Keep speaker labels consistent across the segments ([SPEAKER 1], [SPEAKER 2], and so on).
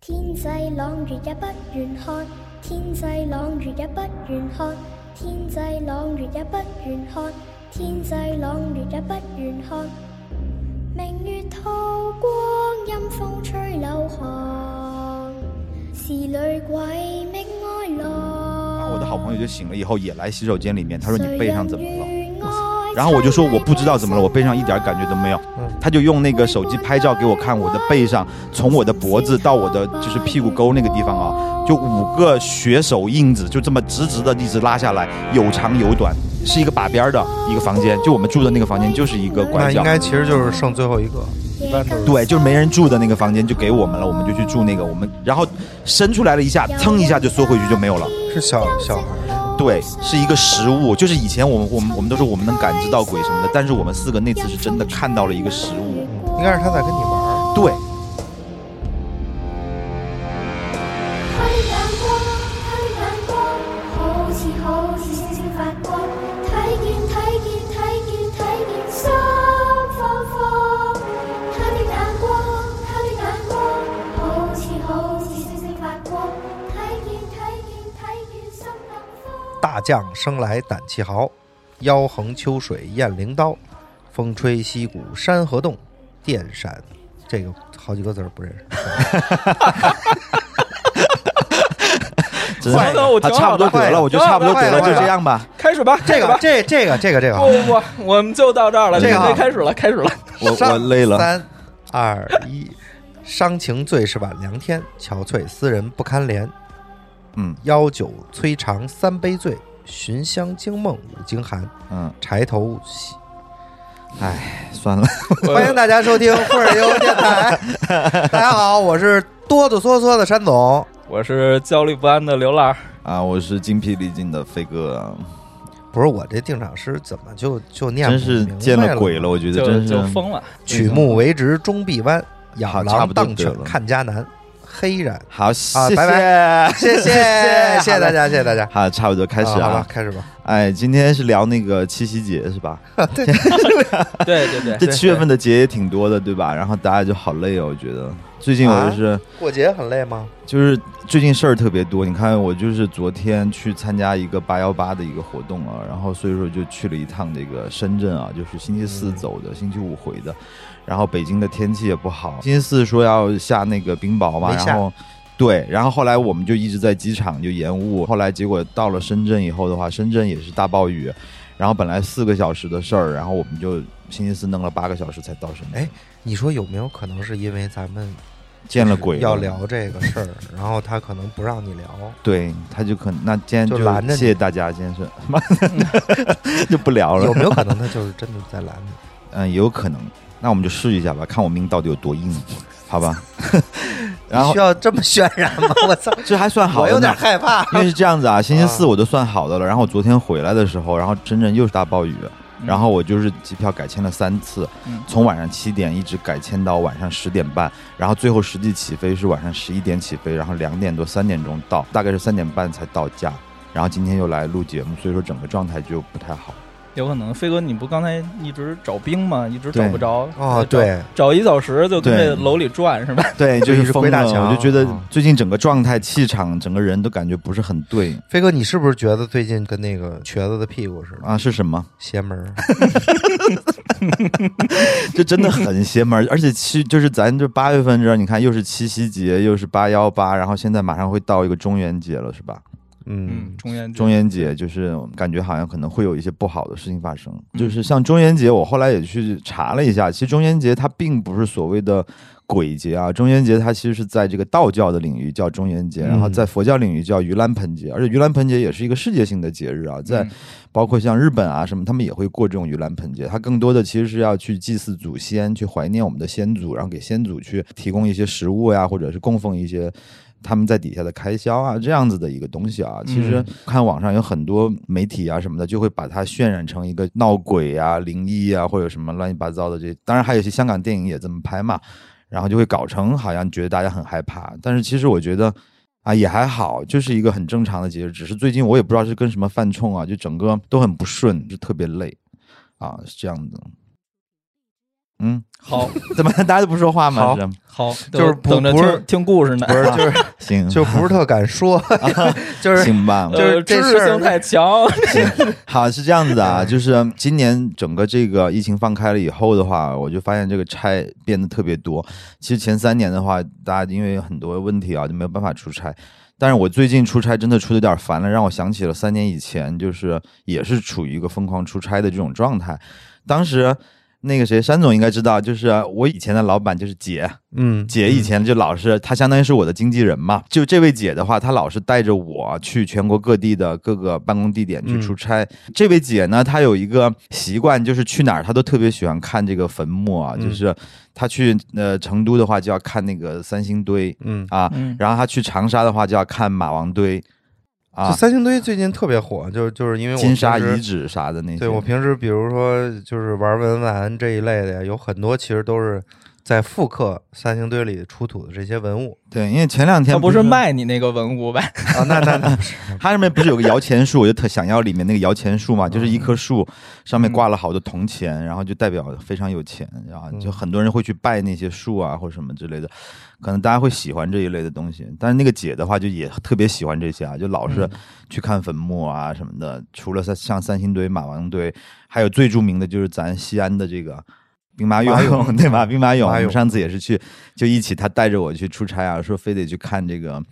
[SPEAKER 1] 天際朗月也不願看，天際朗月也不願看，天際朗月也不願看，天際朗月也不願看。明月透光，陰風吹柳巷，是女鬼覓哀
[SPEAKER 2] 然
[SPEAKER 1] 郎。
[SPEAKER 2] 后我的好朋友就醒了以后也来洗手间里面，他说你背上怎么了？
[SPEAKER 1] 了
[SPEAKER 2] 然后我就说我不知道怎么了，我背上一点感觉都没有。
[SPEAKER 1] 嗯
[SPEAKER 2] 他就用那个手机拍照给我看，我的背上从我的脖子到我的就是屁股沟那个地方啊，就五个血手印子，就这么直直的一直拉下来，有长有短，是一个把边儿的一个房间，就我们住的那个房间就是一个
[SPEAKER 1] 那
[SPEAKER 2] 拐
[SPEAKER 1] 应
[SPEAKER 2] 角。
[SPEAKER 1] 该
[SPEAKER 3] 其实就是剩最后一个，
[SPEAKER 1] 一般都是
[SPEAKER 2] 对，就是没人住的那个房间就给我们了，我们就去住那个，我们然后伸出来了一下，蹭一下就缩回去就没有了。
[SPEAKER 3] 是小小孩儿。
[SPEAKER 2] 对，是一个实物，就是以前我们我们我们都说我们能感知到鬼什么的，但是我们四个那次是真的看到了一个实物。
[SPEAKER 3] 应该是他在跟你玩儿，
[SPEAKER 2] 对，
[SPEAKER 1] 推眼光，推眼光，好似好似星星發光，睇見睇見睇見睇見心慌慌。他的眼光，他的眼光，好似好似星星發光，睇見睇見睇見心更慌。
[SPEAKER 3] 大将生来胆气豪，腰横秋水雁翎刀，风吹溪谷山河动，电闪。这个好几个字儿不认识，
[SPEAKER 2] 真的
[SPEAKER 4] 快乐我
[SPEAKER 2] 他
[SPEAKER 4] 挺
[SPEAKER 2] 差不
[SPEAKER 4] 好的
[SPEAKER 2] 多得了，我就
[SPEAKER 4] 快乐
[SPEAKER 2] 差不多得了，
[SPEAKER 3] 快
[SPEAKER 2] 就
[SPEAKER 3] 乐
[SPEAKER 2] 这样吧。
[SPEAKER 4] 开始吧，
[SPEAKER 3] 这个
[SPEAKER 4] 吧。
[SPEAKER 3] 这这个这个这个好
[SPEAKER 4] 不，不不，我们就到这儿了，
[SPEAKER 3] 这个
[SPEAKER 4] 准
[SPEAKER 3] 啊
[SPEAKER 4] 备开始了，开始了。
[SPEAKER 2] 我
[SPEAKER 3] 上
[SPEAKER 2] 我累了，
[SPEAKER 3] 三二一，伤情最是晚凉天，憔悴斯人不堪怜。
[SPEAKER 2] 嗯
[SPEAKER 3] 邀酒摧肠三杯醉，寻香惊梦五更寒。
[SPEAKER 2] 嗯，
[SPEAKER 3] 柴头喜，
[SPEAKER 2] 哎，算了，
[SPEAKER 3] 欢迎大家收听 会儿优电台。大家好，我是哆哆嗦嗦的山总。
[SPEAKER 4] 我是焦虑不安的刘老二，
[SPEAKER 2] 啊，我是精疲力尽的飞哥啊，
[SPEAKER 3] 不是我这定场诗怎么就就
[SPEAKER 4] 哎
[SPEAKER 3] 念不
[SPEAKER 2] 真是
[SPEAKER 3] 明白
[SPEAKER 2] 见了鬼
[SPEAKER 3] 了？
[SPEAKER 2] 了，我觉得
[SPEAKER 4] 就
[SPEAKER 2] 真。
[SPEAKER 4] 就是疯了。
[SPEAKER 3] 曲目为直终必弯，养
[SPEAKER 2] 好差
[SPEAKER 3] 狼
[SPEAKER 2] 不多
[SPEAKER 3] 当
[SPEAKER 2] 得
[SPEAKER 3] 犬
[SPEAKER 2] 了
[SPEAKER 3] 看家难。黑 染，
[SPEAKER 4] 啊
[SPEAKER 2] 好，谢谢，
[SPEAKER 3] 拜拜谢谢谢谢大
[SPEAKER 2] 家。
[SPEAKER 3] 家，谢谢大家。
[SPEAKER 2] 好，差不多开始
[SPEAKER 3] 啊好吧
[SPEAKER 2] 啊！
[SPEAKER 3] 开始吧。
[SPEAKER 2] 哎，今天是聊那个七夕节是吧？
[SPEAKER 4] 对对对，
[SPEAKER 2] 这七月份的节也挺多的，对吧？然后大家就好累哦，我觉得最近
[SPEAKER 4] 啊
[SPEAKER 2] 我就是
[SPEAKER 3] 过节很累吗？
[SPEAKER 2] 就是最近事儿特别多，你看我就是昨天去参加一个八幺八的一个活动啊，然后所以说就去了一趟这个深圳啊，就是星期
[SPEAKER 3] 嗯
[SPEAKER 2] 四走的，星期五回的，然后北京的天气也不好，星期四说要下那个冰雹嘛，
[SPEAKER 3] 没下
[SPEAKER 2] 然后。对，然后后来我们就一直在机场就延误，后来结果到了深圳以后的话，深圳也是大暴雨，然后本来四个小时的事儿，然后我们就星期四弄了八个小时才到深圳，
[SPEAKER 3] 哎你说有没有可能是因为咱们
[SPEAKER 2] 见了鬼了
[SPEAKER 3] 要聊这个事儿，然后他可能不让你聊？
[SPEAKER 2] 对，他就可能那今天
[SPEAKER 3] 就拦着你
[SPEAKER 2] 谢谢大家，先生， 妈的就不聊
[SPEAKER 3] 有
[SPEAKER 2] 了。
[SPEAKER 3] 没有可能他就是真的在拦你？
[SPEAKER 2] 嗯，也有可能，那我们就试一下吧，看我命到底有多硬，好 吧？ 然
[SPEAKER 3] 你
[SPEAKER 2] 后
[SPEAKER 3] 需要这么渲染吗？我操！
[SPEAKER 2] 这还算 好
[SPEAKER 3] 我
[SPEAKER 2] 的
[SPEAKER 3] 有
[SPEAKER 2] 呢
[SPEAKER 3] 点，害 怕。
[SPEAKER 2] 因为是这样子啊，星期四我都算好的了，然后我昨天回来的时候，然后深圳又是大暴雨。
[SPEAKER 3] 嗯
[SPEAKER 2] 然后我就是机票改签了三次，
[SPEAKER 4] 嗯
[SPEAKER 2] 从晚上七点一直改签到晚上十点半，然后最后实际起飞是晚上十一点起飞，然后两点多三点钟到，大概是三点半才到家。然后今天又来录节目，所以说整个状态就不太好。
[SPEAKER 4] 有可能，飞哥，你不刚才一直找冰吗？一直找
[SPEAKER 2] 对
[SPEAKER 4] 不着。
[SPEAKER 3] 哦，
[SPEAKER 4] 找，
[SPEAKER 3] 对，
[SPEAKER 4] 找一小时就跟
[SPEAKER 2] 对
[SPEAKER 4] 这楼里转是吧？
[SPEAKER 2] 对，
[SPEAKER 3] 就
[SPEAKER 2] 就是是疯
[SPEAKER 3] 鬼打
[SPEAKER 2] 了。
[SPEAKER 3] 墙
[SPEAKER 2] 我就觉得
[SPEAKER 3] 啊
[SPEAKER 2] 最近整个状态、气场，整个人都感觉不是很对
[SPEAKER 3] 飞哥，你是不是觉得最近跟那个瘸子的屁股似的？
[SPEAKER 2] 啊。是什 么？
[SPEAKER 3] 邪门 儿，
[SPEAKER 2] 这真的很邪门儿，而且七就是咱这八月份这儿，你看又是七夕节，又是八幺八，然后现在马上会到一个中元节了，是吧？
[SPEAKER 3] 嗯
[SPEAKER 4] 嗯，，中间
[SPEAKER 2] 中元节就是感觉好像可能会有一些不好的事情发生，就是像中元节，我后来也去查了一下，其实中元节它并不是所谓的鬼节啊，中元节它其实是在这个道教的领域叫中元节，然后
[SPEAKER 3] 嗯
[SPEAKER 2] 在佛教领域叫盂兰盆节，而且盂兰盆节也是一个世界性的节日啊，在
[SPEAKER 4] 嗯
[SPEAKER 2] 包括像日本啊什么，他们也会过这种盂兰盆节，它更多的其实是要去祭祀祖先，去怀念我们的先祖，然后给先祖去提供一些食物呀、或者是供奉一些他们在底下的开销啊，这样子的一个东西啊。其实看网上有很多媒体啊什么的，就会把它渲染成一个闹鬼啊、灵异啊，或者什么乱七八糟的这。当然，还有一些香港电影也这么拍嘛，然后就会搞成好像觉得大家很害怕，但是其实我觉得。啊，也还好，就是一个很正常的节日，只是最近我也不知道是跟什么犯冲啊，就整个都很不顺，就特别累，啊，是这样子。嗯，
[SPEAKER 4] 好
[SPEAKER 2] 怎么 大家都不说话吗？
[SPEAKER 3] 好
[SPEAKER 2] 是吗
[SPEAKER 4] 好，
[SPEAKER 3] 就是
[SPEAKER 4] 我
[SPEAKER 3] 不
[SPEAKER 4] 等着
[SPEAKER 3] 不是
[SPEAKER 4] 听听故事呢
[SPEAKER 3] 不。是就是
[SPEAKER 2] 行，
[SPEAKER 3] 就不是特敢 说，就是
[SPEAKER 2] 行 吧。
[SPEAKER 3] 就是
[SPEAKER 4] 呃
[SPEAKER 3] 这
[SPEAKER 4] 知
[SPEAKER 3] 事
[SPEAKER 4] 识
[SPEAKER 3] 儿
[SPEAKER 4] 性太强，
[SPEAKER 2] 好，是这样子的啊，就是今年整个这个疫情放开了以后的话，我就发现这个差变得特别多。其实前三年的话，大家因为很多问题啊，就没有办法出差。但是我最近出差真的出的有点烦了，让我想起了三年以前，就是也是处于一个疯狂出差的这种状态。当时那个谁，山总应该知道，就是我以前的老板就是姐，
[SPEAKER 3] 嗯，
[SPEAKER 2] 姐以前就老是，她相当于是我的经纪人嘛。就这位姐的话，她老是带着我去全国各地的各个办公地点去
[SPEAKER 3] 嗯
[SPEAKER 2] 出差。这位姐呢，她有一个习惯，就是去哪儿她都特别喜欢看这个坟墓啊，
[SPEAKER 3] 嗯
[SPEAKER 2] 就是她去呃成都的话就要看那个三星堆
[SPEAKER 3] 嗯，
[SPEAKER 2] 啊，
[SPEAKER 4] 嗯
[SPEAKER 2] 然后她去长沙的话就要看马王堆
[SPEAKER 3] 就
[SPEAKER 2] 啊、
[SPEAKER 3] 三星堆最近特别火，就是就是因为我
[SPEAKER 2] 金沙
[SPEAKER 3] 平时
[SPEAKER 2] 遗址啥的那些。
[SPEAKER 3] 对我平时比如说就是玩文玩这一类的呀，有很多其实都是在复刻三星堆里出土的这些文物
[SPEAKER 2] 对因为前两
[SPEAKER 3] 哦
[SPEAKER 2] 天
[SPEAKER 4] 他不是卖你那个文物吧？
[SPEAKER 3] 啊。那 那那不是，
[SPEAKER 2] 它上面不是有个摇钱树，我就特想要里面那个摇钱树嘛，就是一棵树上面挂了好多铜钱，然后就代表非常有钱，然后就很多人会去拜那些树啊或什么之类的，可能大家会喜欢这一类的东西。但是那个姐的话就也特别喜欢这些啊，就老是去看坟墓啊什么的。除了像像三星堆、马王堆，还有最著名的就是咱西安的这个。兵马
[SPEAKER 3] 马
[SPEAKER 2] 俑
[SPEAKER 3] 俑
[SPEAKER 2] 对吧？兵马俑，
[SPEAKER 3] 马
[SPEAKER 2] 我们
[SPEAKER 3] 俑
[SPEAKER 2] 上次也是去，就一起他带着我去出差啊，说非得去看这个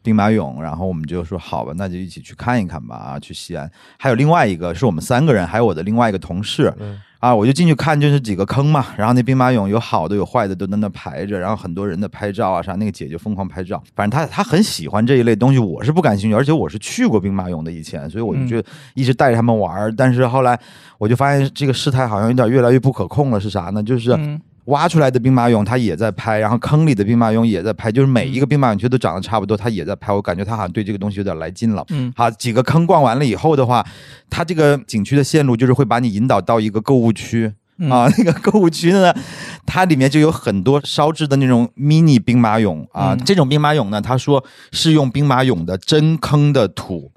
[SPEAKER 2] 兵马俑，然后我们就说好吧，那就一起去看一看吧啊，去西安。还有另外一个是我们三个人，还有我的另外一个同事
[SPEAKER 3] 嗯
[SPEAKER 2] 啊，我就进去看，就是几个坑嘛，然后那兵马俑有好的有坏的都在那排着，然后很多人的拍照啊啥，那个姐就疯狂拍照，反正她她很喜欢这一类东西，我是不感兴趣，而且我是去过兵马俑的以前，所以我就
[SPEAKER 4] 嗯
[SPEAKER 2] 就一直带着他们玩儿，但是后来我就发现这个事态好像有点越来越不可控了，是啥呢？就是。
[SPEAKER 4] 嗯
[SPEAKER 2] 挖出来的兵马俑，它也在拍，然后坑里的兵马俑也在拍，就是每一个兵马俑其实都长得差不多，它也在拍。我感觉它好像对这个东西有点来劲了。
[SPEAKER 4] 嗯
[SPEAKER 2] 好，几个坑逛完了以后的话，它这个景区的线路就是会把你引导到一个购物区。
[SPEAKER 4] 嗯
[SPEAKER 2] 啊，那个购物区呢，它里面就有很多烧制的那种 mini 兵马俑啊。
[SPEAKER 4] 嗯
[SPEAKER 2] 这种兵马俑呢，他说是用兵马俑的真坑的土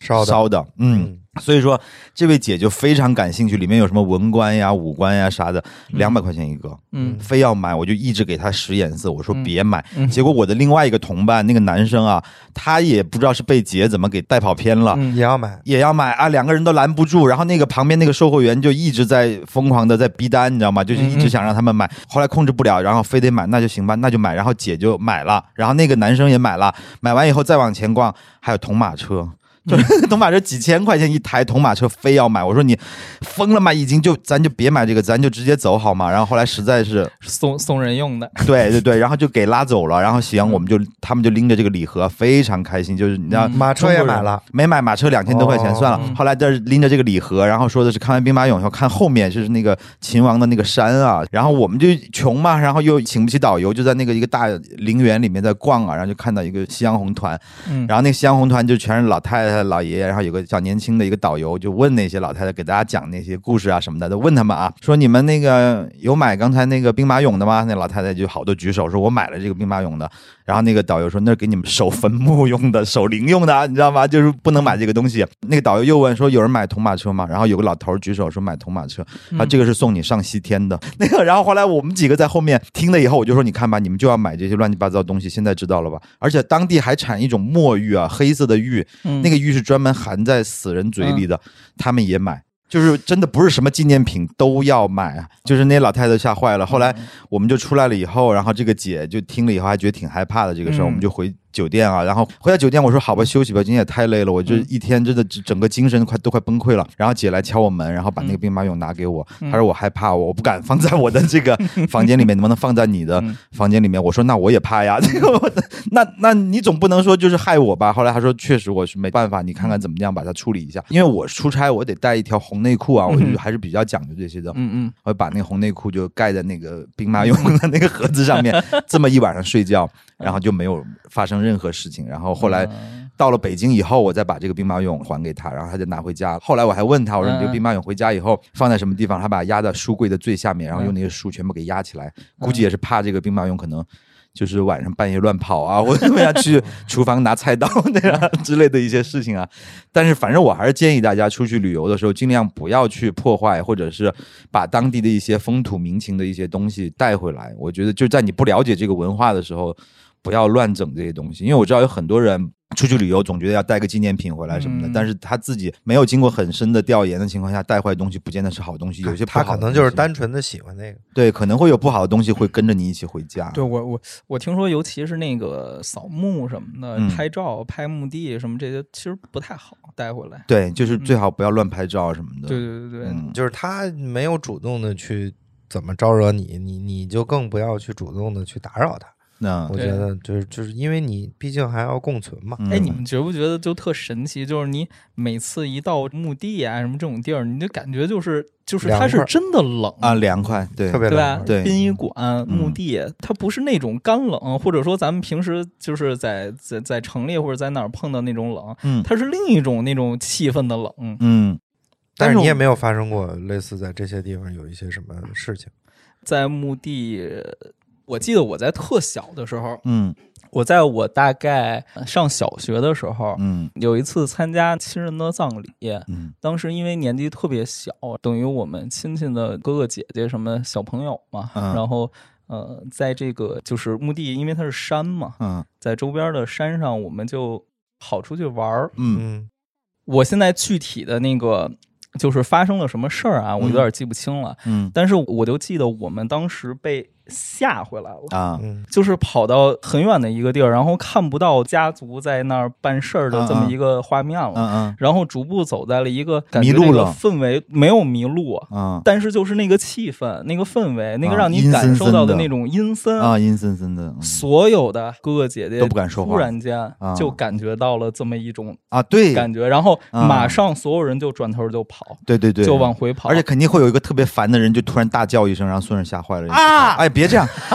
[SPEAKER 3] 烧的，
[SPEAKER 2] 烧的，嗯，
[SPEAKER 3] 嗯，
[SPEAKER 2] 所以说这位姐就非常感兴趣，里面有什么文官呀、武官呀啥的，两百块钱一个，
[SPEAKER 4] 嗯
[SPEAKER 2] 非要买，我就一直给他使眼色，我说
[SPEAKER 4] 嗯
[SPEAKER 2] 别买。
[SPEAKER 4] 嗯
[SPEAKER 2] 结果我的另外一个同伴，那个男生啊，他也不知道是被姐怎么给带跑偏了。
[SPEAKER 4] 嗯
[SPEAKER 3] 也要买，
[SPEAKER 2] 也要买啊，两个人都拦不住。然后那个旁边那个售货员就一直在疯狂的在逼单，你知道吗？
[SPEAKER 4] 嗯
[SPEAKER 2] 就是一直想让他们买，后来控制不了，然后非得买，那就行吧，那就买。然后姐就买了，然后那个男生也买了，买完以后再往前逛，还有铜马车。
[SPEAKER 4] 嗯
[SPEAKER 2] 就是 铜马车几千块钱一台，铜马车非要买，我说你疯了吗？已经就咱就别买这个，咱就直接走好吗？然后后来实在是
[SPEAKER 4] 送送人用的，
[SPEAKER 2] 对对对，然后就给拉走了，然后行，我们就他们就拎着这个礼盒，非常开心，就是你知道。
[SPEAKER 3] 啊
[SPEAKER 4] 嗯
[SPEAKER 3] 马车也买了，
[SPEAKER 2] 没买马车两千多块钱
[SPEAKER 3] 哦
[SPEAKER 2] 算了，
[SPEAKER 4] 嗯
[SPEAKER 2] 后来这拎着这个礼盒，然后说的是看完兵马俑以后看后面就是那个秦王的那个山啊，然后我们就穷嘛，然后又请不起导游，就在那个一个大陵园里面在逛啊，然后就看到一个夕阳红团，
[SPEAKER 4] 嗯
[SPEAKER 2] 然后那个夕阳红团就全是老太太、老爷爷，然后有个小年轻的一个导游就问那些老太太给大家讲那些故事啊什么的，就问他们啊，说你们那个有买刚才那个兵马俑的吗？那老太太就好多举手说，我买了这个兵马俑的。然后那个导游说那是给你们守坟墓用的、守陵用的啊，你知道吗？就是不能买这个东西。那个导游又问说有人买铜马车吗？然后有个老头举手说买铜马车，啊，
[SPEAKER 4] 嗯
[SPEAKER 2] 这个是送你上西天的。 那个，然后后来我们几个在后面听了以后，我就说你看吧，你们就要买这些乱七八糟的东西，现在知道了吧？而且当地还产一种墨玉啊，黑色的玉，
[SPEAKER 4] 嗯
[SPEAKER 2] 那个玉是专门含在死人嘴里的，他们也买。就是真的不是什么纪念品都要买啊，就是那老太太吓
[SPEAKER 4] 嗯
[SPEAKER 2] 坏了。后来我们就出来了以后，然后这个姐就听了以后还觉得挺害怕的这个事儿，
[SPEAKER 4] 嗯
[SPEAKER 2] 我们就回酒店啊。然后回到酒店，我说好吧，休息吧，今天也太累了，我这
[SPEAKER 4] 嗯
[SPEAKER 2] 一天真的整整个精神快都快崩溃了。然后姐来敲我门，然后把那个
[SPEAKER 4] 嗯
[SPEAKER 2] 兵马俑拿给我，
[SPEAKER 4] 嗯
[SPEAKER 2] 她说我害怕，我不敢放在我的这个 房间里面，能不能放在你的
[SPEAKER 4] 嗯
[SPEAKER 2] 房间里面？我说那我也怕呀，这个 我那那你总不能说就是害我吧？后来他说确实我是没办法，你看看怎么样把它处理一下，因为我出差我得带一条红内裤啊，我
[SPEAKER 4] 嗯
[SPEAKER 2] 就还是比较讲究这些的。
[SPEAKER 4] 嗯
[SPEAKER 2] 我把那个红内裤就盖在那个兵马俑的那个盒子上 面，这么一晚上睡觉，然后就没有发生任何事情。然后后来啊到了北京以后，我再把这个兵马俑还给他，然后他就拿回家。后来我还问他，我说你这个
[SPEAKER 4] 嗯
[SPEAKER 2] 兵马俑回家以后放在什么地方？他把它压在书柜的最下面，然后用那些书全部给压起来，估计也是怕这个兵马俑可能。就是晚上半夜乱跑啊，或者怎么样去 厨房拿菜刀那样之类的一些事情啊。但是反正我还是建议大家出去旅游的时候，尽量不要去破坏，或者是把当地的一些风土民情的一些东西带回来。我觉得就在你不了解这个文化的时候，不要乱整这些东西，因为我知道有很多人出去旅游总觉得要带个纪念品回来什么的，
[SPEAKER 4] 嗯
[SPEAKER 2] 但是他自己没有经过很深的调研的情况下，带坏东西不见得是好东西，有些
[SPEAKER 3] 他
[SPEAKER 2] 不好
[SPEAKER 3] 可
[SPEAKER 2] 的东
[SPEAKER 3] 能
[SPEAKER 2] 西
[SPEAKER 3] 就是单纯的喜欢那个，
[SPEAKER 2] 对，可能会有不好的东西会跟着你一起回家。
[SPEAKER 4] 对我我我听说，尤其是那个扫墓什么的，
[SPEAKER 2] 嗯
[SPEAKER 4] 拍照、拍墓地什么这些，其实不太好带回来。
[SPEAKER 2] 对，就是最好不要乱拍照什么的。
[SPEAKER 4] 对对对对，
[SPEAKER 2] 嗯，
[SPEAKER 3] 就是他没有主动的去怎么招惹你，你你就更不要去主动的去打扰他。
[SPEAKER 2] 那
[SPEAKER 3] 我觉得就是就是因为你毕竟还要共存嘛，
[SPEAKER 2] 嗯
[SPEAKER 4] 哎，你们觉不觉得就特神奇？就是你每次一到墓地啊，什么这种地儿，你就感觉就是就是它
[SPEAKER 3] 凉快
[SPEAKER 4] 是
[SPEAKER 3] 儿
[SPEAKER 4] 真的冷
[SPEAKER 2] 啊，凉快，对，
[SPEAKER 3] 特别
[SPEAKER 4] 对啊吧
[SPEAKER 3] 冷？
[SPEAKER 2] 对嗯
[SPEAKER 4] 殡仪馆、墓地，它不是那种干冷，或者说咱们平时就是在在在城里或者在哪儿碰到那种冷，
[SPEAKER 2] 嗯
[SPEAKER 4] 它是另一种那种气氛的冷。
[SPEAKER 2] 嗯，
[SPEAKER 3] 但
[SPEAKER 4] 但
[SPEAKER 3] 是
[SPEAKER 4] 是
[SPEAKER 3] 你
[SPEAKER 4] 我
[SPEAKER 3] 也没有发生过类似在这些地方有一些什么事情。
[SPEAKER 4] 在墓地，我记得我在特小的时候，
[SPEAKER 2] 嗯
[SPEAKER 4] 我在我大概上小学的时候，
[SPEAKER 2] 嗯
[SPEAKER 4] 有一次参加亲人的葬礼，
[SPEAKER 2] 嗯
[SPEAKER 4] 当时因为年纪特别小，等于我们亲戚的哥哥姐姐什么小朋友嘛，
[SPEAKER 2] 嗯
[SPEAKER 4] 然后呃，在这个就是墓地，因为它是山嘛，
[SPEAKER 2] 嗯
[SPEAKER 4] 在周边的山上，我们就跑出去玩儿。
[SPEAKER 2] 嗯
[SPEAKER 3] 嗯，
[SPEAKER 4] 我现在具体的那个就是发生了什么事儿啊，我有点记不清了，
[SPEAKER 2] 嗯
[SPEAKER 4] 但是我就记得我们当时被吓回来了。
[SPEAKER 2] 啊
[SPEAKER 3] 嗯，
[SPEAKER 4] 就是跑到很远的一个地儿，然后看不到家族在那儿办事儿的这么一个画面了，
[SPEAKER 2] 嗯嗯
[SPEAKER 4] 然后逐步走在了一个感觉
[SPEAKER 2] 迷路
[SPEAKER 4] 那个
[SPEAKER 2] 了
[SPEAKER 4] 氛围，没有迷路，
[SPEAKER 2] 嗯
[SPEAKER 4] 但是就是那个气氛、那个氛围、那个
[SPEAKER 2] 啊
[SPEAKER 4] 让你
[SPEAKER 2] 阴
[SPEAKER 4] 感
[SPEAKER 2] 森
[SPEAKER 4] 受
[SPEAKER 2] 森
[SPEAKER 4] 到的
[SPEAKER 2] 的
[SPEAKER 4] 那种阴森，
[SPEAKER 2] 啊，阴森森的嗯
[SPEAKER 4] 所有的哥哥姐姐
[SPEAKER 2] 都不敢说话
[SPEAKER 4] 突然间
[SPEAKER 2] 啊
[SPEAKER 4] 就感觉到了这么一种
[SPEAKER 2] 啊，对
[SPEAKER 4] 感觉，然后
[SPEAKER 2] 啊
[SPEAKER 4] 马上所有人就转头就跑，
[SPEAKER 2] 对对对，
[SPEAKER 4] 就往回跑，
[SPEAKER 2] 而且肯定会有一个特别烦的人，就突然大叫一声，让孙儿吓坏了
[SPEAKER 4] 啊
[SPEAKER 2] 哎，别这样，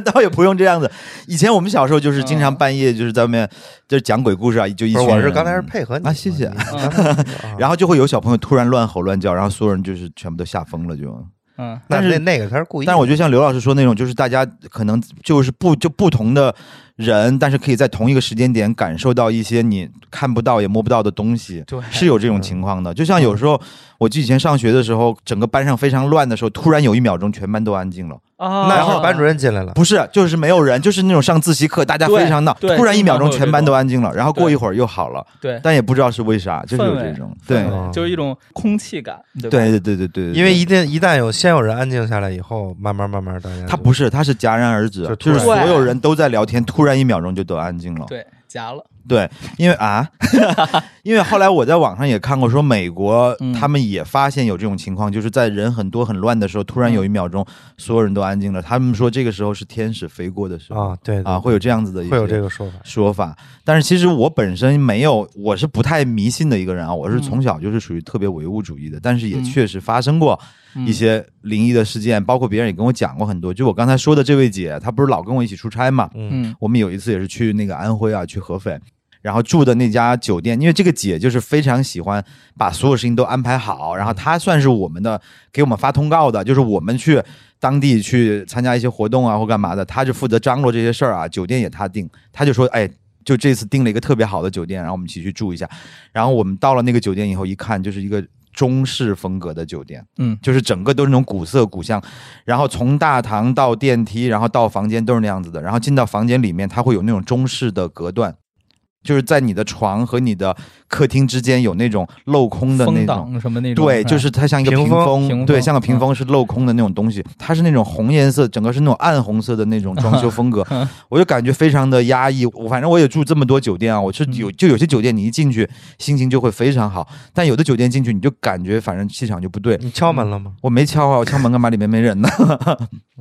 [SPEAKER 2] 倒也不用这样子。以前我们小时候就是经常半夜就是在外面就是讲鬼故事啊，就一
[SPEAKER 3] 不
[SPEAKER 2] 群
[SPEAKER 3] 是，我是
[SPEAKER 2] 人
[SPEAKER 3] 刚才是配合你
[SPEAKER 2] 啊
[SPEAKER 3] 嘛
[SPEAKER 2] 谢谢
[SPEAKER 3] 你刚才 啊
[SPEAKER 2] 然
[SPEAKER 3] 后
[SPEAKER 2] 后就会有小朋友突然乱吼乱叫，然后所有人就是全部都吓疯了就。
[SPEAKER 4] 嗯，
[SPEAKER 3] 那
[SPEAKER 2] 但是
[SPEAKER 3] 那那个他是故意的，
[SPEAKER 2] 但我觉得像刘老师说那种，就是大家可能就是不就不同的人，但是可以在同一个时间点感受到一些你看不到也摸不到的东 西。
[SPEAKER 4] 对，
[SPEAKER 2] 是有这
[SPEAKER 4] 嗯
[SPEAKER 2] 种情况的，就像有时候我记得以前上学的时候，整个班上非常乱的时候，突然有一秒钟全班都安静了，
[SPEAKER 4] 啊，
[SPEAKER 3] 那会儿班主任进来了，
[SPEAKER 2] 不是，就是没有人，就是那种上自习课大家非常闹，
[SPEAKER 4] 对对
[SPEAKER 2] 突然一秒钟
[SPEAKER 4] 经常会有
[SPEAKER 2] 全班
[SPEAKER 4] 这种
[SPEAKER 2] 都安静了，然后过一会儿又好了，
[SPEAKER 4] 对。
[SPEAKER 2] 但也不知道是为啥，就是有
[SPEAKER 4] 氛围
[SPEAKER 2] 这种，对
[SPEAKER 4] 氛围
[SPEAKER 3] 哦
[SPEAKER 4] 就是一种空气感，对吧
[SPEAKER 2] 对对对对对，对
[SPEAKER 3] 因为一定一旦有先有人安静下来以后，慢慢慢慢大家
[SPEAKER 2] 他
[SPEAKER 3] 就
[SPEAKER 2] 不是，他是戛然而止
[SPEAKER 3] 就，
[SPEAKER 2] 就
[SPEAKER 3] 突
[SPEAKER 2] 是
[SPEAKER 3] 然
[SPEAKER 2] 所有人都在聊天，突然一秒钟就都安静了。
[SPEAKER 4] 对，夹了，
[SPEAKER 2] 对，因为 啊，因为后来我在网上也看过，说美国
[SPEAKER 4] 嗯
[SPEAKER 2] 他们也发现有这种情况，就是在人很多很乱的时候，
[SPEAKER 3] 嗯
[SPEAKER 2] 突然有一秒钟所有人都安静了。他们说这个时候是天使飞过的时候
[SPEAKER 3] 啊，对
[SPEAKER 2] 啊，会有这样子的一
[SPEAKER 3] 会有这
[SPEAKER 2] 些
[SPEAKER 3] 个说法，
[SPEAKER 2] 说法。但是其实我本身没有，我是不太迷信的一个人啊，我
[SPEAKER 3] 嗯
[SPEAKER 2] 是从小就是属于特别唯物主义的，但是也
[SPEAKER 4] 嗯
[SPEAKER 2] 确实发生过
[SPEAKER 3] 嗯
[SPEAKER 2] 一些灵异的事件，包括别人也跟我讲过很多。就我刚才说的这位姐，她不是老跟我一起出差嘛，
[SPEAKER 3] 嗯
[SPEAKER 4] 嗯
[SPEAKER 2] 我们有一次也是去那个安徽啊，去合肥，然后住的那家酒店，因为这个姐就是非常喜欢把所有事情都安排好，然后她算是我们的给我们发通告的，就是我们去当地去参加一些活动啊或干嘛的，她就负责张罗这些事儿啊，酒店也她定，她就说哎。就这次订了一个特别好的酒店，然后我们一起去住一下。然后我们到了那个酒店以后，一看就是一个中式风格的酒店，
[SPEAKER 4] 嗯
[SPEAKER 2] 就是整个都是那种古色古香，然后从大堂到电梯，然后到房间都是那样子的。然后进到房间里面，它会有那种中式的隔断，就是在你的床和你的客厅之间有那种镂空的那
[SPEAKER 4] 嗯风
[SPEAKER 2] 种。
[SPEAKER 4] 挡什么那种，哎
[SPEAKER 2] 对，
[SPEAKER 4] 吧
[SPEAKER 2] 就是它像一个
[SPEAKER 3] 屏
[SPEAKER 2] 屏
[SPEAKER 3] 风
[SPEAKER 2] 风，
[SPEAKER 4] 屏
[SPEAKER 2] 对，
[SPEAKER 4] 风，
[SPEAKER 2] 像个屏风是镂空的那种东西，它是那种红颜色，整个是那种暗红色的那种装修风格我就感觉非常的压抑。我反正我也住这么多酒店啊，我是有就有些酒店你一进去心情就会非常好，但有的酒店进去你就感觉反正气场就不对。
[SPEAKER 3] 你敲门了吗？
[SPEAKER 2] 我没敲啊，我敲门干嘛？里面没人呢。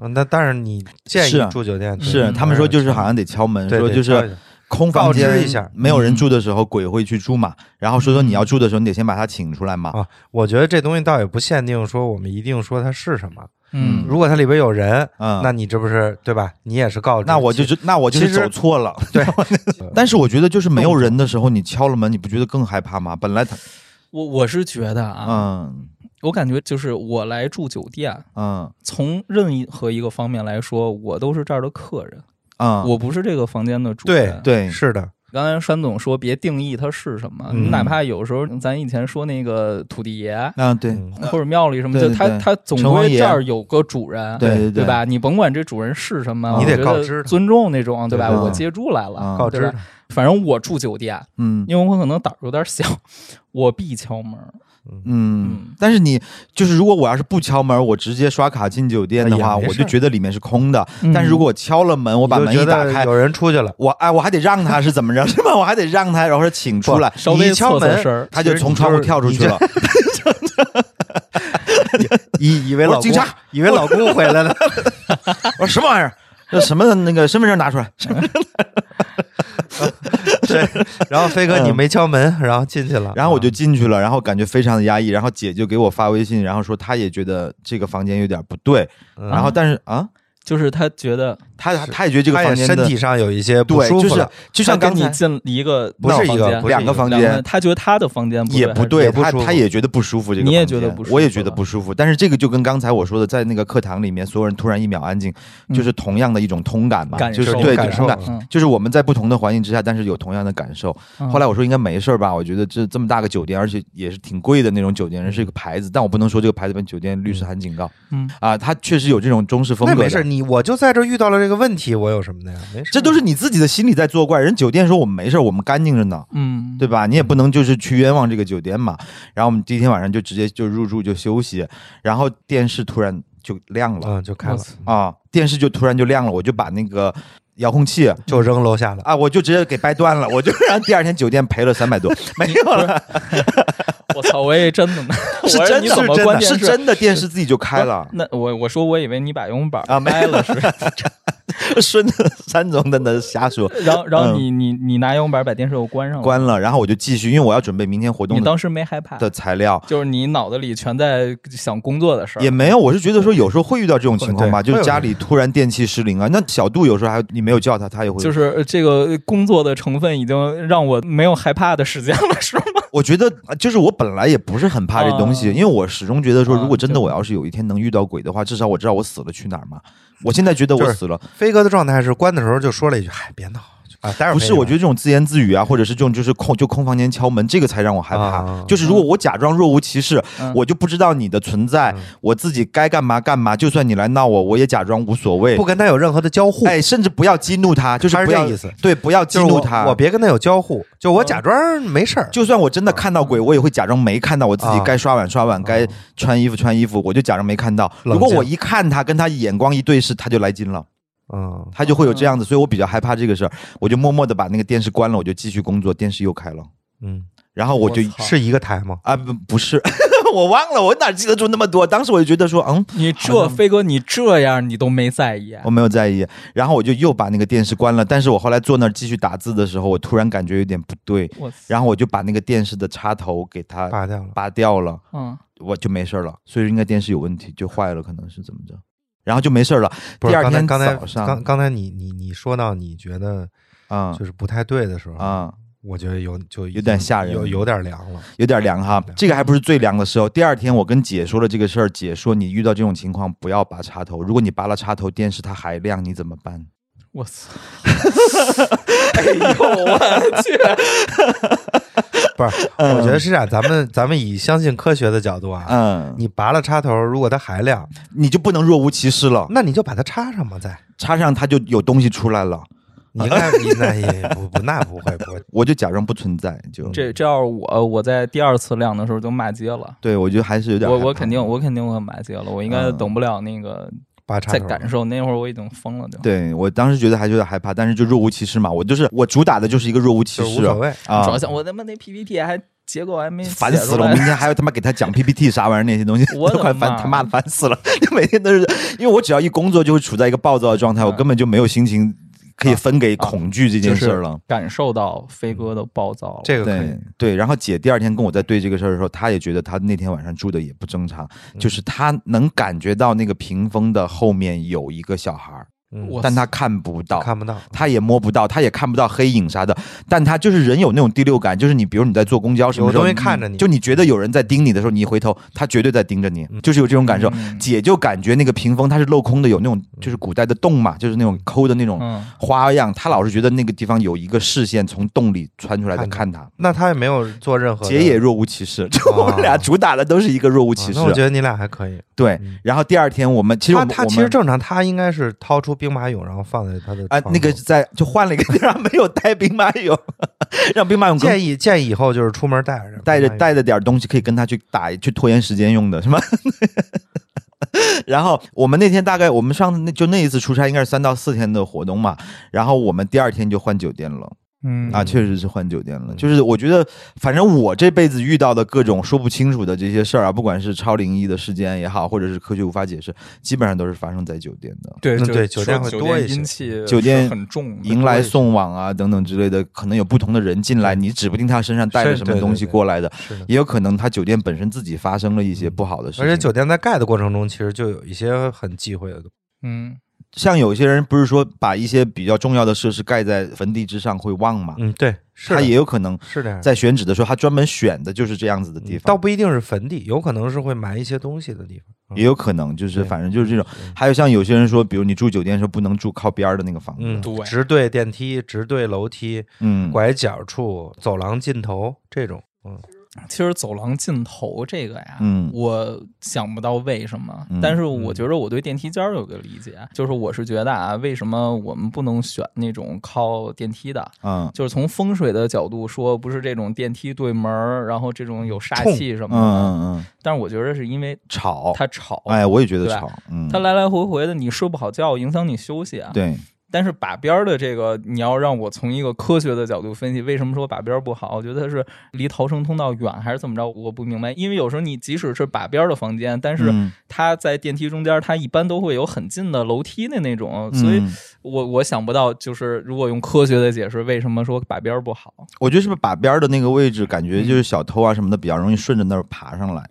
[SPEAKER 3] 嗯那但是你建
[SPEAKER 2] 是啊
[SPEAKER 3] 议住酒店对
[SPEAKER 2] 是，
[SPEAKER 3] 嗯
[SPEAKER 2] 他们说就是好像得敲门，
[SPEAKER 3] 对
[SPEAKER 2] 说
[SPEAKER 3] 对
[SPEAKER 2] 就
[SPEAKER 3] 敲一
[SPEAKER 2] 是
[SPEAKER 3] 下
[SPEAKER 2] 空房
[SPEAKER 3] 告
[SPEAKER 2] 间
[SPEAKER 3] 知一下嗯
[SPEAKER 2] 没有人住的时候，鬼会去住嘛。然后说说你要住的时候，你得先把他请出来嘛。
[SPEAKER 3] 啊，我觉得这东西倒也不限定说我们一定说它是什么，
[SPEAKER 4] 嗯，
[SPEAKER 3] 如果它里边有人，
[SPEAKER 2] 嗯
[SPEAKER 3] 那你这不是对吧？你也是告知，
[SPEAKER 2] 那我就
[SPEAKER 3] 其实
[SPEAKER 2] 是那我就
[SPEAKER 3] 其
[SPEAKER 2] 是
[SPEAKER 3] 实
[SPEAKER 2] 走错了。
[SPEAKER 3] 对
[SPEAKER 2] 但是我觉得就是没有人的时候，你敲了门，你不觉得更害怕吗？本来他
[SPEAKER 4] 我我是觉得啊，
[SPEAKER 2] 嗯
[SPEAKER 4] 我感觉就是我来住酒店，
[SPEAKER 2] 嗯
[SPEAKER 4] 从任何一个方面来说，我都是这儿的客人。
[SPEAKER 2] 啊，
[SPEAKER 4] 我不是这个房间的主
[SPEAKER 3] 对
[SPEAKER 4] 人。，
[SPEAKER 2] 对
[SPEAKER 3] 是的，
[SPEAKER 4] 刚才山总说别定义它是什么，
[SPEAKER 3] 嗯
[SPEAKER 4] 哪怕有时候咱以前说那个土地爷，
[SPEAKER 2] 啊对
[SPEAKER 3] 嗯
[SPEAKER 4] 或者庙里什么，
[SPEAKER 2] 对
[SPEAKER 4] 就
[SPEAKER 2] 对
[SPEAKER 4] 他
[SPEAKER 2] 对
[SPEAKER 4] 他总
[SPEAKER 2] 城隍
[SPEAKER 4] 归
[SPEAKER 2] 爷
[SPEAKER 4] 这儿有个主人，
[SPEAKER 2] 对对
[SPEAKER 4] 对吧？你甭管这主人是什么，
[SPEAKER 3] 你得
[SPEAKER 4] 我觉
[SPEAKER 3] 告知他
[SPEAKER 4] 尊重那种，对吧？
[SPEAKER 2] 对啊
[SPEAKER 4] 我接住来了，
[SPEAKER 2] 啊
[SPEAKER 3] 告知
[SPEAKER 4] 对吧
[SPEAKER 3] 他
[SPEAKER 4] 反正我住酒店，
[SPEAKER 2] 嗯
[SPEAKER 4] 因为我可能胆儿有点 小，我必敲门。
[SPEAKER 2] 嗯，但是你就是，如果我要是不敲门，我直接刷卡进酒店的
[SPEAKER 3] 哎
[SPEAKER 2] 话，
[SPEAKER 3] 呀没
[SPEAKER 2] 我
[SPEAKER 3] 事
[SPEAKER 2] 就
[SPEAKER 3] 儿
[SPEAKER 2] 觉得里面是空的。
[SPEAKER 4] 嗯
[SPEAKER 2] 但是如果我敲了门，我把
[SPEAKER 3] 你就
[SPEAKER 2] 门一
[SPEAKER 3] 觉
[SPEAKER 2] 打
[SPEAKER 3] 得
[SPEAKER 2] 开，
[SPEAKER 3] 有人出去了，
[SPEAKER 2] 我哎，我还得让他是怎么着 是吧？我还得让他，然后说请出来，
[SPEAKER 4] 稍
[SPEAKER 2] 你
[SPEAKER 4] 微
[SPEAKER 2] 一敲
[SPEAKER 4] 错错
[SPEAKER 2] 门，
[SPEAKER 4] 身儿，
[SPEAKER 2] 他就从窗户跳出去了。
[SPEAKER 3] 以以为
[SPEAKER 2] 我
[SPEAKER 3] 老
[SPEAKER 2] 警
[SPEAKER 3] 公
[SPEAKER 2] 察，
[SPEAKER 3] 以为老公回来了，
[SPEAKER 2] 我说什么玩意儿？ 这什么那个身份证拿出来？
[SPEAKER 3] 对，然后飞哥你没敲门，然后进去了，
[SPEAKER 2] 嗯
[SPEAKER 3] 啊
[SPEAKER 2] 然后我就进去了，然后感觉非常的压抑。然后姐就给我发微信，然后说她也觉得这个房间有点不对。
[SPEAKER 3] 嗯，
[SPEAKER 2] 然后但是啊，
[SPEAKER 4] 就是他觉得
[SPEAKER 2] 她她也觉得这个
[SPEAKER 3] 他
[SPEAKER 2] 房
[SPEAKER 3] 也
[SPEAKER 2] 间
[SPEAKER 3] 身
[SPEAKER 2] 的
[SPEAKER 3] 体上有一些不
[SPEAKER 2] 对，
[SPEAKER 3] 舒
[SPEAKER 2] 就
[SPEAKER 3] 服
[SPEAKER 2] 是
[SPEAKER 3] 了，
[SPEAKER 2] 就像
[SPEAKER 4] 他
[SPEAKER 2] 刚
[SPEAKER 4] 跟你
[SPEAKER 2] 才
[SPEAKER 4] 进一个
[SPEAKER 3] 不是一个不是
[SPEAKER 4] 闹房间
[SPEAKER 2] 两个房
[SPEAKER 4] 两
[SPEAKER 2] 间
[SPEAKER 4] 个，他觉得他的房间
[SPEAKER 2] 也
[SPEAKER 4] 不
[SPEAKER 2] 不
[SPEAKER 4] 对
[SPEAKER 2] 对，
[SPEAKER 4] 还
[SPEAKER 2] 他
[SPEAKER 3] 不
[SPEAKER 4] 是，
[SPEAKER 3] 舒服
[SPEAKER 2] 他也觉得不舒服。这个
[SPEAKER 4] 你也
[SPEAKER 2] 房间
[SPEAKER 4] 觉得不舒服
[SPEAKER 2] 我也觉得不舒服。但是这个就跟刚才我说的，在那个课堂里面，所有人突然一秒安静，
[SPEAKER 4] 嗯
[SPEAKER 2] 就是同样的一种通感嘛，
[SPEAKER 4] 感
[SPEAKER 2] 就是
[SPEAKER 4] 受
[SPEAKER 2] 对
[SPEAKER 3] 感
[SPEAKER 2] 对同
[SPEAKER 3] 受
[SPEAKER 2] 感。
[SPEAKER 4] 嗯
[SPEAKER 2] 就是我们在不同的环境之下，但是有同样的感受。
[SPEAKER 4] 嗯
[SPEAKER 2] 后来我说应该没事儿吧？我觉得这这么大个酒店，而且也是挺贵的那种酒店，人是一个牌子，但我不能说这个牌子跟酒店律师函警告
[SPEAKER 4] 嗯
[SPEAKER 2] 啊。它确实有这种中式风
[SPEAKER 3] 那
[SPEAKER 2] 格的。
[SPEAKER 3] 没事，你我就在这儿遇到了这个问题，我有什么的呀？没事，
[SPEAKER 2] 这都是你自己的心理在作怪。人酒店说我们没事儿，我们干净着呢。
[SPEAKER 4] 嗯，
[SPEAKER 2] 对吧？你也不能就是去冤枉这个酒店嘛。然后我们第一天晚上就直接就入住就休息，然后电视突然就亮了
[SPEAKER 3] 嗯，就开了
[SPEAKER 4] 我操，
[SPEAKER 2] 啊，电视就突然就亮了，我就把那个遥控器
[SPEAKER 3] 就扔楼下了。
[SPEAKER 2] 啊，我就直接给掰断了，我就让第二天酒店赔了三百多，没有了，
[SPEAKER 4] 我操，我也真 的呢，
[SPEAKER 2] 是
[SPEAKER 4] 我说
[SPEAKER 2] 真
[SPEAKER 4] 你
[SPEAKER 2] 的，
[SPEAKER 4] 怎
[SPEAKER 2] 是
[SPEAKER 4] 么
[SPEAKER 2] 真
[SPEAKER 4] 关
[SPEAKER 2] 的，
[SPEAKER 4] 键
[SPEAKER 2] 是真的，电视自己就开了，
[SPEAKER 4] 那我我说我以为你把游泳板
[SPEAKER 2] 啊没
[SPEAKER 4] 掰了 是，
[SPEAKER 2] 顺着山总在那瞎说，
[SPEAKER 4] 然后然后你你你拿游泳板把电视给我关上
[SPEAKER 2] 嗯
[SPEAKER 4] 了，
[SPEAKER 2] 关了，然后我就继续，因为我要准备明天活
[SPEAKER 4] 嗯你
[SPEAKER 2] 动的
[SPEAKER 4] 当时没害怕，
[SPEAKER 2] 的材料。
[SPEAKER 4] 就是你脑子里全在想工作的事儿，
[SPEAKER 2] 也没有，我是觉得说有时候会遇到这种情况吧，
[SPEAKER 3] 对
[SPEAKER 2] 就是
[SPEAKER 3] 会有
[SPEAKER 2] 家
[SPEAKER 3] 这
[SPEAKER 2] 里突然电器失灵啊。那小度有时候还你没有叫他，他也会
[SPEAKER 4] 就是呃这个工作的成分已经让我没有害怕的时间了，是吗？
[SPEAKER 2] 我觉得呃就是我本来也不是很怕这东西，
[SPEAKER 4] 啊
[SPEAKER 2] 因为我始终觉得说，
[SPEAKER 4] 啊
[SPEAKER 2] 如果真的
[SPEAKER 4] 对
[SPEAKER 2] 我要是有一天能遇到鬼的话，至少我知道我死了去哪儿嘛。我现在觉得
[SPEAKER 3] 就
[SPEAKER 2] 我
[SPEAKER 3] 是
[SPEAKER 2] 死了，
[SPEAKER 3] 飞哥的状态是关的时候就说了一句：“嗨，别闹啊，待会儿
[SPEAKER 2] 不是，我觉
[SPEAKER 3] 得
[SPEAKER 2] 得这种自言自语啊，或者是这种就是空就空房间敲门，这个才让我害
[SPEAKER 3] 啊
[SPEAKER 2] 怕。就是如果我假装若无其事
[SPEAKER 4] 嗯，
[SPEAKER 2] 我就不知道你的存在，我自己该干嘛干嘛，就算你来闹我，我也假装无所谓
[SPEAKER 3] 不。跟他有任何的交互，
[SPEAKER 2] 哎，甚至不要激怒他，就是
[SPEAKER 3] 他是
[SPEAKER 2] 不要
[SPEAKER 3] 这意思，
[SPEAKER 2] 对，不要激
[SPEAKER 3] 就是
[SPEAKER 2] 怒
[SPEAKER 3] 我
[SPEAKER 2] 他。
[SPEAKER 3] 我别跟他有嗯交互，就我假装没事儿，
[SPEAKER 2] 就算我真的看到鬼，我也会假装没看到，我自己
[SPEAKER 3] 啊
[SPEAKER 2] 该刷碗刷碗，该穿衣服穿衣服，我就假装没看到。
[SPEAKER 3] 冷静
[SPEAKER 2] 如果我一看他，跟他眼光一对视，他就来劲了，
[SPEAKER 3] 嗯，
[SPEAKER 2] 他就会有这样子，所以我比较害怕这个事儿，我就默默的把那个电视关了，我就继续工作，电视又开了，
[SPEAKER 3] 嗯，
[SPEAKER 2] 然后我就
[SPEAKER 4] 我操
[SPEAKER 3] 是一个台吗？
[SPEAKER 2] 啊不不是， 我忘了，我哪记得住那么多？当时我就觉得说，嗯，
[SPEAKER 4] 你这飞哥你这样你都没在意啊，
[SPEAKER 2] 我没有在意，然后我就又把那个电视关了，但是我后来坐那儿继续打字的时候，我突然感觉有点不对，
[SPEAKER 4] 我操，
[SPEAKER 2] 然后我就把那个电视的插头给它
[SPEAKER 3] 拔掉了，
[SPEAKER 2] 拔掉了。
[SPEAKER 4] 嗯，
[SPEAKER 2] 我就没事儿了，所以应该电视有问题就坏了，可能是怎么着，然后就没事儿了。
[SPEAKER 3] 不是
[SPEAKER 2] 第二天
[SPEAKER 3] 刚才
[SPEAKER 2] 早
[SPEAKER 3] 刚才
[SPEAKER 2] 上
[SPEAKER 3] 刚刚才你你你说到你觉得
[SPEAKER 2] 啊
[SPEAKER 3] 就是不太对的时候，
[SPEAKER 2] 啊，
[SPEAKER 3] 我觉嗯得有就已经
[SPEAKER 2] 有点吓人
[SPEAKER 3] 有有点凉了，
[SPEAKER 2] 有点凉哈，这个还不是最凉的时候。第二天我跟姐说了这个事儿，姐说你遇到这种情况不要拔插头，如果你拔了插头，电视它还亮，你怎么办？
[SPEAKER 4] 我 操，哎呦我去，
[SPEAKER 3] 不是？我觉得是这样，咱 们咱们以相信科学的角度啊，
[SPEAKER 2] 嗯，
[SPEAKER 3] 你拔了插头，如果它还亮，
[SPEAKER 2] 你就不能若无其事了，
[SPEAKER 3] 那你就把它插上嘛，再。
[SPEAKER 2] 插上它就有东西出来了，
[SPEAKER 3] 你应该，你那也不不，那不会不会，
[SPEAKER 2] 我就假装不存在，就
[SPEAKER 4] 这这要是我我在第二次亮的时候就骂街了。
[SPEAKER 2] 对我觉得还是有点
[SPEAKER 4] 我
[SPEAKER 2] 害
[SPEAKER 4] 我
[SPEAKER 2] 怕
[SPEAKER 4] 肯定我肯定会骂街了，我应该
[SPEAKER 2] 嗯
[SPEAKER 4] 等不了那个
[SPEAKER 3] 拔插
[SPEAKER 4] 再
[SPEAKER 3] 头
[SPEAKER 4] 感受，那会儿我已经疯了就。
[SPEAKER 2] 对我当时觉得还是有点害怕，但是就若无其事嘛，我就是我主打的就是一个若无其
[SPEAKER 3] 就是无
[SPEAKER 2] 事
[SPEAKER 3] 所谓。
[SPEAKER 2] 啊，
[SPEAKER 4] 主要像我他妈那 PPT 还结构还没
[SPEAKER 2] 烦
[SPEAKER 4] 写
[SPEAKER 2] 死
[SPEAKER 4] 出
[SPEAKER 2] 了！我
[SPEAKER 4] 来
[SPEAKER 2] 明天还要他妈给他讲 PPT 啥玩意儿那些东西，
[SPEAKER 4] 我的
[SPEAKER 2] 都 快烦
[SPEAKER 4] 妈
[SPEAKER 2] 他妈的烦死了！每天都是，因为我只要一工作就会处在一个暴躁的状态，我根本就没有心情可以分给恐惧这
[SPEAKER 4] 嗯啊就
[SPEAKER 2] 件
[SPEAKER 4] 是
[SPEAKER 2] 事儿了。嗯
[SPEAKER 4] 感受到飞哥的暴躁了。
[SPEAKER 3] 这个可以
[SPEAKER 2] 对，对，然后姐第二天跟我在对这个事儿的时候，她也觉得她那天晚上住的也
[SPEAKER 4] 嗯
[SPEAKER 2] 不正常，就是她能感觉到那个屏风的后面有一个小孩儿，
[SPEAKER 3] 嗯
[SPEAKER 4] 我
[SPEAKER 2] 但他看不到，
[SPEAKER 3] 看不到，
[SPEAKER 2] 他也摸不到，他也看不到黑影啥的，但他就是人有那种第六感，就是你比如你在坐公交什么时候，
[SPEAKER 3] 有东西看着你
[SPEAKER 2] 就你觉得有人在盯你的时候，你一回头，他绝对在盯着你，
[SPEAKER 3] 嗯
[SPEAKER 2] 就是有这种感受。
[SPEAKER 4] 嗯
[SPEAKER 2] 姐就感觉那个屏风它是镂空的，有那种
[SPEAKER 3] 嗯
[SPEAKER 2] 就是古代的洞嘛，就是那种抠的那种
[SPEAKER 4] 嗯，
[SPEAKER 2] 花样，她老是觉得那个地方有一个视线从洞里穿出来在看她。
[SPEAKER 3] 那他也没有做任何的
[SPEAKER 2] 姐也若无其事，就我们俩主打的都是一个若无
[SPEAKER 3] 啊
[SPEAKER 2] 其事
[SPEAKER 3] 哦那。我觉得你俩还可以。
[SPEAKER 2] 对
[SPEAKER 3] 嗯，
[SPEAKER 2] 然后第二天我们其实我
[SPEAKER 3] 他
[SPEAKER 2] 们
[SPEAKER 3] 他
[SPEAKER 2] 我
[SPEAKER 3] 其
[SPEAKER 2] 们
[SPEAKER 3] 实正常，他应该是掏出兵马俑，然后放在他的
[SPEAKER 2] 啊
[SPEAKER 3] 床
[SPEAKER 2] 那个
[SPEAKER 3] 头
[SPEAKER 2] 在就换了一个地方，没有带兵马俑， 让兵马俑更
[SPEAKER 3] 建议建议以后就是出门带着
[SPEAKER 2] 带着
[SPEAKER 3] 兵马俑
[SPEAKER 2] 带着点儿东西，可以跟他去打去拖延时间用的，是吗？ 然后我们那天大概我们上次那就那一次出差应该是三到四天的活动嘛，然后我们第二天就换酒店了
[SPEAKER 4] 嗯
[SPEAKER 2] 啊，确实是换酒
[SPEAKER 3] 嗯
[SPEAKER 2] 店了。就是我觉得，反正我这辈子遇到的各种说不清楚的这些事儿啊，不管是超灵异的事件也好，或者是科学无法解释，基本上都是发生在酒店的。
[SPEAKER 4] 对
[SPEAKER 3] 嗯
[SPEAKER 4] 就
[SPEAKER 3] 对酒
[SPEAKER 4] 说
[SPEAKER 3] 店会多一些
[SPEAKER 4] 阴气，
[SPEAKER 2] 酒店
[SPEAKER 4] 很重的，
[SPEAKER 2] 迎来送往啊，等等之类的，可能有不同的人进来，你指不定他身上带着
[SPEAKER 3] 是
[SPEAKER 2] 什么
[SPEAKER 3] 对
[SPEAKER 2] 东
[SPEAKER 3] 对
[SPEAKER 2] 西
[SPEAKER 3] 对
[SPEAKER 2] 过来的，
[SPEAKER 3] 是的。
[SPEAKER 2] 也有可能他酒店本身自己发生了一些不好的事情。
[SPEAKER 3] 而且酒店在盖的过程中，其实就有一些很忌讳的东西。
[SPEAKER 4] 嗯，
[SPEAKER 2] 像有些人不是说把一些比较重要的设施盖在坟地之上会旺嘛，
[SPEAKER 3] 嗯，对，是
[SPEAKER 2] 他
[SPEAKER 3] 的
[SPEAKER 2] 也有可能
[SPEAKER 3] 是这样。嗯
[SPEAKER 2] 在选址的时候，他专门选的就是这样子的地
[SPEAKER 3] 倒
[SPEAKER 2] 方，
[SPEAKER 3] 不一定是坟地，有可能是会埋一些东西的地方。嗯
[SPEAKER 2] 也有可能就是
[SPEAKER 3] 对
[SPEAKER 2] 反正就是这种。还有像有些人说，比如你住酒店的时候不能住靠边儿的那个房
[SPEAKER 3] 嗯
[SPEAKER 2] 子，，
[SPEAKER 4] 对
[SPEAKER 3] 直对电梯、直对楼梯、
[SPEAKER 2] 嗯，
[SPEAKER 3] 拐角处、走廊尽头这种，嗯，
[SPEAKER 4] 其实走廊尽头这个呀，
[SPEAKER 2] 嗯
[SPEAKER 4] 我想不到为什么，
[SPEAKER 2] 嗯
[SPEAKER 4] 但是我觉得我对电梯间儿有个理解，就是我是觉得啊，为什么我们不能选那种靠电梯的？
[SPEAKER 2] 嗯
[SPEAKER 4] 就是从风水的角度说，不是这种电梯对门儿，然后这种有煞气什
[SPEAKER 2] 嗯
[SPEAKER 4] 么的。
[SPEAKER 2] 嗯嗯，
[SPEAKER 4] 但是我觉得是因为
[SPEAKER 2] 吵，
[SPEAKER 4] 它吵，
[SPEAKER 2] 哎，我也觉得
[SPEAKER 4] 对吧
[SPEAKER 2] 吵，嗯，
[SPEAKER 4] 它来来回回的，你睡不好觉，影响你休息啊。
[SPEAKER 2] 对，
[SPEAKER 4] 但是把边儿的这个，你要让我从一个科学的角度分析，为什么说把边儿不好？我觉得是离逃生通道远还是怎么着？我不明白。因为有时候你即使是把边儿的房间，但是
[SPEAKER 2] 嗯
[SPEAKER 4] 它在电梯中间，它一般都会有很近的楼梯的那种，所以
[SPEAKER 2] 嗯
[SPEAKER 4] 我我想不到，就是如果用科学的解释，为什么说把边儿不好？
[SPEAKER 2] 我觉得是不是把边儿的那个位置，感觉
[SPEAKER 4] 嗯
[SPEAKER 2] 就是小偷啊什么的比较容易顺着那儿爬上来。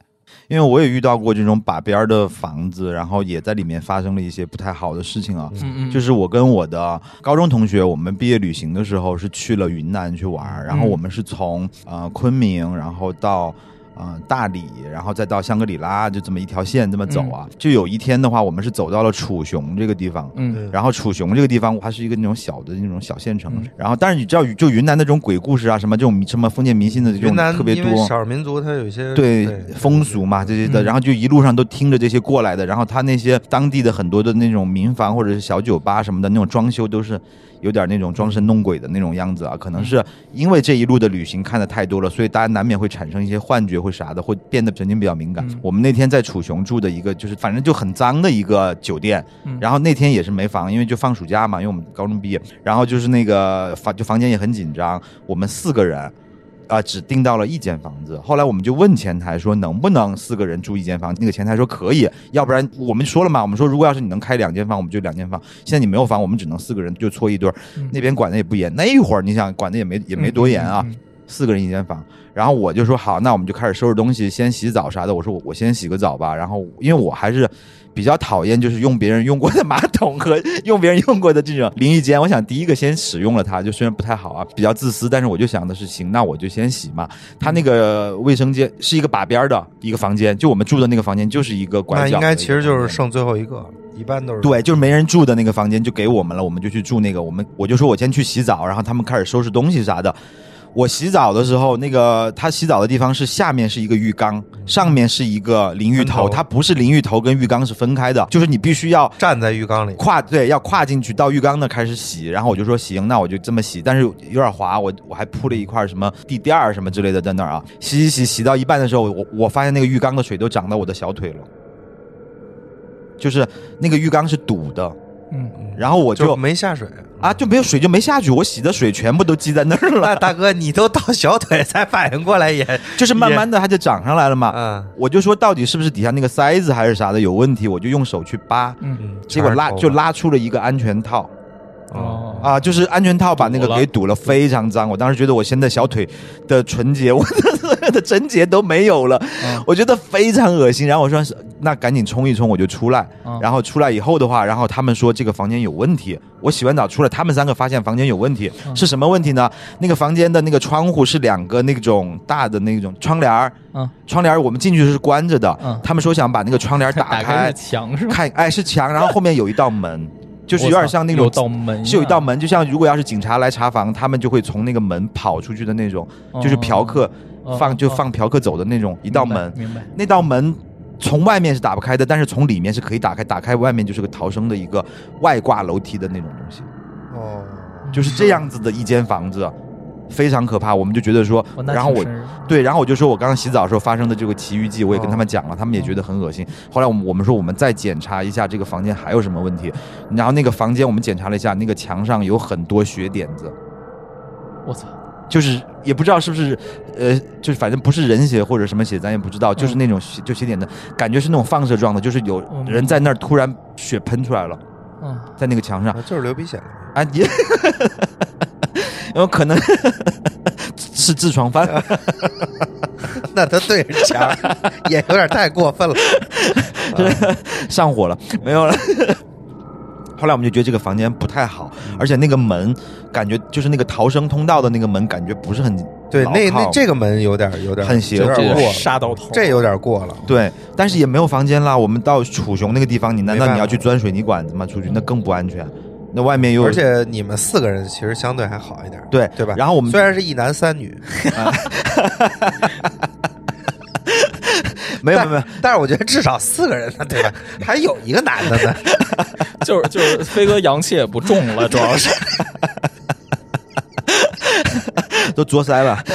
[SPEAKER 2] 因为我也遇到过这种把边儿的房子，然后也在里面发生了一些不太好的事情啊。
[SPEAKER 4] 嗯嗯，
[SPEAKER 2] 就是我跟我的高中同学，我们毕业旅行的时候是去了云南去玩儿，然后
[SPEAKER 4] 嗯
[SPEAKER 2] 我们是从呃昆明，然后到。呃，大理，然后再到香格里拉，就这么一条线这么走啊。就有一天的话，我们是走到了楚雄这个地方，
[SPEAKER 4] 嗯
[SPEAKER 2] 然后楚雄这个地方，它是一个那种小的那种小县城。
[SPEAKER 4] 嗯
[SPEAKER 2] 然后，但是你知道，就云南那种鬼故事啊，什么这种什么封建迷信的这
[SPEAKER 3] 云
[SPEAKER 2] 种
[SPEAKER 3] 南
[SPEAKER 2] 特别
[SPEAKER 3] 因为
[SPEAKER 2] 多。
[SPEAKER 3] 少数民族它有一些
[SPEAKER 2] 对风俗嘛这些的，
[SPEAKER 4] 嗯
[SPEAKER 2] 然后就一路上都听着这些过来的，然后他那些当地的很多的那种民房或者是小酒吧什么的那种装修都是有点那种装神弄鬼的那种样子啊，可能
[SPEAKER 4] 嗯
[SPEAKER 2] 是因为这一路的旅行看的太多了，所以大家难免会产生一些幻觉或啥的，会变得神经比较敏感
[SPEAKER 4] 嗯。
[SPEAKER 2] 我们那天在楚雄住的一个就是反正就很脏的一个酒店，
[SPEAKER 4] 嗯
[SPEAKER 2] 然后那天也是没房，因为就放暑假嘛，因为我们高中毕业，然后就是那个房就房间也很紧张，我们四个人。啊、只订到了一间房子。后来我们就问前台说，能不能四个人住一间房？那个前台说可以，要不然我们说了嘛，我们说如果要是你能开两间房，我们就两间房。现在你没有房，我们只能四个人就搓一对儿。
[SPEAKER 4] 嗯
[SPEAKER 2] 那边管的也不严，那一会儿你想管的也没也没多严啊，
[SPEAKER 4] 嗯嗯
[SPEAKER 2] 四个人一间房。然后我就说好，那我们就开始收拾东西，先洗澡啥的。我说我我先洗个澡吧。然后因为我还是比较讨厌就是用别人用过的马桶和 用别人用过的这种淋浴间。我想第一个先使用了它，就虽然不太好啊，比较自私，但是我就想的是行，那我就先洗嘛。它那个卫生间是一个把边儿的一个房间，就我们住的那个房间就是一个拐角
[SPEAKER 3] 那
[SPEAKER 2] 的一个房
[SPEAKER 3] 应
[SPEAKER 2] 间。
[SPEAKER 3] 该其实就是剩最后一个，一般都是
[SPEAKER 2] 对，就是没人住的那个房间就给我们了，我们就去住那个。我们我就说我先去洗澡，然后他们开始收拾东西啥的。我洗澡的时候，那个他洗澡的地方是下面是一个浴缸，上面是一个淋浴头，
[SPEAKER 3] 分头
[SPEAKER 2] 它不是淋浴头跟浴缸是分开的，就是你必须要
[SPEAKER 3] 站在浴缸里，
[SPEAKER 2] 跨对要跨进去到浴缸那开始洗，然后我就说行，那我就这么洗，但是有点滑，我我还铺了一块什么地垫儿什么之类的在那儿啊，洗洗洗洗到一半的时候，我我发现那个浴缸的水都涨到我的小腿了，就是那个浴缸是堵的，
[SPEAKER 4] 嗯
[SPEAKER 2] 然后我
[SPEAKER 3] 就
[SPEAKER 2] 就
[SPEAKER 3] 没下水
[SPEAKER 2] 啊就没有水就没下去，我洗的水全部都积在那儿了，
[SPEAKER 3] 那大哥，你都到小腿才反应过 来也
[SPEAKER 2] 就是慢慢的它就涨上来了嘛。
[SPEAKER 3] 啊，
[SPEAKER 2] 我就说到底是不是底下那个塞子还是啥的有问题，我就用手去扒，
[SPEAKER 4] 嗯
[SPEAKER 3] 嗯，
[SPEAKER 2] 结果拉
[SPEAKER 3] 全是头发
[SPEAKER 2] 就拉出了一个安全套，
[SPEAKER 3] 哦，
[SPEAKER 2] 啊，就是安全套把那
[SPEAKER 4] 堵
[SPEAKER 2] 个
[SPEAKER 4] 了
[SPEAKER 2] 给堵了，非常脏。我当时觉得我现在小腿的纯洁，我的所有的 贞洁都没有了，
[SPEAKER 4] 嗯
[SPEAKER 2] 我觉得非常恶心。然后我说那赶紧冲一冲，我就出来。
[SPEAKER 4] 嗯
[SPEAKER 2] 然后出来以后的话，然后他们说这个房间有问题。我洗完澡出来，他们三个发现房间有问题，
[SPEAKER 4] 嗯
[SPEAKER 2] 是什么问题呢？那个房间的那个窗户是两个那种大的那种窗帘儿，
[SPEAKER 4] 嗯，
[SPEAKER 2] 窗帘儿我们进去是关着的，
[SPEAKER 4] 嗯
[SPEAKER 2] 他们说想把那个窗帘儿
[SPEAKER 4] 打
[SPEAKER 2] 打
[SPEAKER 4] 开
[SPEAKER 2] 开
[SPEAKER 4] 是，墙是吧？
[SPEAKER 2] 看，哎，是墙，然后后面有一道门，就是有
[SPEAKER 4] 我
[SPEAKER 2] 点
[SPEAKER 4] 操
[SPEAKER 2] 像那
[SPEAKER 4] 有
[SPEAKER 2] 种
[SPEAKER 4] 道门啊，
[SPEAKER 2] 是有一道门，就像如果要是警察来查房，他们就会从那个门跑出去的那种，就是嫖客
[SPEAKER 4] 哦
[SPEAKER 2] 放就
[SPEAKER 4] 哦
[SPEAKER 2] 放嫖客走的那种一道门，
[SPEAKER 4] 明白？明白
[SPEAKER 2] 那道门。从外面是打不开的，但是从里面是可以打开。打开外面就是个逃生的一个外挂楼梯的那种东西，
[SPEAKER 4] 嗯
[SPEAKER 3] 哦，
[SPEAKER 2] 就是这样子的一间房子，啊非常可怕。我们就觉得说
[SPEAKER 4] 哦，那
[SPEAKER 2] 然后
[SPEAKER 4] 挺
[SPEAKER 2] 我
[SPEAKER 4] 瘆人
[SPEAKER 2] 对，然后我就说我刚刚洗澡的时候发生的这个奇遇记，我也跟他们讲了，他们也觉得很恶心。后来我们我们说我们再检查一下这个房间还有什么问题，然后那个房间我们检查了一下，那个墙上有很多血点子，
[SPEAKER 4] 我操，
[SPEAKER 2] 就是也不知道是不是呃，就是反正不是人血或者什么血，咱也不知道，就是那种血就血点的感觉是那种放射状的，就是有
[SPEAKER 4] 嗯
[SPEAKER 2] 人在那儿突然血喷出来了，
[SPEAKER 4] 嗯，
[SPEAKER 2] 在那个墙上
[SPEAKER 3] 啊就是流鼻血了。
[SPEAKER 2] 啊你。 有可能是痔疮犯，
[SPEAKER 3] 那他对着墙 也有点太过分了。
[SPEAKER 2] 上火了，没有了。 后来我们就觉得这个房间不太好，而且那个门感觉就是那个逃生通道的那个门，感觉不是很
[SPEAKER 3] 对，
[SPEAKER 2] 牢
[SPEAKER 3] 那那
[SPEAKER 2] 靠
[SPEAKER 3] 这个门有点有点
[SPEAKER 2] 很邪
[SPEAKER 3] 有
[SPEAKER 2] 恶
[SPEAKER 3] 点
[SPEAKER 4] 这
[SPEAKER 3] 过
[SPEAKER 4] 个
[SPEAKER 3] 了，
[SPEAKER 4] 杀到头，
[SPEAKER 3] 这有点过了。
[SPEAKER 2] 对，但是也没有房间啦。我们到楚雄那个地方，你难道
[SPEAKER 3] 没办法
[SPEAKER 2] 你要去钻水泥管子吗？出去那更不安全，那外面又有
[SPEAKER 3] 而且你们四个人其实相对还好一点，
[SPEAKER 2] 对
[SPEAKER 3] 对吧？
[SPEAKER 2] 然后我们
[SPEAKER 3] 虽然是一男三女，
[SPEAKER 2] 没有没
[SPEAKER 3] 但
[SPEAKER 2] 有没有，
[SPEAKER 3] 但是我觉得至少四个人呢，对吧？还有一个男的呢，
[SPEAKER 4] 就是就是飞哥阳气也不重了，主 要是
[SPEAKER 2] 都作塞 了。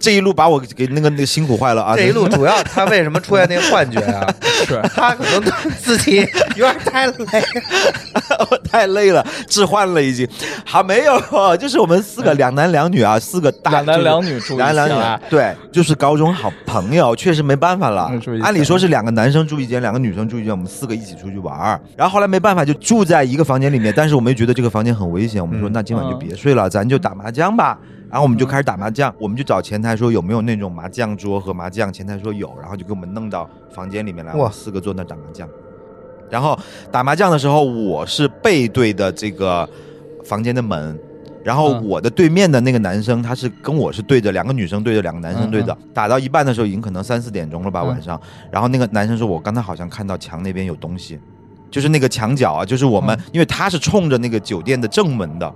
[SPEAKER 2] 这一路把我给那个那个辛苦坏了 啊！
[SPEAKER 3] 这一路主要他为什么出现那个幻觉 啊？
[SPEAKER 4] 是
[SPEAKER 3] 他可能自己有点太累了，
[SPEAKER 2] 我太累了，置换了已经。好，没有，就是我们四个两男两女啊，四个大
[SPEAKER 4] 嗯两男
[SPEAKER 2] 就是
[SPEAKER 4] 两女住一起
[SPEAKER 2] 男
[SPEAKER 4] 啊
[SPEAKER 2] 男两对，就是高中好朋友，确实没办法了
[SPEAKER 4] 嗯住一。起
[SPEAKER 2] 按理说是两个男生住一间，两个女生住一间，我们四个一起出去玩儿。然后后来没办法，就住在一个房间里面，但是我们又觉得这个房间很危险，我们说
[SPEAKER 3] 嗯
[SPEAKER 2] 那今晚就别睡了，咱就打麻将吧。然后我们就开始打麻将，我们就找前台说有没有那种麻将桌和麻将，前台说有，然后就给我们弄到房间里面来，
[SPEAKER 3] 哇
[SPEAKER 2] 我们四个坐那儿打麻将。然后打麻将的时候，我是背对的这个房间的门，然后
[SPEAKER 4] 嗯
[SPEAKER 2] 我的对面的那个男生，他是跟我是对着，两个女生对着，两个男生对着。打到一半的时候，已经可能三四点钟了吧，
[SPEAKER 4] 嗯
[SPEAKER 2] 晚上。然后那个男生说：“我刚才好像看到墙那边有东西，就是那个墙角啊，就是我们，因为他是冲着那个酒店的正门的。”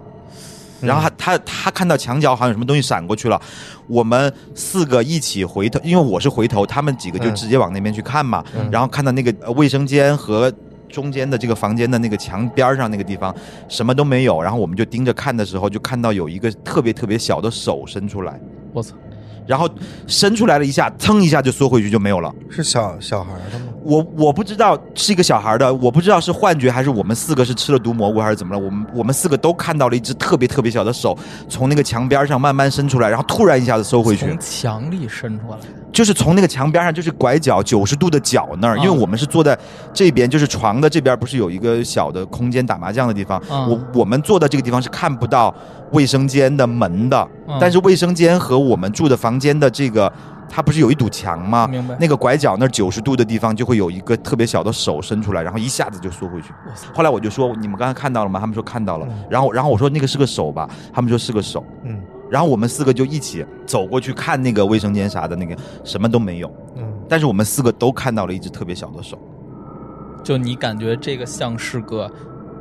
[SPEAKER 2] 然后他他他看到墙角好像有什么东西闪过去了，我们四个一起回头，因为我是回头，他们几个就
[SPEAKER 3] 嗯
[SPEAKER 2] 直接往那边去看嘛。
[SPEAKER 3] 嗯
[SPEAKER 2] 然后看到那个呃卫生间和中间的这个房间的那个墙边儿上那个地方什么都没有，然后我们就盯着看的时候，就看到有一个特别特别小的手伸出来，
[SPEAKER 4] 我操，
[SPEAKER 2] 然后伸出来了一下，噌一下就缩回去就没有了。
[SPEAKER 3] 是小小孩的吗？
[SPEAKER 2] 我我不知道是一个小孩儿的，我不知道是幻觉还是我们四个是吃了毒蘑菇还是怎么了。我们我们四个都看到了一只特别特别小的手从那个墙边儿上慢慢伸出来，然后突然一下子收回去
[SPEAKER 4] 从，墙里伸出来，
[SPEAKER 2] 就是从那个墙边上，就是拐角九十度的角那儿，因
[SPEAKER 4] 嗯
[SPEAKER 2] 为我们是坐在这边，就是床的这边，不是有一个小的空间打麻将的地方。
[SPEAKER 4] 嗯
[SPEAKER 2] 我我们坐的这个地方是看不到卫生间的门的，
[SPEAKER 4] 嗯
[SPEAKER 2] 但是卫生间和我们住的房间的这个，它不是有一堵墙吗？
[SPEAKER 4] 明白
[SPEAKER 2] 啊那个拐角那九十度的地方就会有一个特别小的手伸出来，然后一下子就缩回去。
[SPEAKER 4] 我操，
[SPEAKER 2] 后来我就说：“你们刚才看到了吗？”他们说看到了。
[SPEAKER 4] 嗯
[SPEAKER 2] 然后然后我说：“那个是个手吧？”他们说是个手。
[SPEAKER 3] 嗯
[SPEAKER 2] 然后我们四个就一起走过去看那个卫生间啥的，那个什么都没有，
[SPEAKER 3] 嗯，
[SPEAKER 2] 但是我们四个都看到了一只特别小的手，
[SPEAKER 4] 就你感觉这个像是个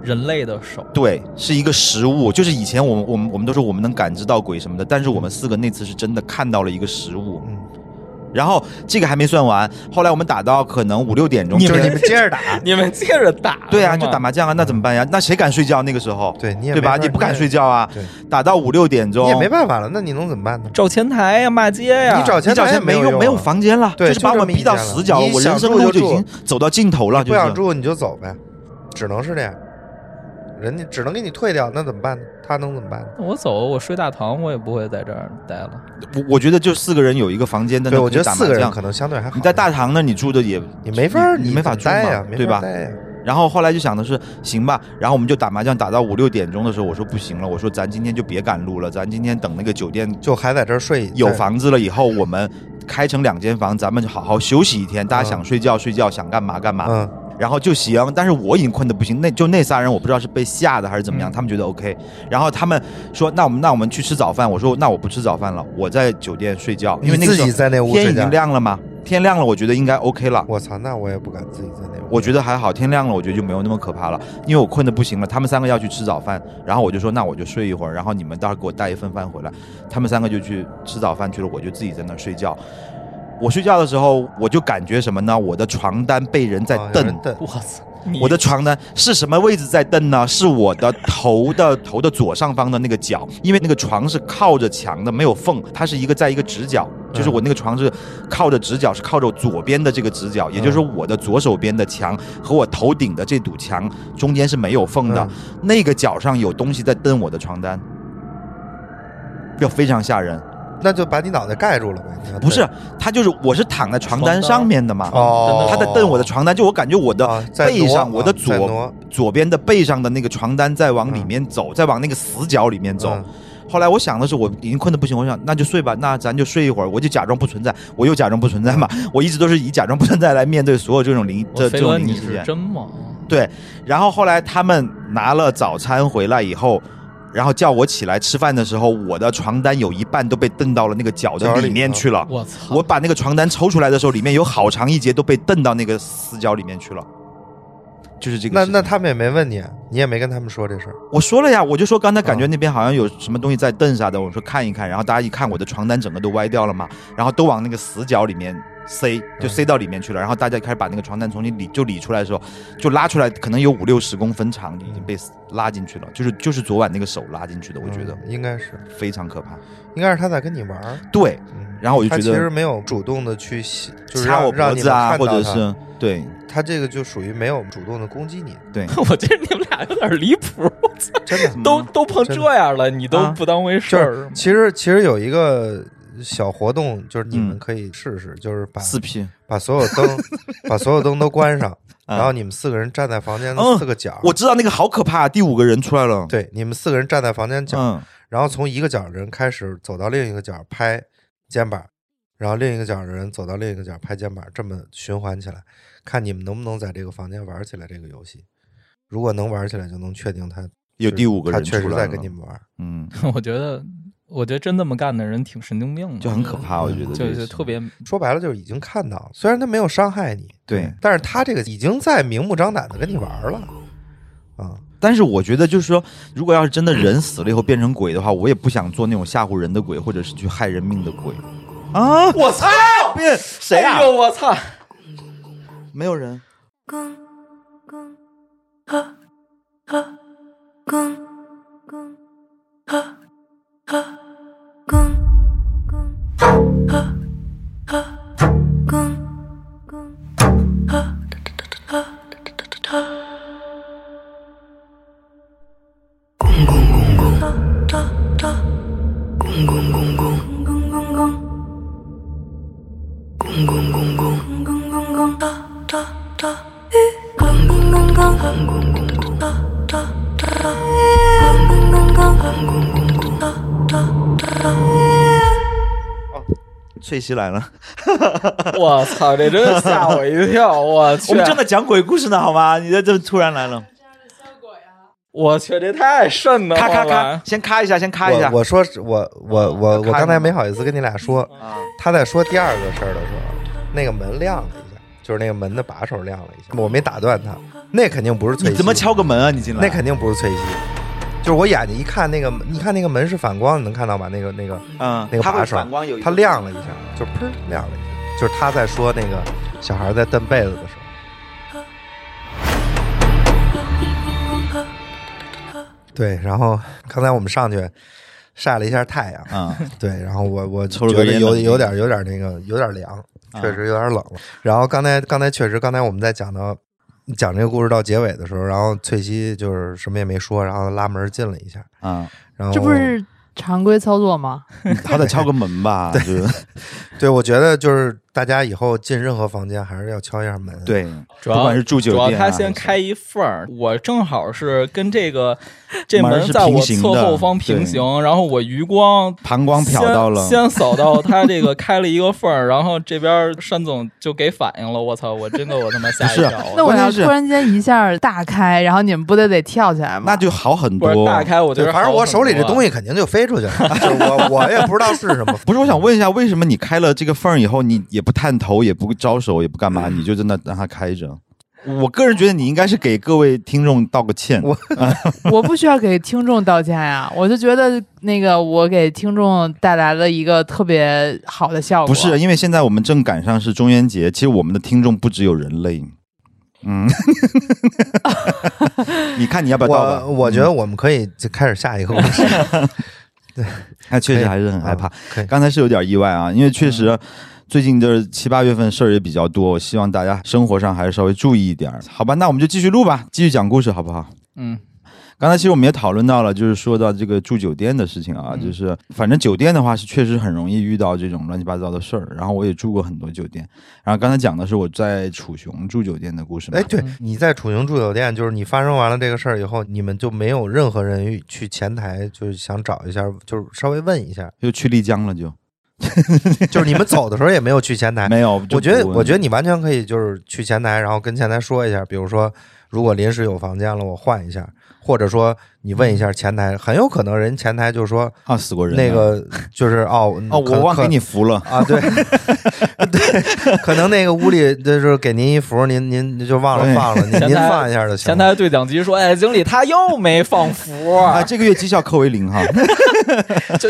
[SPEAKER 4] 人类的手，
[SPEAKER 2] 对，是一个实物，就是以前我们我们我们都说我们能感知到鬼什么的，但是我们四个那次是真的看到了一个实物，
[SPEAKER 3] 嗯，
[SPEAKER 2] 然后这个还没算完，后来我们打到可能五六点钟，
[SPEAKER 4] 你
[SPEAKER 3] 就
[SPEAKER 2] 就是是
[SPEAKER 3] 你们接着打，
[SPEAKER 4] 你们接着打，
[SPEAKER 2] 对啊，
[SPEAKER 4] 是吗
[SPEAKER 2] 就打麻将啊，那怎么办呀？那谁敢睡觉那个时候？
[SPEAKER 3] 对你也
[SPEAKER 2] 对吧？
[SPEAKER 3] 没法
[SPEAKER 2] 你不敢
[SPEAKER 3] 你也
[SPEAKER 2] 睡觉啊
[SPEAKER 3] 对，
[SPEAKER 2] 打到五六点钟，
[SPEAKER 3] 你也没办法了，那你能怎么办呢？
[SPEAKER 4] 找前台呀，骂街呀，
[SPEAKER 3] 你找
[SPEAKER 2] 你
[SPEAKER 3] 前
[SPEAKER 2] 找
[SPEAKER 3] 台也
[SPEAKER 2] 没
[SPEAKER 3] 有
[SPEAKER 2] 用，没有
[SPEAKER 3] 啊，
[SPEAKER 2] 房间了，
[SPEAKER 3] 对
[SPEAKER 2] 就是把
[SPEAKER 3] 就这
[SPEAKER 2] 我
[SPEAKER 3] 么
[SPEAKER 2] 逼
[SPEAKER 3] 一
[SPEAKER 2] 到
[SPEAKER 3] 家了
[SPEAKER 2] 死角了，
[SPEAKER 3] 你
[SPEAKER 2] 我人
[SPEAKER 3] 想
[SPEAKER 2] 生
[SPEAKER 3] 住
[SPEAKER 2] 路
[SPEAKER 3] 就
[SPEAKER 2] 就已
[SPEAKER 3] 住
[SPEAKER 2] 经走到尽头了，
[SPEAKER 3] 不
[SPEAKER 2] 就是
[SPEAKER 3] 想住你就走呗，只能是这样。人家只能给你退掉，那怎么办呢？他能怎么办呢？
[SPEAKER 4] 我走，我睡大堂，我也不会在这儿待了。
[SPEAKER 2] 我我觉得就四个人有一个房间，但
[SPEAKER 3] 对，我觉得
[SPEAKER 2] 打
[SPEAKER 3] 四
[SPEAKER 2] 麻
[SPEAKER 3] 个人
[SPEAKER 2] 将。
[SPEAKER 3] 可能相对还好。
[SPEAKER 2] 你在大堂那，你住的也
[SPEAKER 3] 你没法儿，
[SPEAKER 2] 你
[SPEAKER 3] 你
[SPEAKER 2] 没法
[SPEAKER 3] 怎么待
[SPEAKER 2] 住嘛
[SPEAKER 3] 呀，没
[SPEAKER 2] 对
[SPEAKER 3] 法
[SPEAKER 2] 吧
[SPEAKER 3] 儿待呀。
[SPEAKER 2] 然后后来就想的是，行吧，然后我们就打麻将打到五六点钟的时候，我说不行了，我说咱今天就别赶路了，咱今天等那个酒店
[SPEAKER 3] 就还在这儿睡
[SPEAKER 2] 有
[SPEAKER 3] 在
[SPEAKER 2] 房子了以后，我们开成两间房，咱们就好好休息一天，大家想睡觉睡觉，想干嘛干嘛。
[SPEAKER 3] 嗯
[SPEAKER 2] 然后就行，但是我已经困得不行，那就那仨人我不知道是被吓的还是怎么样，
[SPEAKER 4] 嗯
[SPEAKER 2] 他们觉得 OK，然后他们说那我们那我们去吃早饭，我说那我不吃早饭了，我在酒店睡觉，因为那
[SPEAKER 3] 你
[SPEAKER 2] 个
[SPEAKER 3] 自
[SPEAKER 2] 时候
[SPEAKER 3] 己在那屋
[SPEAKER 2] 天
[SPEAKER 3] 睡
[SPEAKER 2] 已经
[SPEAKER 3] 觉。
[SPEAKER 2] 亮了嗯嘛，天亮了我觉得应该 OK 了，
[SPEAKER 3] 我操，那我也不敢自己在那屋。
[SPEAKER 2] 我觉得还好，天亮了我觉得就没有那么可怕了，因为我困得不行了，他们三个要去吃早饭，然后我就说那我就睡一会儿，然后你们到时候给我带一份饭回来，他们三个就去吃早饭去了，我就自己在那儿睡觉。我睡觉的时候，我就感觉什么呢？我的床单被哦人在
[SPEAKER 3] 啊有
[SPEAKER 2] 蹬，
[SPEAKER 3] 人蹬
[SPEAKER 4] 我操！
[SPEAKER 2] 我的床单是什么位置在蹬呢？是我的头的头的左上方的那个角，因为那个床是靠着墙的，没有缝，它是一个在一个直角，
[SPEAKER 3] 嗯
[SPEAKER 2] 就是我那个床是靠着直角，是靠着左边的这个直角，也就是说我的左手边的墙和我头顶的这堵墙中间是没有缝的
[SPEAKER 3] 嗯，
[SPEAKER 2] 那个角上有东西在蹬我的床单，这非常吓人。
[SPEAKER 3] 那就把你脑袋盖住了呗。你要
[SPEAKER 2] 不是
[SPEAKER 3] 对，
[SPEAKER 2] 他就是我是躺在床单
[SPEAKER 4] 床单
[SPEAKER 2] 上面的嘛，
[SPEAKER 3] 哦，
[SPEAKER 2] 他在蹬我的床单，就我感觉我的
[SPEAKER 3] 啊在
[SPEAKER 2] 背上，
[SPEAKER 3] 挪
[SPEAKER 2] 我的
[SPEAKER 3] 啊在
[SPEAKER 2] 左
[SPEAKER 3] 挪
[SPEAKER 2] 左边的背上的那个床单在往里面走，再往那个死角里面走
[SPEAKER 3] 嗯。
[SPEAKER 2] 后来我想的是，我已经困得不行，我想那就睡吧，那咱就睡一会儿，我就假装不存在， 我又假装不存在嘛，我一直都是以假装不存在来面对所有这种灵
[SPEAKER 4] 我
[SPEAKER 2] 这这
[SPEAKER 4] 飞
[SPEAKER 2] 种
[SPEAKER 4] 哥，
[SPEAKER 2] 灵异
[SPEAKER 4] 你
[SPEAKER 2] 事
[SPEAKER 4] 是
[SPEAKER 2] 件。
[SPEAKER 4] 真猛，
[SPEAKER 2] 对，然后后来他们拿了早餐回来以后。然后叫我起来吃饭的时候，我的床单有一半都被蹬到了那个脚的
[SPEAKER 3] 角里
[SPEAKER 2] 里面
[SPEAKER 3] 啊
[SPEAKER 2] 去了。
[SPEAKER 4] 我操！
[SPEAKER 2] 我把那个床单抽出来的时候，里面有好长一截都被蹬到那个死角里面去了。就是这个
[SPEAKER 3] 那
[SPEAKER 2] 事情，
[SPEAKER 3] 那他们也没问你，啊你也没跟他们说这事儿。
[SPEAKER 2] 我说了呀，我就说刚才感
[SPEAKER 3] 嗯
[SPEAKER 2] 觉那边好像有什么东西在蹬啥的，我说看一看，然后大家一看我的床单整个都歪掉了嘛，然后都往那个死角里面塞，
[SPEAKER 3] 嗯
[SPEAKER 2] 就塞到里面去了，然后大家开始把那个床单从你里就理出来的时候，就拉出来，可能有五六十公分长，已经被拉进去了，就是就是昨晚那个手拉进去的，我觉得
[SPEAKER 3] 嗯应该是，
[SPEAKER 2] 非常可怕。
[SPEAKER 3] 应该是他在跟你玩儿。
[SPEAKER 2] 对，
[SPEAKER 3] 嗯
[SPEAKER 2] 然后我就
[SPEAKER 3] 他
[SPEAKER 2] 觉
[SPEAKER 3] 其实
[SPEAKER 2] 得
[SPEAKER 3] 没有主动的去吸，就是
[SPEAKER 2] 掐
[SPEAKER 3] 让
[SPEAKER 2] 我脖
[SPEAKER 3] 让你
[SPEAKER 2] 子
[SPEAKER 3] 们
[SPEAKER 2] 啊，
[SPEAKER 3] 看
[SPEAKER 2] 或
[SPEAKER 3] 到
[SPEAKER 2] 者
[SPEAKER 3] 他
[SPEAKER 2] 是对
[SPEAKER 3] 他这个就属于没有主动的攻击你，
[SPEAKER 2] 对，
[SPEAKER 4] 我觉得你们俩有点离谱，
[SPEAKER 3] 真的。
[SPEAKER 4] 都都碰
[SPEAKER 3] 真的
[SPEAKER 4] 这样了，你都
[SPEAKER 2] 嗯啊
[SPEAKER 4] 不当回事
[SPEAKER 3] 就是
[SPEAKER 4] 儿。
[SPEAKER 3] 其实其实有一个小活动，就是你们
[SPEAKER 2] 嗯
[SPEAKER 3] 可以试试，就是把
[SPEAKER 2] 四 P。
[SPEAKER 3] 把所有 灯把所有灯都关上，
[SPEAKER 2] 啊
[SPEAKER 3] 然后你们四个人站在房间的
[SPEAKER 2] 嗯
[SPEAKER 3] 四个角，
[SPEAKER 2] 我知道那个好可怕，第五个人出来了。，
[SPEAKER 3] 对你们四个人站在房间角，
[SPEAKER 2] 嗯，
[SPEAKER 3] 然后从一个角的人开始走到另一个角拍肩膀，然后另一个角的人走到另一个角拍肩膀，这么循环起来，看你们能不能在这个房间玩起来这个游戏。如果能玩起来，就能确定他
[SPEAKER 2] 有第五个
[SPEAKER 3] 他
[SPEAKER 2] 人
[SPEAKER 3] 确
[SPEAKER 2] 出
[SPEAKER 3] 实
[SPEAKER 2] 来
[SPEAKER 3] 在
[SPEAKER 2] 了
[SPEAKER 3] 跟你们玩。
[SPEAKER 2] 嗯，
[SPEAKER 4] 我觉得，我觉得真这么干的人挺神经病的，
[SPEAKER 2] 就很可
[SPEAKER 3] 嗯
[SPEAKER 2] 怕，我觉得
[SPEAKER 4] 就
[SPEAKER 2] 这
[SPEAKER 4] 就
[SPEAKER 2] 事
[SPEAKER 4] 特别
[SPEAKER 3] 说白了就是已经看到了，虽然他没有伤害你，
[SPEAKER 2] 对。
[SPEAKER 3] 但是他这个已经在明目张胆的跟你玩了，啊、
[SPEAKER 2] 但是我觉得就是说，如果要是真的人死了以后变成鬼的话，我也不想做那种吓唬人的鬼，或者是去害人命的鬼。啊！
[SPEAKER 4] 我操！
[SPEAKER 2] 变谁啊
[SPEAKER 4] 哎？呦，我操！
[SPEAKER 2] 没有人。
[SPEAKER 5] 公公呵呵公公呵呵公公呵呵公公呵呵呵。公公公公哒哒哒，公公公公公公公。公公公公公公公哒哒哒，公公公公公公公哒哒哒哒，公公公公公公公哒哒哒哒。
[SPEAKER 2] 翠西来了，
[SPEAKER 4] 我操！这真吓我一跳！我 去，
[SPEAKER 2] 我们正在讲鬼故事呢，好吗？你这这突然来了，
[SPEAKER 4] 我去，这太瘆得
[SPEAKER 2] 咔咔
[SPEAKER 4] 慌
[SPEAKER 2] 咔
[SPEAKER 4] 了，！啊
[SPEAKER 2] 先咔一下，先咔一下哦
[SPEAKER 3] 我。我说是我我我我
[SPEAKER 2] 看
[SPEAKER 3] 刚才
[SPEAKER 2] 了
[SPEAKER 3] 没好意思跟你俩说，
[SPEAKER 2] 啊，
[SPEAKER 3] 他在说第二个事儿的时候，那个门亮了一下，就是那个门的把手亮了一下，我没打断他，那肯定不是翠
[SPEAKER 2] 你
[SPEAKER 3] 西，
[SPEAKER 2] 怎么？敲个门啊？你进来？
[SPEAKER 3] 那肯定不是翠西，就是我眼睛一看那个，你看那个门是反光，你能看到吗？那个那个
[SPEAKER 2] 嗯，
[SPEAKER 3] 那个
[SPEAKER 2] 它会
[SPEAKER 3] 把手
[SPEAKER 2] 反光有一，
[SPEAKER 3] 它亮了一下，就砰亮了一下，就是他在说那个小孩在蹬被子的时候，对，然后刚才我们上去晒了一下太阳，
[SPEAKER 2] 啊，
[SPEAKER 3] 对，然后我我
[SPEAKER 2] 抽了
[SPEAKER 3] 觉
[SPEAKER 2] 根
[SPEAKER 3] 得
[SPEAKER 2] 烟
[SPEAKER 3] 有
[SPEAKER 2] 冷
[SPEAKER 3] 有点有点那个有点凉，
[SPEAKER 2] 啊
[SPEAKER 3] 确实有点冷了。然后刚才刚才确实刚才我们在讲到讲这个故事到结尾的时候，然后翠西就是什么也没说，然后拉门进了一下，
[SPEAKER 2] 啊，
[SPEAKER 3] 然后
[SPEAKER 6] 这不是常规操作吗？
[SPEAKER 2] 哦 他得敲个门吧？对，
[SPEAKER 3] 对我觉得就是大家以后进任何房间还是要敲一下门。，
[SPEAKER 2] 对，
[SPEAKER 4] 主要
[SPEAKER 2] 不管是住酒店啊、
[SPEAKER 4] 主要他先
[SPEAKER 2] 还
[SPEAKER 4] 开
[SPEAKER 2] 是
[SPEAKER 4] 一缝儿，我正好是跟 这个这
[SPEAKER 2] 门
[SPEAKER 4] 门
[SPEAKER 2] 是
[SPEAKER 4] 在我
[SPEAKER 2] 平行
[SPEAKER 4] 侧
[SPEAKER 2] 的
[SPEAKER 4] 后方平
[SPEAKER 2] 对
[SPEAKER 4] 行，然后我余光
[SPEAKER 2] 膀胱瞟到了，
[SPEAKER 4] 先先扫到他这个开了一个缝儿，然后这边山总就给反应了，我操，我真的我他妈吓一
[SPEAKER 2] 不是
[SPEAKER 4] 跳了，
[SPEAKER 6] 那我
[SPEAKER 2] 关
[SPEAKER 6] 要
[SPEAKER 2] 键是
[SPEAKER 6] 突然间一下大开，然后你们不得得跳起来吗？
[SPEAKER 2] 那就好很
[SPEAKER 4] 不是
[SPEAKER 2] 多。
[SPEAKER 4] 大开我觉
[SPEAKER 3] 对
[SPEAKER 4] 得，
[SPEAKER 3] 反正我手里这东
[SPEAKER 4] 西。
[SPEAKER 3] 西肯定就飞出去了， 就是我我也不知道是什么。
[SPEAKER 2] 不是，我想问一下，为什么你开了这个缝儿以后，你也不探头，也不招手，也不干嘛，你就真的让它开着？我个人觉得你应该是给各位听众道个歉。
[SPEAKER 3] 我
[SPEAKER 6] 我不需要给听众道歉呀、我就觉得那个我给听众带来了一个特别好的效果。
[SPEAKER 2] 不是，因为现在我们正赶上是中元节，其实我们的听众不只有人类。 嗯，你看你要不要倒吧？嗯
[SPEAKER 3] 我我觉得我们可以就开始下一个故 事。
[SPEAKER 2] 他哎确实
[SPEAKER 3] 可以
[SPEAKER 2] 还是很害怕。
[SPEAKER 3] 可以
[SPEAKER 2] 刚才是有点意外啊，因为确实最近就是七八月份事儿也比较多，我希望大家生活上还是稍微注意一点儿。好吧，那我们就继续录吧，继续讲故事好不好？
[SPEAKER 4] 嗯，
[SPEAKER 2] 刚才其实我们也讨论到了，就是说到这个住酒店的事情啊，
[SPEAKER 4] 嗯
[SPEAKER 2] 就是反正酒店的话是确实很容易遇到这种乱七八糟的事儿。然后我也住过很多酒店，然后刚才讲的是我在楚雄住酒店的故事嘛。
[SPEAKER 3] 哎，对，你在楚雄住酒店，就是你发生完了这个事儿以后，你们就没有任何人去前台，就是想找一下，就是稍微问一下，
[SPEAKER 2] 就去丽江了就，
[SPEAKER 3] 就是你们走的时候也没有 去前台。
[SPEAKER 2] 没有。
[SPEAKER 3] 哎我觉得，我觉
[SPEAKER 2] 得
[SPEAKER 3] 得你完全可以就是去前台，然后跟前台说一下，比如说如果临时有房间了，我换一下，或者说你问一下前台，很有可能人前台就说
[SPEAKER 2] 啊，死过人啊
[SPEAKER 3] 那个就是哦
[SPEAKER 2] 哦，
[SPEAKER 3] 可
[SPEAKER 2] 我忘
[SPEAKER 3] 可
[SPEAKER 2] 给你服 了。
[SPEAKER 3] 啊，对对，可能那个屋里就是给您一服，您您就忘了
[SPEAKER 2] 对
[SPEAKER 3] 放了，您
[SPEAKER 4] 前
[SPEAKER 3] 您
[SPEAKER 4] 台
[SPEAKER 3] 放一下就行了。
[SPEAKER 4] 前台对讲机说：“哎，经理他又没放服，
[SPEAKER 2] 啊，这个月绩效扣为零哈。
[SPEAKER 4] 就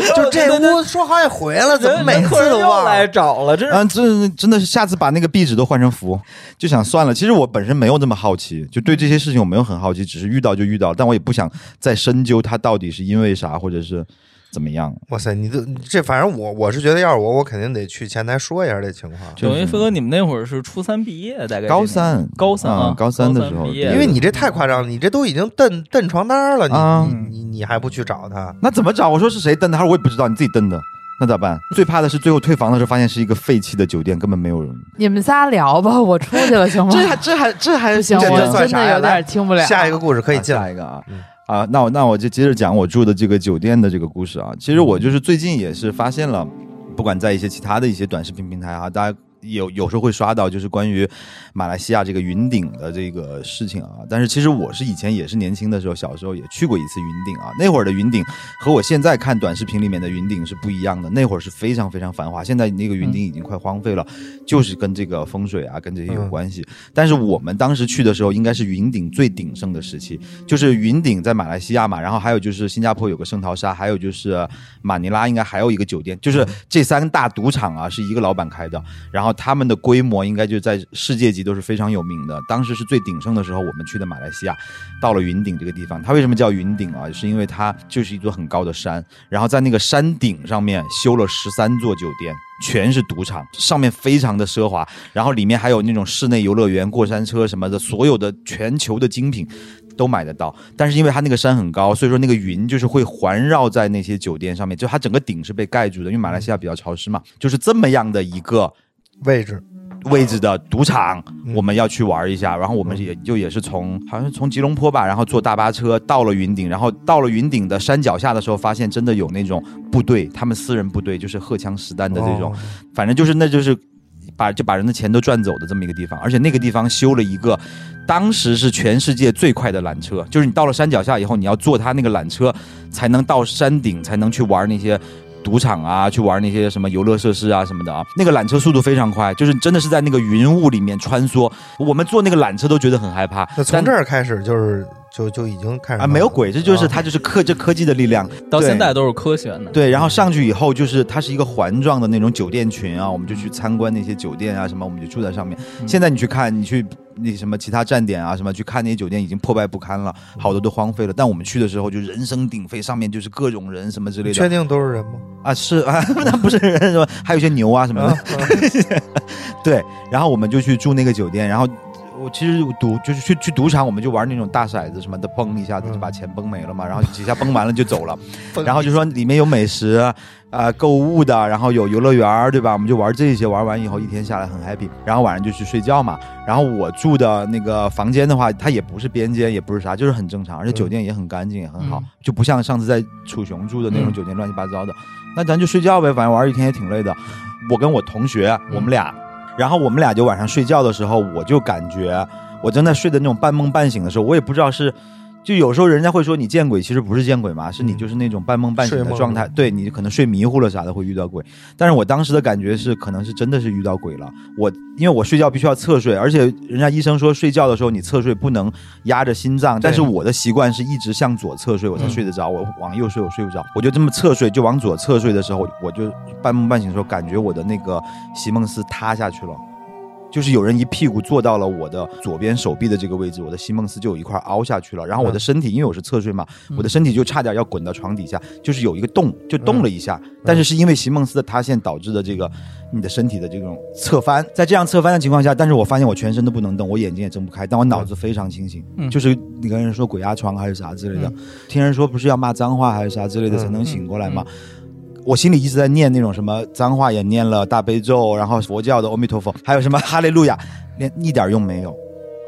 [SPEAKER 3] 就这
[SPEAKER 4] 人
[SPEAKER 3] 屋说好几回了，怎么
[SPEAKER 4] 人
[SPEAKER 3] 每
[SPEAKER 4] 客
[SPEAKER 3] 次
[SPEAKER 4] 人
[SPEAKER 3] 都
[SPEAKER 4] 又
[SPEAKER 3] 忘
[SPEAKER 4] 来
[SPEAKER 3] 了？啊
[SPEAKER 4] 找了，真是
[SPEAKER 2] 嗯，真真的是下次把那个壁纸都换成符，就想算了。其实我本身没有那么好奇，就对这些事情我没有很好奇，只是遇到就遇到，但我也不想再深究它到底是因为啥或者是怎么样。
[SPEAKER 3] 哇塞，你这这反正我我是觉得，要是我，我肯定得去前台说一下这情况，
[SPEAKER 2] 就
[SPEAKER 4] 等于
[SPEAKER 2] 是
[SPEAKER 4] 飞哥，你们那会儿是初三毕业，大概这
[SPEAKER 2] 高
[SPEAKER 4] 年
[SPEAKER 2] 三，
[SPEAKER 4] 高三啊
[SPEAKER 2] 嗯高三的时候
[SPEAKER 4] 高三毕业
[SPEAKER 2] 对
[SPEAKER 3] 因为你这太夸张了，你这都已经蹬蹬床单了，你、
[SPEAKER 2] 啊
[SPEAKER 3] 你你你还不去找他？
[SPEAKER 2] 那怎么找？我说是谁蹬的，他说我也不知道，你自己蹬的。那咋办？最怕的是最后退房的时候发现是一个废弃的酒店，根本没有人。
[SPEAKER 6] 你们仨聊吧，我出去了行 吗？
[SPEAKER 2] 这还这还这还
[SPEAKER 6] 不行，
[SPEAKER 3] 这
[SPEAKER 6] 我
[SPEAKER 3] 这算
[SPEAKER 6] 真
[SPEAKER 3] 啥
[SPEAKER 6] 的
[SPEAKER 3] 呀
[SPEAKER 6] 有
[SPEAKER 3] 来
[SPEAKER 6] 点听不了。
[SPEAKER 3] 下一个故事可以
[SPEAKER 2] 啊
[SPEAKER 3] 进来。
[SPEAKER 2] 下一个啊
[SPEAKER 3] 嗯。
[SPEAKER 2] 啊，那我那我就接着讲我住的这个酒店的这个故事啊。其实我就是最近也是发现了，不管在一些其他的一些短视频平台啊，大家有有时候会刷到，就是关于马来西亚这个云顶的这个事情啊。但是其实我是以前也是年轻的时候，小时候也去过一次云顶啊。那会儿的云顶和我现在看短视频里面的云顶是不一样的，那会儿是非常非常繁华，现在那个云顶已经快荒废了，就是跟这个风水啊，跟这些有
[SPEAKER 3] 嗯
[SPEAKER 2] 关系。但是我们当时去的时候，应该是云顶最鼎盛的时期，就是云顶在马来西亚嘛，然后还有就是新加坡有个圣淘沙，还有就是马尼拉应该还有一个酒店，就是这三大赌场啊是一个老板开的，然后他们的规模应该就在世界级都是非常有名的。当时是最鼎盛的时候，我们去的马来西亚，到了云顶这个地方，它为什么叫云顶啊？是因为它就是一座很高的山，然后在那个山顶上面修了十三座酒店。全是赌场，上面非常的奢华，然后里面还有那种室内游乐园、过山车什么的，所有的全球的精品都买得到。但是因为它那个山很高，所以说那个云就是会环绕在那些酒店上面，就它整个顶是被盖住的，因为马来西亚比较潮湿嘛，就是这么样的一个
[SPEAKER 3] 位置，
[SPEAKER 2] 位置的赌场，
[SPEAKER 3] 嗯
[SPEAKER 2] 我们要去玩一下。然后我们也就也是从好像是从吉隆坡吧，然后坐大巴车到了云顶，然后到了云顶的山脚下的时候，发现真的有那种部队，他们私人部队就是荷枪实弹的这种，
[SPEAKER 3] 哦
[SPEAKER 2] 反正就是那就是把就把人的钱都赚走的这么一个地方，而且那个地方修了一个，当时是全世界最快的缆车，就是你到了山脚下以后，你要坐它那个缆车才能到山顶，才能去玩那些。赌场啊，去玩那些什么游乐设施啊什么的啊，那个缆车速度非常快，就是真的是在那个云雾里面穿梭。我们坐那个缆车都觉得很害怕。
[SPEAKER 3] 那从
[SPEAKER 2] 但
[SPEAKER 3] 这儿开始就是就就已经开始
[SPEAKER 2] 啊没有
[SPEAKER 3] 鬼，
[SPEAKER 2] 鬼，这就是
[SPEAKER 3] 啊
[SPEAKER 2] 它就是科这科技的力量，
[SPEAKER 4] 到
[SPEAKER 2] 对
[SPEAKER 4] 现在都是科学呢。
[SPEAKER 2] 对，然后上去以后就是它是一个环状的那种酒店群啊，我们就去参观那些酒店啊什么，我们就住在上面。现在你去看，你去那什么其他站点啊什么去看那些酒店已经破败不堪了，好多都荒废了。但我们去的时候就人声鼎沸，上面就是各种人什么之类
[SPEAKER 3] 你
[SPEAKER 2] 的
[SPEAKER 3] 确定都是人吗？
[SPEAKER 2] 啊，是啊，那不是人什嗯
[SPEAKER 3] 嗯
[SPEAKER 2] 么，还有一些牛啊什么的。
[SPEAKER 3] 啊，
[SPEAKER 2] 对，然后我们就去住那个酒店，然后我其实赌就是去去赌场，我们就玩那种大骰子什么的，崩一下子就
[SPEAKER 3] 嗯
[SPEAKER 2] 把钱崩没了嘛，然后几下崩完了就走了， 然后就说里面有美食啊、呃购物的，然后有游乐园儿，对吧？我们就玩这些，玩完以后一天下来很 happy，然后晚上就去睡觉嘛。然后我住的那个房间的话，它也不是边间，也不是啥，就是很正常，而且酒店也很干净，也很好，
[SPEAKER 6] 嗯
[SPEAKER 2] 就不像上次在楚雄住的那种
[SPEAKER 4] 嗯
[SPEAKER 2] 酒店乱七八糟的。那咱就睡觉呗，反正玩一天也挺累的。我跟我同学，我们俩，然后我们俩就晚上睡觉的时候，我就感觉我正在睡的那种半梦半醒的时候，我也不知道是。就有时候人家会说你见鬼，其实不是见鬼嘛，是你
[SPEAKER 3] 嗯
[SPEAKER 2] 就是那种半梦半醒
[SPEAKER 3] 睡
[SPEAKER 2] 的
[SPEAKER 3] 梦
[SPEAKER 2] 状态，
[SPEAKER 3] 中
[SPEAKER 2] 对你可能睡迷糊了啥的会遇到鬼。但是我当时的感觉是，可能是真的是遇到鬼了。我因为我睡觉必须要侧睡，而且人家医生说睡觉的时候你侧睡不能压着心脏，但是我的习惯是一直向左侧睡，我才
[SPEAKER 4] 嗯
[SPEAKER 2] 睡得着，我往右睡我睡不着，我就这么侧睡，就往左侧睡的时候，我就半梦半醒的时候，感觉我的那个席梦思塌下去了。就是有人一屁股坐到了我的左边手臂的这个位置，我的席梦思就有一块凹下去了，然后我的
[SPEAKER 3] 嗯
[SPEAKER 2] 身体因为我是侧睡嘛，
[SPEAKER 6] 嗯
[SPEAKER 2] 我的身体就差点要滚到床底下，就是有一个洞，就动了一下，但是是因为席梦思的塌陷导致的这个你的身体的这种侧翻，在这样侧翻的情况下，但是我发现我全身都不能动，我眼睛也睁不开，但我脑子非常清醒，
[SPEAKER 4] 嗯
[SPEAKER 2] 就是你跟人说鬼压床还是啥之类的，
[SPEAKER 4] 嗯
[SPEAKER 2] 听人说不是要骂脏话还是啥之类的
[SPEAKER 3] 嗯
[SPEAKER 2] 才能醒过来嘛。我心里一直在念那种什么脏话，也念了大悲咒，然后佛教的阿弥陀佛，还有什么哈利路亚，连一点用没有，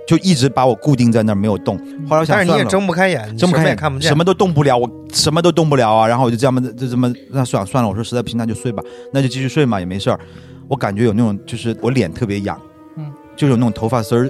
[SPEAKER 2] 就一直把我固定在那儿没有动。后来我想，
[SPEAKER 3] 但是你
[SPEAKER 2] 算
[SPEAKER 3] 也
[SPEAKER 2] 了
[SPEAKER 3] 睁不开眼，你
[SPEAKER 2] 睁不开
[SPEAKER 3] 什么
[SPEAKER 2] 眼
[SPEAKER 3] 也看不见，
[SPEAKER 2] 什么都动不了，我什么都动不了啊。然后我就这么就这么那算了算了，我说实在不行那就睡吧，那就继续睡嘛，也没事儿。我感觉有那种就是我脸特别痒，
[SPEAKER 4] 嗯，
[SPEAKER 2] 就有那种头发丝儿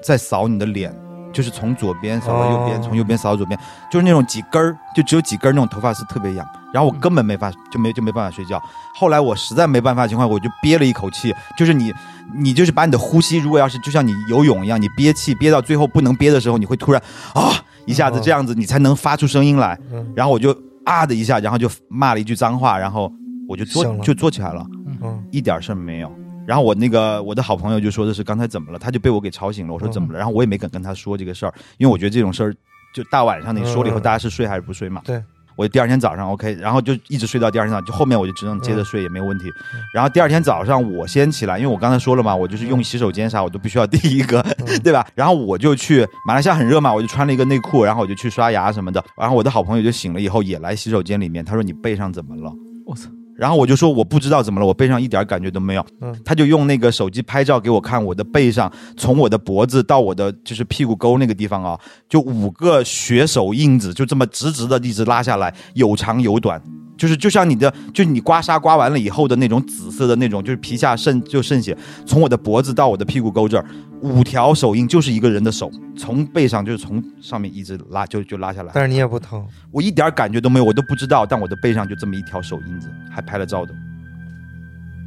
[SPEAKER 2] 在扫你的脸，就是从左边扫到右边，
[SPEAKER 3] 哦
[SPEAKER 2] 从右边扫到左边，就是那种几根儿，就只有几根儿那种头发丝特别痒。然后我根本没法就没就没办法睡觉。后来我实在没办法的情况，我就憋了一口气，就是你你就是把你的呼吸，如果要是就像你游泳一样，你憋气憋到最后不能憋的时候，你会突然啊一下子这样子，你才能发出声音来。
[SPEAKER 3] 嗯
[SPEAKER 2] 然后我就啊的一下，然后就骂了一句脏话，然后我就坐
[SPEAKER 3] 醒了
[SPEAKER 2] 就坐起来了，
[SPEAKER 3] 嗯
[SPEAKER 2] 一点事儿没有。然后我那个我的好朋友就说的是刚才怎么了，他就被我给吵醒了。我说怎
[SPEAKER 3] 嗯
[SPEAKER 2] 么了？然后我也没敢跟他说这个事儿，因为我觉得这种事儿就大晚上你说了以后，
[SPEAKER 3] 嗯
[SPEAKER 2] 大家是睡还是不睡嘛。
[SPEAKER 3] 对。
[SPEAKER 2] 我第二天早上 OK，然后就一直睡到第二天早上，就后面我就只能接着
[SPEAKER 4] 嗯
[SPEAKER 2] 睡也没有问题。然后第二天早上我先起来，因为我刚才说了嘛，我就是
[SPEAKER 4] 嗯
[SPEAKER 2] 用洗手间啥我都必须要第一个， 对吧？然后我就去马来西亚很热嘛，我就穿了一个内裤，然后我就去刷牙什么的。然后我的好朋友就醒了以后也来洗手间里面，他说你背上怎么了？
[SPEAKER 4] 我操，
[SPEAKER 2] 然后我就说我不知道怎么了，我背上一点感觉都没有。
[SPEAKER 3] 嗯
[SPEAKER 2] 他就用那个手机拍照给我看，我的背上从我的脖子到我的就是屁股沟那个地方啊，就五个血手印子，就这么直直的一直拉下来，有长有短。就是就像你的，就是你刮痧刮完了以后的那种紫色的那种，就是皮下渗就渗血，从我的脖子到我的屁股沟这儿，五条手印就是一个人的手，从背上就是从上面一直拉就就拉下来，
[SPEAKER 3] 但是你也不疼，
[SPEAKER 2] 我一点儿感觉都没有，我都不知道，但我的背上就这么一条手印子，还拍了照的，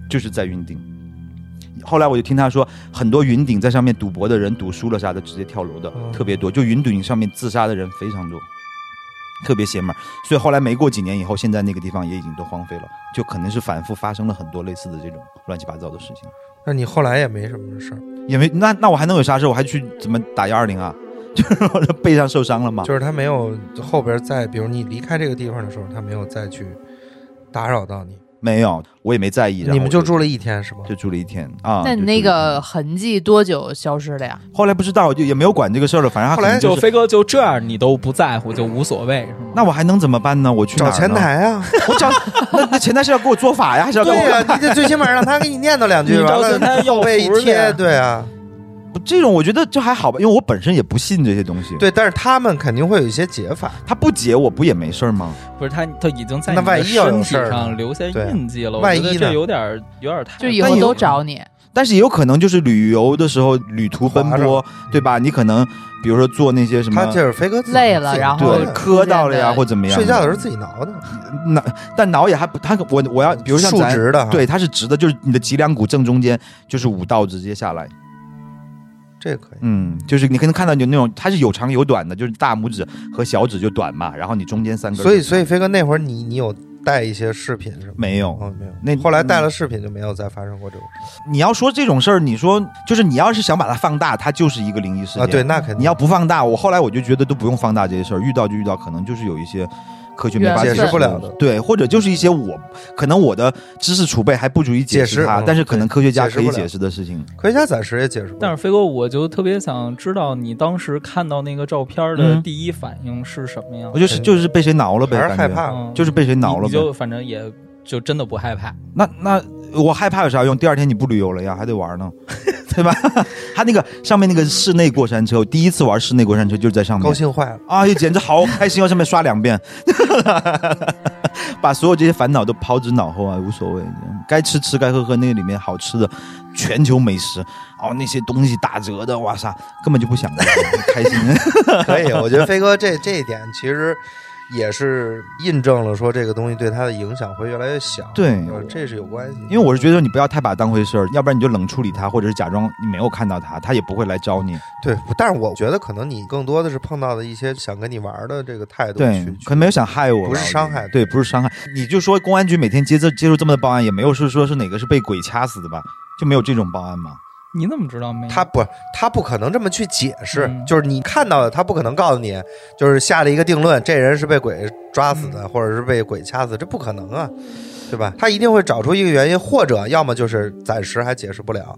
[SPEAKER 2] 就是在云顶。后来我就听他说，很多云顶在上面赌博的人赌输了啥的，直接跳楼的、
[SPEAKER 3] 嗯
[SPEAKER 2] 特别多，就云顶上面自杀的人非常多，特别邪门儿。所以后来没过几年以后，现在那个地方也已经都荒废了，就可能是反复发生了很多类似的这种乱七八糟的事情。
[SPEAKER 3] 那你后来也没什么事儿，
[SPEAKER 2] 也没那那我还能有啥事？我还去怎么打幺二零啊？ 就是我的背上受伤了嘛。
[SPEAKER 3] 就是他没有后边再，比如你离开这个地方的时候，他没有再去打扰到你。
[SPEAKER 2] 没有，我也没在意。然后
[SPEAKER 3] 你们
[SPEAKER 2] 我
[SPEAKER 3] 就住了一天是吗？
[SPEAKER 2] 就住了一天啊。
[SPEAKER 6] 那
[SPEAKER 2] 就住
[SPEAKER 6] 你
[SPEAKER 2] 了
[SPEAKER 6] 那
[SPEAKER 2] 一天
[SPEAKER 6] 个痕迹多久消失的呀？
[SPEAKER 2] 后来不知道，就也没有管这个事儿了，反正他
[SPEAKER 3] 后来
[SPEAKER 2] 可能
[SPEAKER 4] 就是飞哥就这样，你都不在乎，就无所谓是吗？
[SPEAKER 2] 那我还能怎么办呢？我去哪
[SPEAKER 3] 找
[SPEAKER 2] 儿
[SPEAKER 3] 前
[SPEAKER 2] 呢，
[SPEAKER 3] 台啊，
[SPEAKER 2] 我找 那那前台是要给我做法呀，还是要给我
[SPEAKER 3] 对 呀、你得最起码让他给你念叨两句
[SPEAKER 4] 你
[SPEAKER 3] 吧
[SPEAKER 4] 到。现在要
[SPEAKER 3] 后背一
[SPEAKER 4] 服的呀
[SPEAKER 3] 贴，对啊，
[SPEAKER 2] 这种我觉得就还好吧，因为我本身也不信这些东西。，
[SPEAKER 3] 对，但是他们肯定会有一些解法，
[SPEAKER 2] 他不解我不也没事儿吗？
[SPEAKER 4] 不是他，他已经在
[SPEAKER 3] 那
[SPEAKER 4] 你
[SPEAKER 3] 万
[SPEAKER 4] 的
[SPEAKER 3] 一要
[SPEAKER 4] 身
[SPEAKER 3] 有
[SPEAKER 4] 体
[SPEAKER 3] 事儿呢
[SPEAKER 4] 上留下
[SPEAKER 3] 对
[SPEAKER 4] 印记了，我
[SPEAKER 3] 万
[SPEAKER 4] 觉得
[SPEAKER 3] 一
[SPEAKER 4] 这
[SPEAKER 3] 呢
[SPEAKER 4] 有点儿有点儿太
[SPEAKER 6] 就以
[SPEAKER 2] 但
[SPEAKER 6] 后
[SPEAKER 2] 有嗯
[SPEAKER 6] 都找你，
[SPEAKER 2] 但是也有可能就是旅游的时候旅途奔
[SPEAKER 3] 划
[SPEAKER 2] 波
[SPEAKER 3] 着，
[SPEAKER 2] 对吧？你可能比如说做那些什么
[SPEAKER 3] 他。就是飞哥自己
[SPEAKER 6] 累了
[SPEAKER 3] 自己
[SPEAKER 6] 然后
[SPEAKER 2] 对，
[SPEAKER 3] 对
[SPEAKER 2] 磕到了呀，或怎么样？
[SPEAKER 3] 睡觉的时候自己挠的，
[SPEAKER 2] 脑，但脑也还不，他我我要，啊比如像
[SPEAKER 3] 竖
[SPEAKER 2] 咱
[SPEAKER 3] 直的啊哈
[SPEAKER 2] 对，它是直的，就是你的脊梁骨正中间就是五道直接下来，
[SPEAKER 3] 这个可以。
[SPEAKER 2] 嗯，就是你可能看到有那种，它是有长有短的，就是大拇指和小指就短嘛，然后你中间三根儿就
[SPEAKER 3] 所
[SPEAKER 2] 长，
[SPEAKER 3] 以，所以飞哥那会儿你你有带一些饰品什么？
[SPEAKER 2] 没有。
[SPEAKER 3] 哦，没有。
[SPEAKER 2] 那
[SPEAKER 3] 后来带了饰品就没有再发生过这种
[SPEAKER 2] 你要说这种事儿，你说就是你要是想把它放大，它就是一个灵异事
[SPEAKER 3] 事
[SPEAKER 2] 件
[SPEAKER 3] 啊啊。对，，那肯定。
[SPEAKER 2] 你要不放大，我后来我就觉得都不用放大这些事儿，遇到就遇到，可能就是有一些科学没法
[SPEAKER 6] 缘
[SPEAKER 3] 解释不了
[SPEAKER 2] 的
[SPEAKER 3] 的。
[SPEAKER 2] 对，或者就是一些我可能我的知识储备还不足以解
[SPEAKER 3] 解
[SPEAKER 2] 释
[SPEAKER 3] 释
[SPEAKER 2] 它，
[SPEAKER 3] 嗯
[SPEAKER 2] 但是可能科学家
[SPEAKER 3] 解释
[SPEAKER 2] 可以
[SPEAKER 3] 不了
[SPEAKER 2] 解释的事情。
[SPEAKER 3] 科学家暂时也解释不
[SPEAKER 4] 但
[SPEAKER 3] 了。
[SPEAKER 4] 是飞哥，我就特别想知道你当时看到那个照片的
[SPEAKER 2] 嗯
[SPEAKER 4] 第一反应是什么呀？
[SPEAKER 2] 我就是
[SPEAKER 3] 嗯
[SPEAKER 2] 就是被谁挠了呗，
[SPEAKER 3] 还是
[SPEAKER 2] 感觉
[SPEAKER 3] 害怕，
[SPEAKER 4] 嗯
[SPEAKER 2] 就是被谁挠
[SPEAKER 4] 你
[SPEAKER 2] 了
[SPEAKER 4] 你
[SPEAKER 2] 呗。
[SPEAKER 4] 就反正也就真的不害怕。
[SPEAKER 2] 那那我害怕有啥用？第二天你不旅游了呀，还得玩呢，对吧？ 他那个上面那个室内过山车，我第一次玩室内过山车就是在上面
[SPEAKER 3] 高，兴坏了。
[SPEAKER 2] 哎呀，简直好开心！要上面刷两遍， 把所有这些烦恼都抛之脑后啊，无所谓。该吃吃，该喝喝，那里面好吃的全球美食哦，那些东西打折的，哇塞，根本就不想了， 开心。
[SPEAKER 3] 可以，我觉得飞哥这这一点其实也是印证了说这个东西对他的影响会越来越小。
[SPEAKER 2] 对
[SPEAKER 3] 呃这是有关系。
[SPEAKER 2] 因为我是觉得你不要太把它当回事儿，要不然你就冷处理他，或者是假装你没有看到他，他也不会来招你。
[SPEAKER 3] 对，不但是我觉得可能你更多的是碰到的一些想跟你玩的这个态度
[SPEAKER 2] 对
[SPEAKER 3] 去，
[SPEAKER 2] 可能没有想害我吧，
[SPEAKER 3] 不是
[SPEAKER 2] 我觉得
[SPEAKER 3] 伤害
[SPEAKER 2] 对，不是伤害。你就说公安局每天接这接受这么多报案，也没有是说是哪个是被鬼掐死的吧？就没有这种报案吗？
[SPEAKER 4] 你怎么知道没有？
[SPEAKER 3] 他不，他不可能这么去解释，
[SPEAKER 4] 嗯
[SPEAKER 3] 就是你看到的，他不可能告诉你，就是下了一个定论，这人是被鬼抓死
[SPEAKER 2] 嗯
[SPEAKER 3] 的，或者是被鬼掐死，这不可能啊，对吧？他一定会找出一个原因，或者要么就是暂时还解释不了，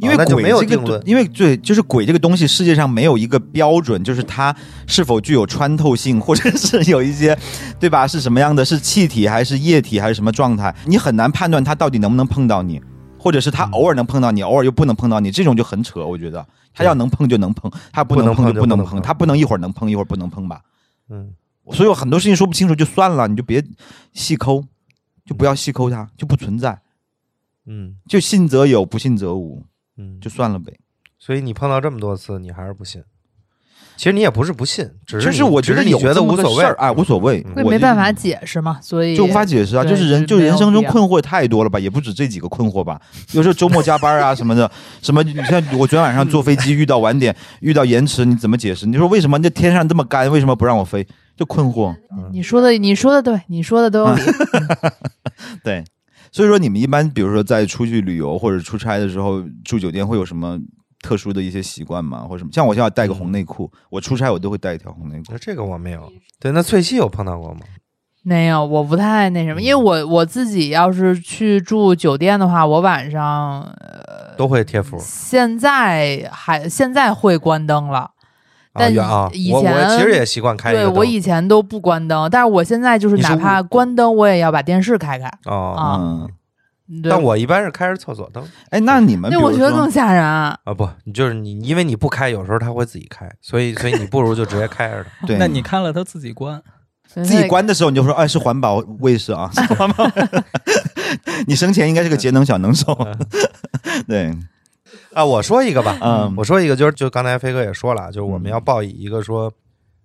[SPEAKER 2] 因为
[SPEAKER 3] 啊那就
[SPEAKER 2] 鬼
[SPEAKER 3] 没有
[SPEAKER 2] 这
[SPEAKER 3] 定
[SPEAKER 2] 个
[SPEAKER 3] 论，，
[SPEAKER 2] 因为对，就是鬼这个东西，世界上没有一个标准，就是它是否具有穿透性，或者是 有一些，对吧？是什么样的？是气体还是液体还是什么状态？你很难判断它到底能不能碰到你，或者是
[SPEAKER 3] 嗯
[SPEAKER 2] 它偶尔能碰到你，偶尔又不能碰到你，这种就很扯。我觉得它要能碰就能碰，它不
[SPEAKER 3] 不
[SPEAKER 2] 能
[SPEAKER 3] 能
[SPEAKER 2] 碰
[SPEAKER 3] 碰
[SPEAKER 2] 就
[SPEAKER 3] 就
[SPEAKER 2] 不能
[SPEAKER 3] 不能
[SPEAKER 2] 碰，
[SPEAKER 3] 碰
[SPEAKER 2] 它不能一会儿能碰一会儿不能碰吧。
[SPEAKER 3] 嗯，
[SPEAKER 2] 所以有很多事情说不清楚就算了，你就别细抠，就不要细抠它，就不存在，
[SPEAKER 3] 嗯
[SPEAKER 2] 就信则有，不信则无，
[SPEAKER 3] 嗯，
[SPEAKER 2] 就算了呗。
[SPEAKER 3] 所以你碰到这么多次，你还是不信。其实你也不是不信，只是
[SPEAKER 2] 其
[SPEAKER 3] 你
[SPEAKER 2] 实我觉
[SPEAKER 3] 只是
[SPEAKER 2] 得
[SPEAKER 3] 你
[SPEAKER 2] 有
[SPEAKER 3] 觉
[SPEAKER 2] 这
[SPEAKER 3] 得
[SPEAKER 2] 么
[SPEAKER 3] 无
[SPEAKER 2] 个
[SPEAKER 3] 所谓
[SPEAKER 2] 事儿，哎，无所谓，
[SPEAKER 3] 嗯
[SPEAKER 6] 那
[SPEAKER 2] 我
[SPEAKER 6] 没
[SPEAKER 2] 就
[SPEAKER 6] 办法解释嘛，所以
[SPEAKER 2] 就无法解释啊，
[SPEAKER 6] 对
[SPEAKER 2] 就是人
[SPEAKER 6] 就
[SPEAKER 2] 就
[SPEAKER 6] 没有
[SPEAKER 2] 人生中
[SPEAKER 6] 必要
[SPEAKER 2] 困惑太多了吧，也不止这几个困惑吧。有时候周末加班啊什么的，什么你像我昨天晚上坐飞机遇到晚点，遇到延迟，你怎么解释？你说为什么这天上这么干，为什么不让我飞？就困惑。
[SPEAKER 6] 你说的，你说的对，你说的都
[SPEAKER 2] 嗯
[SPEAKER 6] 有理。
[SPEAKER 2] 对，所以说你们一般比如说在出去旅游或者出差的时候住酒店会有什么特殊的一些习惯吗？或者什么？像我现在带个红内
[SPEAKER 3] 嗯
[SPEAKER 2] 裤，我出差我都会带一条红内裤。
[SPEAKER 3] 那这个我没有。对，那翠西有碰到过吗？
[SPEAKER 6] 没有，我不太那
[SPEAKER 3] 嗯
[SPEAKER 6] 什么，因为我我自己要是去住酒店的话，我晚上呃，
[SPEAKER 3] 都会贴符
[SPEAKER 6] 现在还现在会关灯了。
[SPEAKER 3] 啊，
[SPEAKER 6] 但
[SPEAKER 3] 远啊，
[SPEAKER 6] 以
[SPEAKER 3] 我我
[SPEAKER 6] 前
[SPEAKER 3] 其实也习惯开一个
[SPEAKER 6] 对
[SPEAKER 3] 灯
[SPEAKER 6] 我以前都不关灯，但是我现在就是
[SPEAKER 3] 你是
[SPEAKER 6] 哪怕关灯，我也要把电视开开
[SPEAKER 3] 哦，
[SPEAKER 6] 啊。
[SPEAKER 2] 嗯，
[SPEAKER 6] 对
[SPEAKER 3] 但我一般是开着厕所灯。
[SPEAKER 2] 哎，那你们
[SPEAKER 6] 那
[SPEAKER 2] 比
[SPEAKER 6] 我
[SPEAKER 2] 如
[SPEAKER 6] 觉得
[SPEAKER 2] 说
[SPEAKER 6] 更吓人啊。
[SPEAKER 3] 啊，不，你就是你，因为你不开，有时候它会自己开，所以所以你不如就直接开着它。
[SPEAKER 2] 对，
[SPEAKER 4] 那你看了他自己关，
[SPEAKER 6] 自
[SPEAKER 2] 自己关的时候你就说，哎，是环保卫士啊，是 环保。你生前应该是个节能小能手，
[SPEAKER 4] 嗯
[SPEAKER 2] 对，
[SPEAKER 3] 啊，我说一个吧，
[SPEAKER 2] 嗯
[SPEAKER 3] 我说一个，就是就刚才飞哥也说了，就是我们要抱以一个说。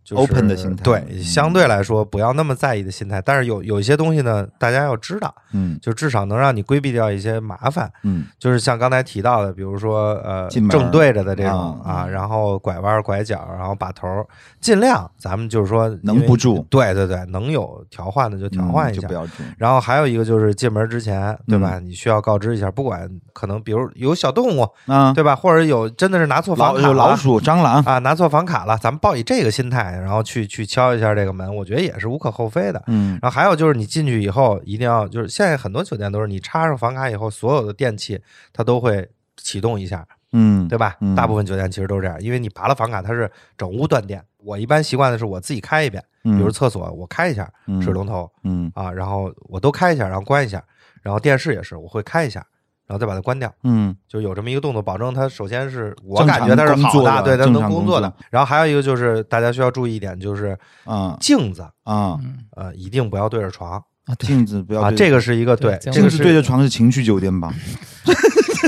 [SPEAKER 3] 就是
[SPEAKER 2] Open 的心态嗯
[SPEAKER 3] 对，相对来说不要那么在意的心态。但是有有一些东西呢，大家要知道，
[SPEAKER 2] 嗯
[SPEAKER 3] 就至少能让你规避掉一些麻烦。
[SPEAKER 2] 嗯，
[SPEAKER 3] 就是像刚才提到的，比如说呃
[SPEAKER 2] 进门
[SPEAKER 3] 正对着的这种
[SPEAKER 2] 啊
[SPEAKER 3] 啊，然后拐弯拐角，然后把头儿，尽量咱们就是说
[SPEAKER 2] 能
[SPEAKER 3] 因为
[SPEAKER 2] 不住
[SPEAKER 3] 对对对，能有调换的就调换
[SPEAKER 2] 嗯
[SPEAKER 3] 一
[SPEAKER 2] 就
[SPEAKER 3] 下
[SPEAKER 2] 不。要嗯住。
[SPEAKER 3] 然后还有一个就是进门之前，对吧？你需要告知一下，不管可能比如有小动物，
[SPEAKER 2] 啊，
[SPEAKER 3] 对吧？或者有真的是拿错房
[SPEAKER 2] 老
[SPEAKER 3] 卡了
[SPEAKER 2] 有老鼠、蟑螂，
[SPEAKER 3] 啊，拿错房卡了，咱们抱以这个心态，然后去去敲一下这个门，我觉得也是无可厚非的。
[SPEAKER 2] 嗯，
[SPEAKER 3] 然后还有就是你进去以后，一定要就是现在很多酒店都是你插上房卡以后，所有的电器它都会启动一下，
[SPEAKER 2] 嗯，
[SPEAKER 3] 对吧？
[SPEAKER 2] 嗯
[SPEAKER 3] 大部分酒店其实都是这样，因为你拔了房卡，它是整屋断电。我一般习惯的是我自己开一遍，比
[SPEAKER 2] 嗯，
[SPEAKER 3] 如厕所我开一下
[SPEAKER 2] 嗯
[SPEAKER 3] 水龙头
[SPEAKER 2] 嗯
[SPEAKER 3] 啊，然后我都开一下，然后关一下，然后电视也是我会开一下，然后再把它关掉。
[SPEAKER 2] 嗯
[SPEAKER 3] 就有这么一个动作，保证它首先是我
[SPEAKER 2] 正
[SPEAKER 3] 感
[SPEAKER 2] 常
[SPEAKER 3] 觉它是
[SPEAKER 2] 工
[SPEAKER 3] 好
[SPEAKER 2] 作的
[SPEAKER 3] 的，对，它
[SPEAKER 2] 正
[SPEAKER 3] 能
[SPEAKER 2] 常
[SPEAKER 3] 工
[SPEAKER 2] 工
[SPEAKER 3] 作
[SPEAKER 2] 作
[SPEAKER 3] 的。然后还有一个就是大家需要注意一点，就是
[SPEAKER 2] 啊
[SPEAKER 3] 镜子，
[SPEAKER 2] 啊，
[SPEAKER 4] 嗯，
[SPEAKER 3] 呃，一定不要对着床
[SPEAKER 2] 镜子不要
[SPEAKER 3] 啊，
[SPEAKER 2] 对
[SPEAKER 3] 这个是一个
[SPEAKER 4] 对
[SPEAKER 3] 对，
[SPEAKER 4] 镜
[SPEAKER 3] 这
[SPEAKER 2] 镜
[SPEAKER 3] 个
[SPEAKER 2] 子
[SPEAKER 3] 是
[SPEAKER 2] 对着床是情趣酒店 吧？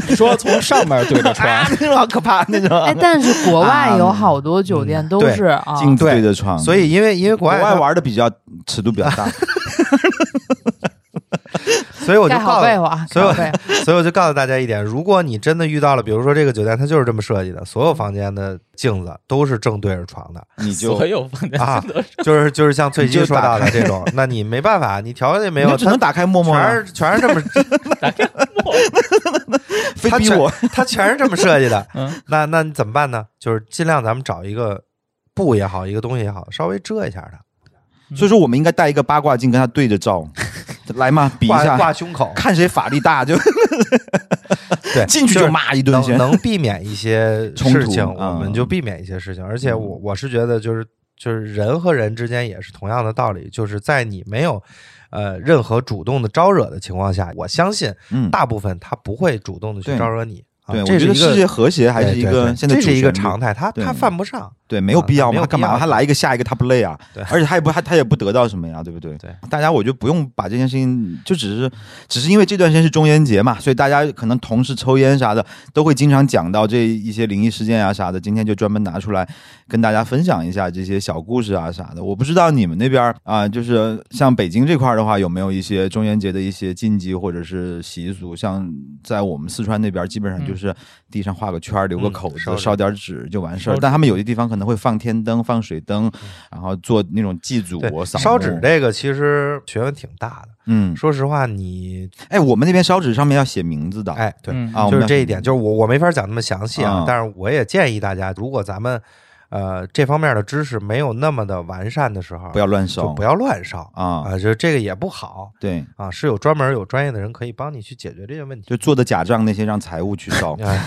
[SPEAKER 4] 你说从上面对 着
[SPEAKER 2] 啊，
[SPEAKER 4] 穿
[SPEAKER 2] 那种好可怕，那
[SPEAKER 6] 哎，
[SPEAKER 2] 种
[SPEAKER 6] 但是国 外有
[SPEAKER 2] 啊
[SPEAKER 6] 好多酒店都
[SPEAKER 3] 嗯对
[SPEAKER 6] 是啊，
[SPEAKER 2] 镜子
[SPEAKER 3] 对
[SPEAKER 2] 对着床，
[SPEAKER 3] 所以因为因为
[SPEAKER 2] 国
[SPEAKER 3] 国外
[SPEAKER 2] 外
[SPEAKER 3] 它，
[SPEAKER 2] 玩的比较尺度比较 大，
[SPEAKER 3] 所以我就
[SPEAKER 6] 盖好
[SPEAKER 3] 告
[SPEAKER 6] 被
[SPEAKER 3] 诉，
[SPEAKER 6] 窝啊，
[SPEAKER 3] 所以
[SPEAKER 6] 盖
[SPEAKER 3] 我
[SPEAKER 6] 好被窝。
[SPEAKER 3] 所以我就告诉大家一点，如果你真的遇到了，比如说这个酒店它就是这么设计的，所有房间的镜子都是正对着床 的，
[SPEAKER 2] 你就
[SPEAKER 4] 所有房间
[SPEAKER 3] 啊
[SPEAKER 4] 都是。
[SPEAKER 3] 就是就是像翠
[SPEAKER 2] 你就
[SPEAKER 3] 姬说
[SPEAKER 2] 打
[SPEAKER 3] 到的这种，那你没办法，你调也没
[SPEAKER 2] 没
[SPEAKER 3] 有，
[SPEAKER 2] 只能
[SPEAKER 3] 它
[SPEAKER 2] 打开陌陌
[SPEAKER 3] 全
[SPEAKER 2] 了，
[SPEAKER 3] 是全是这么
[SPEAKER 2] 非
[SPEAKER 3] 他
[SPEAKER 2] 逼
[SPEAKER 3] 全
[SPEAKER 2] 我，
[SPEAKER 3] 它全是这么设计的。
[SPEAKER 4] 嗯
[SPEAKER 3] 那那你怎么办呢？就是尽量咱们找一个布也好，一个东西也好，稍微遮一下它。
[SPEAKER 2] 所以说我们应该带一个八卦镜跟他对着 照，来嘛，比一
[SPEAKER 3] 挂
[SPEAKER 2] 下，
[SPEAKER 3] 挂胸口，
[SPEAKER 2] 看谁法力 大就
[SPEAKER 3] 对，
[SPEAKER 2] 进去
[SPEAKER 3] 就
[SPEAKER 2] 就是骂一顿
[SPEAKER 3] 能
[SPEAKER 2] 先。
[SPEAKER 3] 能避免 一些
[SPEAKER 2] 冲
[SPEAKER 3] 事
[SPEAKER 2] 突
[SPEAKER 3] 情，
[SPEAKER 2] 嗯
[SPEAKER 3] 我们就避免一些事情。而且我我是觉得，就是就是人和人之间也是同样的道理，就是在你没有呃任何主动的招惹的情况下，我相信
[SPEAKER 2] 嗯，
[SPEAKER 3] 大部分他不会主动的去
[SPEAKER 2] 对
[SPEAKER 3] 招惹你。啊
[SPEAKER 2] 对，我
[SPEAKER 3] 这
[SPEAKER 2] 觉得
[SPEAKER 3] 是一个
[SPEAKER 2] 世界和谐还
[SPEAKER 3] 对
[SPEAKER 2] 是一
[SPEAKER 3] 对
[SPEAKER 2] 个
[SPEAKER 3] 对
[SPEAKER 2] 现在
[SPEAKER 3] 这
[SPEAKER 2] 主
[SPEAKER 3] 是一个
[SPEAKER 2] 旋律
[SPEAKER 3] 常态，他
[SPEAKER 2] 对
[SPEAKER 3] 他犯不上。
[SPEAKER 2] 对，没有
[SPEAKER 3] 啊
[SPEAKER 2] 必要
[SPEAKER 3] 没
[SPEAKER 2] 嘛，他
[SPEAKER 3] 有
[SPEAKER 2] 干
[SPEAKER 3] 必要
[SPEAKER 2] 嘛？他来一个下一个 top play 啊？
[SPEAKER 3] 对
[SPEAKER 2] 而且他也不他他也不得到什么呀，对不对？
[SPEAKER 3] 对，
[SPEAKER 2] 大家我就不用把这件事情，就只是只是因为这段时间是中元节嘛，所以大家可能同事抽烟啥的都会经常讲到这一些灵异事件啊啥的，今天就专门拿出来跟大家分享一下这些小故事啊啥的。我不知道你们那边儿啊、就是像北京这块儿的话，有没有一些中元节的一些禁忌或者是习俗？像在我们四川那边儿，基本上就是地上画个圈儿，留个
[SPEAKER 3] 嗯
[SPEAKER 2] 口子，
[SPEAKER 3] 烧纸
[SPEAKER 2] 烧点纸就完事儿
[SPEAKER 4] 烧。纸
[SPEAKER 2] 但他们有些地方可能会放天灯、放水灯，然后做那种祭祖
[SPEAKER 3] 嗯对，、
[SPEAKER 2] 扫
[SPEAKER 3] 烧
[SPEAKER 2] 墓
[SPEAKER 3] 纸这个其实学问挺大的。
[SPEAKER 2] 嗯，
[SPEAKER 3] 说实话，你
[SPEAKER 2] 哎，我们那边烧纸上面要写名字的，
[SPEAKER 3] 哎，对，
[SPEAKER 4] 嗯
[SPEAKER 2] 啊，我
[SPEAKER 3] 就
[SPEAKER 2] 们
[SPEAKER 3] 是
[SPEAKER 2] 要
[SPEAKER 3] 这一点，就是我我没法讲那么详细啊，
[SPEAKER 2] 嗯
[SPEAKER 3] 但是我也建议大家，如果咱们呃这方面的知识没有那么的完善的时候，
[SPEAKER 2] 不要乱
[SPEAKER 3] 就
[SPEAKER 2] 烧，
[SPEAKER 3] 不要乱烧
[SPEAKER 2] 啊，
[SPEAKER 3] 啊，就这个也不好
[SPEAKER 2] 对，
[SPEAKER 3] 啊，是有专门有专业的人可以帮你去解决这些问题。
[SPEAKER 2] 就做的假账那些让财务去烧，
[SPEAKER 3] 哎，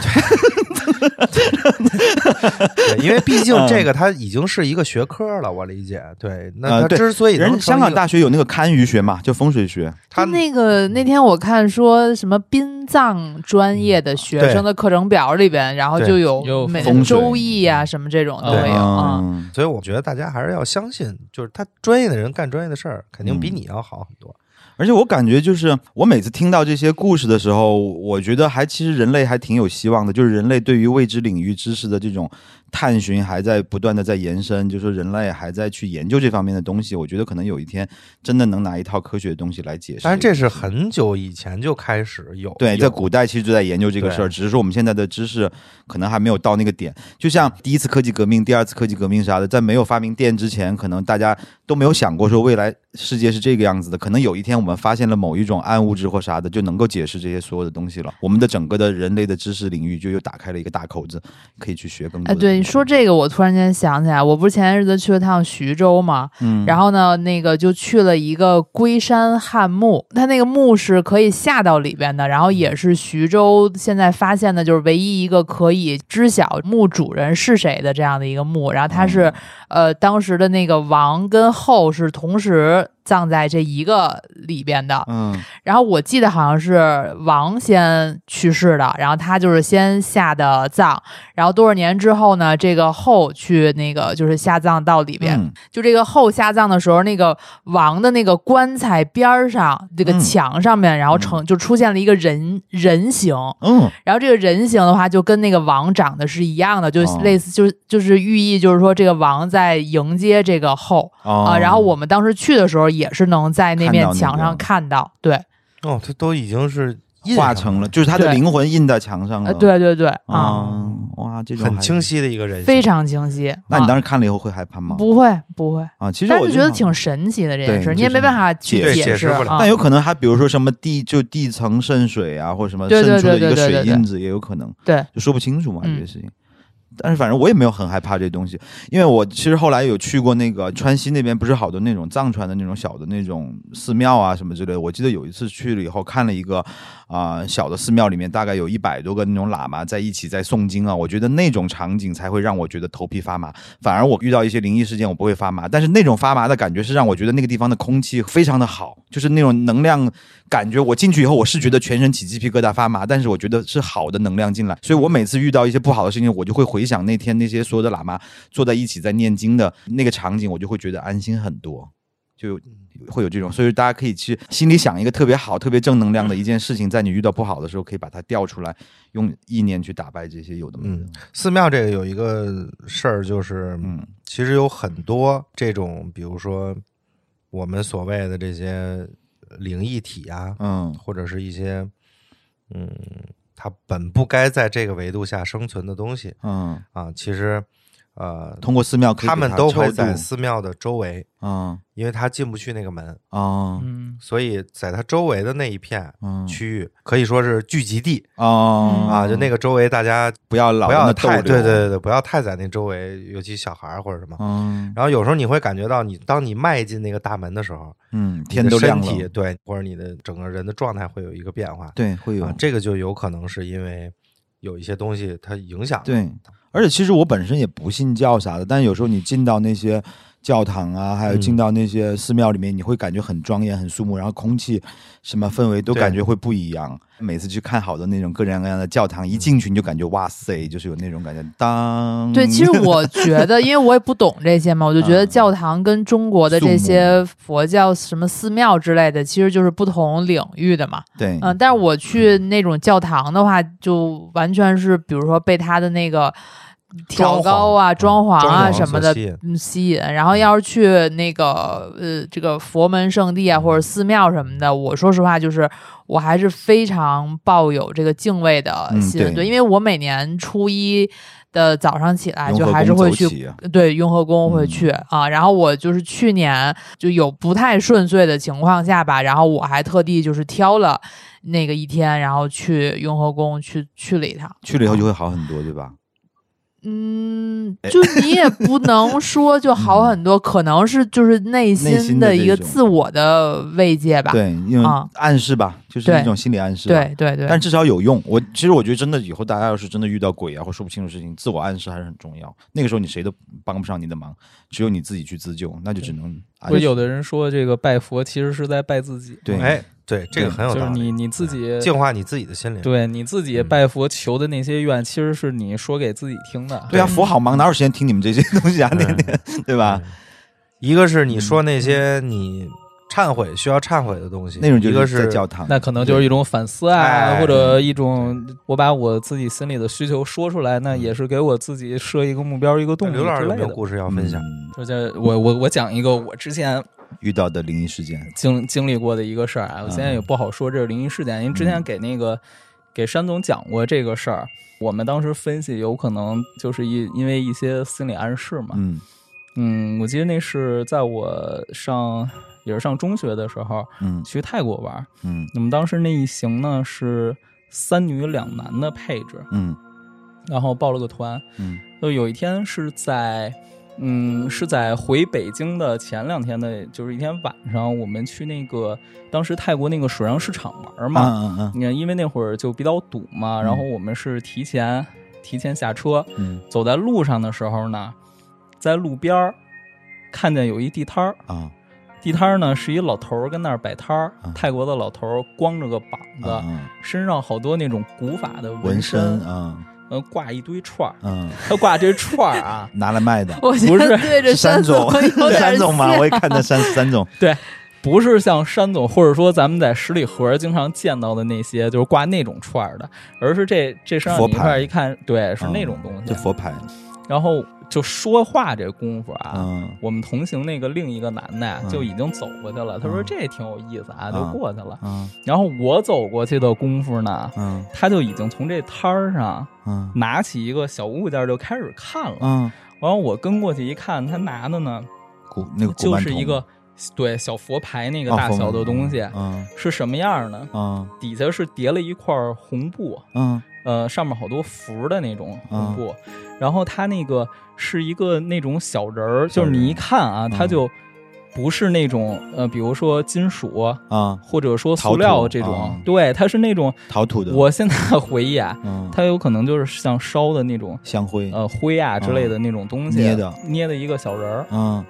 [SPEAKER 3] 对对，因为毕
[SPEAKER 2] 嗯
[SPEAKER 3] 竟这个它已经是一个学科了，我理解。对，那
[SPEAKER 2] 呃
[SPEAKER 3] 它
[SPEAKER 2] 对
[SPEAKER 3] 之所以能
[SPEAKER 2] 人
[SPEAKER 3] 成
[SPEAKER 2] 家香港
[SPEAKER 3] 一个
[SPEAKER 2] 大学有那个堪舆学嘛，就风水学，
[SPEAKER 3] 它
[SPEAKER 6] 就那个那天我看说什么殡葬专业的学生的课程表里边，然后
[SPEAKER 3] 对
[SPEAKER 6] 就有
[SPEAKER 4] 有
[SPEAKER 6] 每
[SPEAKER 2] 嗯风水
[SPEAKER 6] 周易啊什么这种都
[SPEAKER 4] 对
[SPEAKER 6] 会有啊。
[SPEAKER 2] 嗯，
[SPEAKER 3] 所以我觉得大家还是要相信，就是他专业的人干专业的事儿，肯定比
[SPEAKER 2] 嗯
[SPEAKER 3] 你要好很多。
[SPEAKER 2] 而且我感觉就是，我每次听到这些故事的时候，我觉得还其实人类还挺有希望的，就是人类对于未知领域知识的这种探寻还在不断的在延伸，就是说人类还在去研究这方面的东西。我觉得可能有一天真的能拿一套科学的东西来解释。
[SPEAKER 3] 但是这是很久以前就开始有
[SPEAKER 2] 对，
[SPEAKER 3] 有
[SPEAKER 2] 在古代其实就在研究这个事儿，
[SPEAKER 3] 对
[SPEAKER 2] 只是说我们现在的知识可能还没有到那个点。就像第一次科技革命、第二次科技革命啥的，在没有发明电之前，可能大家都没有想过说未来世界是这个样子的。可能有一天我们发现了某一种暗物质或啥的，就能够解释这些所有的东西了。我们的整个的人类的知识领域就又打开了一个大口子，可以去学更多。
[SPEAKER 6] 哎，对，你说，这个，我突然间想起来，我不是前些日子去了趟徐州嘛，
[SPEAKER 2] 嗯，
[SPEAKER 6] 然后呢，那个就去了一个龟山汉墓，它那个墓是可以下到里边的，然后也是徐州现在发现的，就是唯一一个可以知晓墓主人是谁的这样的一个墓。然后它是、呃，当时的那个王跟后是同时葬在这一个里边的。
[SPEAKER 2] 嗯，
[SPEAKER 6] 然后我记得好像是王先去世的，然后他就是先下的葬，然后多少年之后呢，这个后去那个就是下葬到里边。
[SPEAKER 2] 嗯
[SPEAKER 6] 就这个后下葬的时候，那个王的那个棺材边儿上，这个
[SPEAKER 2] 嗯
[SPEAKER 6] 墙上面，然后成就出现了一个人人形，
[SPEAKER 2] 嗯，
[SPEAKER 6] 然后这个人形的话，就跟那个王长得是一样的，就
[SPEAKER 2] 哦
[SPEAKER 6] 类似，就是就是寓意就是说这个王在迎接这个后
[SPEAKER 2] 哦
[SPEAKER 6] 啊。然后我们当时去的时候，也是能在那
[SPEAKER 2] 看
[SPEAKER 6] 面
[SPEAKER 2] 到那
[SPEAKER 6] 墙上
[SPEAKER 2] 个
[SPEAKER 6] 看到，对，
[SPEAKER 3] 哦，他都已经是印
[SPEAKER 2] 化
[SPEAKER 3] 上
[SPEAKER 2] 成了，就是他的
[SPEAKER 6] 对
[SPEAKER 2] 灵魂印在墙上
[SPEAKER 6] 呃，
[SPEAKER 2] 了。
[SPEAKER 6] 对对对啊，
[SPEAKER 2] 啊，哇，这种
[SPEAKER 3] 很
[SPEAKER 2] 还
[SPEAKER 3] 清。晰的一个人，
[SPEAKER 6] 非。常清晰。
[SPEAKER 2] 那你
[SPEAKER 6] 啊
[SPEAKER 2] 当时看了以后会害怕吗？
[SPEAKER 6] 不会不会，
[SPEAKER 2] 啊，其实
[SPEAKER 6] 但
[SPEAKER 2] 我
[SPEAKER 6] 是觉得
[SPEAKER 2] 好
[SPEAKER 6] 挺神奇的这件
[SPEAKER 2] 对
[SPEAKER 6] 事，你
[SPEAKER 2] 就
[SPEAKER 6] 也没
[SPEAKER 2] 是
[SPEAKER 6] 办法去
[SPEAKER 2] 解
[SPEAKER 3] 释解释
[SPEAKER 6] 释
[SPEAKER 3] 不了
[SPEAKER 6] 啊
[SPEAKER 2] 但。有可能还比如说什么地就地层渗水啊，或者什么
[SPEAKER 6] 对
[SPEAKER 2] 渗
[SPEAKER 6] 对
[SPEAKER 2] 出的一
[SPEAKER 6] 对
[SPEAKER 2] 个
[SPEAKER 6] 对对
[SPEAKER 2] 水
[SPEAKER 6] 对
[SPEAKER 2] 印子也有可能，
[SPEAKER 6] 对，
[SPEAKER 2] 就说不清楚嘛
[SPEAKER 6] 嗯
[SPEAKER 2] 这些事情。但是反正我也没有很害怕这东西，因为我其实后来有去过那个川西那边，不是好多那种藏传的那种小的那种寺庙啊什么之类的。我记得有一次去了以后，看了一个啊、小的寺庙，里面大概有一百多个那种喇嘛在一起在诵经啊。我觉得那种场景才会让我觉得头皮发麻。反而我遇到一些灵异事件，我不会发麻，但是那种发麻的感觉是让我觉得那个地方的空气非常的好，就是那种能量感觉。我进去以后，我是觉得全身起鸡皮疙瘩发麻，但是我觉得是好的能量进来。所以我每次遇到一些不好的事情，我就会回想那天那些所有的喇嘛坐在一起在念经的那个场景，我就会觉得安心很多。就会有这种，所以大家可以去心里想一个特别好、特别正能量的一件事情，在你遇到不好的时候，可以把它调出来，用意念去打败这些有的没的。
[SPEAKER 3] 寺庙这个有一个事儿，就是
[SPEAKER 2] 嗯
[SPEAKER 3] 其实有很多这种，比如说我们所谓的这些灵异体啊，
[SPEAKER 2] 嗯
[SPEAKER 3] 或者是一些嗯，它本不该在这个维度下生存的东西
[SPEAKER 2] 嗯
[SPEAKER 3] 啊，其实呃，
[SPEAKER 2] 通过寺庙可以
[SPEAKER 3] 他们都会在
[SPEAKER 2] 啊
[SPEAKER 3] 寺庙的周围，
[SPEAKER 2] 啊
[SPEAKER 3] 因为他进不去那个门，
[SPEAKER 2] 啊
[SPEAKER 4] 嗯，
[SPEAKER 3] 所以在他周围的那一片
[SPEAKER 2] 嗯
[SPEAKER 3] 区域可以说是聚集地
[SPEAKER 2] 啊
[SPEAKER 3] 啊，就那个周围大家
[SPEAKER 2] 不要老
[SPEAKER 3] 不
[SPEAKER 2] 跟
[SPEAKER 3] 要
[SPEAKER 2] 他斗
[SPEAKER 3] 太
[SPEAKER 2] 这
[SPEAKER 3] 对
[SPEAKER 2] 个
[SPEAKER 3] 对对对，不要太在那周围，尤其小孩儿或者什么。
[SPEAKER 2] 嗯
[SPEAKER 3] 然后有时候你会感觉到你，当你迈进那个大门的时候，
[SPEAKER 2] 嗯，
[SPEAKER 3] 你
[SPEAKER 2] 天
[SPEAKER 3] 的
[SPEAKER 2] 都亮
[SPEAKER 3] 身
[SPEAKER 2] 了，
[SPEAKER 3] 体对，或者你的整个人的状态会有一个变化。
[SPEAKER 2] 对会有
[SPEAKER 3] 啊，这个就有可能是因为有一些东西它影响。
[SPEAKER 2] 对，而且其实我本身也不信教啥的，但是有时候你进到那些教堂啊，还有进
[SPEAKER 3] 嗯
[SPEAKER 2] 到那些寺庙里面，你会感觉很庄严、很肃穆，然后空气、什么氛围都
[SPEAKER 3] 对
[SPEAKER 2] 感觉会不一样。每次去看好多那种各种各样的教堂，一进去你就感觉哇塞，就是有那种感觉。当
[SPEAKER 6] 对，其实我觉得，因为我也不懂这些嘛，我就觉得教堂跟中国的这些佛教什么寺庙之类的，其实就是不同领域的嘛。
[SPEAKER 2] 对，
[SPEAKER 6] 嗯，但是我去那种教堂的话，就完全是比如说被它的那个挑高啊、装
[SPEAKER 3] 装
[SPEAKER 6] 潢
[SPEAKER 3] 潢
[SPEAKER 6] 啊
[SPEAKER 3] 装潢
[SPEAKER 6] 什么
[SPEAKER 3] 所
[SPEAKER 6] 的
[SPEAKER 3] 吸引
[SPEAKER 6] 嗯吸引。然后要是去那个呃这个佛门圣地啊或者寺庙什么的，我说实话就是我还是非常抱有这个敬畏的
[SPEAKER 2] 嗯
[SPEAKER 6] 心，
[SPEAKER 2] 对
[SPEAKER 6] 对，因为我每年初一的早上起来
[SPEAKER 2] 雍
[SPEAKER 6] 就
[SPEAKER 2] 和
[SPEAKER 6] 还是
[SPEAKER 2] 宫
[SPEAKER 6] 会
[SPEAKER 2] 走
[SPEAKER 6] 去
[SPEAKER 2] 起啊
[SPEAKER 6] 对，雍和宫
[SPEAKER 2] 嗯
[SPEAKER 6] 会去、啊。然后我就是去年就有不太顺遂的情况下吧，然后我还特地就是挑了那个一天，然后去雍和宫去去了一趟。
[SPEAKER 2] 去了以后就会好很多，对吧？
[SPEAKER 6] 嗯，就你也不能说就好很多，可能是就是内
[SPEAKER 2] 嗯心
[SPEAKER 6] 心
[SPEAKER 2] 的
[SPEAKER 6] 的
[SPEAKER 2] 这
[SPEAKER 6] 一个
[SPEAKER 2] 种
[SPEAKER 6] 自我的慰藉吧。
[SPEAKER 2] 对，因为
[SPEAKER 6] 啊
[SPEAKER 2] 暗示吧，就是
[SPEAKER 6] 对
[SPEAKER 2] 一种心理暗示吧。
[SPEAKER 6] 对对对
[SPEAKER 2] 但至少有用。我其实我觉得真的，以后大家要是真的遇到鬼啊或说不清楚事情，自我暗示还是很重要。那个时候你谁都帮不上你的忙，只有你自己去自救，那就只能暗
[SPEAKER 4] 会
[SPEAKER 2] 示。
[SPEAKER 4] 有的人说这个拜佛其实是在拜自己，
[SPEAKER 2] 对，
[SPEAKER 3] 哎，啊对，这个很有
[SPEAKER 4] 就是
[SPEAKER 3] 道理。
[SPEAKER 4] 你你自己
[SPEAKER 3] 净化你自己的心灵。
[SPEAKER 4] 对你自己
[SPEAKER 3] 嗯
[SPEAKER 4] 拜佛求的那些愿，其实是你说给自己听的。
[SPEAKER 2] 对啊，
[SPEAKER 6] 嗯
[SPEAKER 2] 佛好忙，哪有时间听你们这些东西啊？天 天对吧？
[SPEAKER 3] 嗯一个是你说那些你忏悔需要忏悔的东西，
[SPEAKER 2] 那种
[SPEAKER 3] 一
[SPEAKER 2] 就
[SPEAKER 3] 个
[SPEAKER 2] 在
[SPEAKER 3] 是
[SPEAKER 2] 教堂，
[SPEAKER 4] 那可能就是一种反思啊，
[SPEAKER 3] 哎
[SPEAKER 4] 或者一种我把我自己心里的需求说出来，那也是给我自己设一个目标、一个动
[SPEAKER 3] 那
[SPEAKER 4] 力
[SPEAKER 3] 嗯刘老师
[SPEAKER 4] 之
[SPEAKER 3] 有
[SPEAKER 4] 类
[SPEAKER 3] 没有
[SPEAKER 4] 的。
[SPEAKER 3] 故事要分享？
[SPEAKER 2] 嗯
[SPEAKER 4] 就是我我我讲一个我之前
[SPEAKER 2] 遇到的灵异事件。
[SPEAKER 4] 经经历过的一个事儿啊，我现在也不好说这是灵异事件，因为之前给那个给山总讲过这个事儿，我们当时分析有可能就是一因为一些心理暗示嘛，
[SPEAKER 2] 嗯
[SPEAKER 4] 嗯，我记得那是在我上也是上中学的时候
[SPEAKER 2] 嗯
[SPEAKER 4] 去泰国玩儿，
[SPEAKER 2] 嗯
[SPEAKER 4] 那么当时那一行呢是三女两男的配置，
[SPEAKER 2] 嗯
[SPEAKER 4] 然后报了个团，
[SPEAKER 2] 嗯
[SPEAKER 4] 就有一天是在，嗯，是在回北京的前两天的，就是一天晚上，我们去那个当时泰国那个水上市场玩
[SPEAKER 2] 嗯
[SPEAKER 4] 嘛。
[SPEAKER 2] 嗯嗯
[SPEAKER 4] 你看，因为那会儿就比较堵嘛，然后我们是提前提前下车，
[SPEAKER 2] 嗯
[SPEAKER 4] 走在路上的时候呢，在路边儿看见有一地摊儿，
[SPEAKER 2] 啊
[SPEAKER 4] 地摊儿呢是一老头儿跟那儿摆摊儿
[SPEAKER 2] 啊，
[SPEAKER 4] 泰国的老头儿光着个膀
[SPEAKER 2] 啊
[SPEAKER 4] 子，
[SPEAKER 2] 啊
[SPEAKER 4] 身上好多那种古法的
[SPEAKER 2] 嗯纹
[SPEAKER 4] 身
[SPEAKER 2] 身，啊
[SPEAKER 4] 呃，挂一堆串儿，
[SPEAKER 2] 嗯，
[SPEAKER 4] 他挂这串儿啊
[SPEAKER 2] 拿来卖的。
[SPEAKER 6] 我觉
[SPEAKER 4] 不
[SPEAKER 6] 得
[SPEAKER 4] 是
[SPEAKER 6] 对着
[SPEAKER 2] 山
[SPEAKER 6] 总
[SPEAKER 2] 总
[SPEAKER 6] 有，点
[SPEAKER 2] 山总嘛，
[SPEAKER 6] 像
[SPEAKER 2] 我也看到山山总，
[SPEAKER 4] 不是像山总或者说咱们在十里河经常见到的那些，就是挂那种串儿的，而是这这身上
[SPEAKER 2] 佛
[SPEAKER 4] 你一
[SPEAKER 2] 牌
[SPEAKER 4] 块儿一看，对，是
[SPEAKER 2] 嗯
[SPEAKER 4] 那种东西。啊
[SPEAKER 2] 就佛牌，
[SPEAKER 4] 然后就说话这功夫啊，
[SPEAKER 2] 嗯
[SPEAKER 4] 我们同行那个另一个男的呀
[SPEAKER 2] 嗯
[SPEAKER 4] 就已经走过去了，他说
[SPEAKER 2] 嗯
[SPEAKER 4] 这挺有意思
[SPEAKER 2] 嗯
[SPEAKER 4] 啊，就过去了。
[SPEAKER 2] 嗯
[SPEAKER 4] 然后我走过去的功夫呢，
[SPEAKER 2] 嗯
[SPEAKER 4] 他就已经从这摊儿上
[SPEAKER 2] 嗯
[SPEAKER 4] 拿起一个小物件就开始看了。
[SPEAKER 2] 嗯，
[SPEAKER 4] 然后我跟过去一看，他拿的呢
[SPEAKER 2] 古那个古
[SPEAKER 4] 就
[SPEAKER 2] 曼
[SPEAKER 4] 是
[SPEAKER 2] 童
[SPEAKER 4] 一个对小佛牌那个
[SPEAKER 2] 啊
[SPEAKER 4] 大
[SPEAKER 2] 佛
[SPEAKER 4] 小
[SPEAKER 2] 曼
[SPEAKER 4] 的
[SPEAKER 2] 童
[SPEAKER 4] 东西。
[SPEAKER 2] 嗯
[SPEAKER 4] 是什么样呢？
[SPEAKER 2] 嗯
[SPEAKER 4] 底下是叠了一块红布，
[SPEAKER 2] 嗯
[SPEAKER 4] 呃，上面好多符的那种
[SPEAKER 2] 啊
[SPEAKER 4] 红布，然后它那个是一个那种小人儿，
[SPEAKER 2] 小
[SPEAKER 4] 就
[SPEAKER 2] 人
[SPEAKER 4] 是
[SPEAKER 2] 儿
[SPEAKER 4] 你一看啊，它
[SPEAKER 2] 嗯
[SPEAKER 4] 就不是那种呃，比如说金属
[SPEAKER 2] 啊，
[SPEAKER 4] 或者说
[SPEAKER 2] 陶土
[SPEAKER 4] 塑料这种，
[SPEAKER 2] 啊
[SPEAKER 4] 对，它是那种。
[SPEAKER 2] 陶土的，
[SPEAKER 4] 我现在回忆啊，
[SPEAKER 2] 嗯，
[SPEAKER 4] 它有可能就是像烧的那种
[SPEAKER 2] 香灰，
[SPEAKER 4] 呃灰啊之类的那种东西
[SPEAKER 2] 捏的
[SPEAKER 4] 捏的一个小人儿，
[SPEAKER 2] 嗯，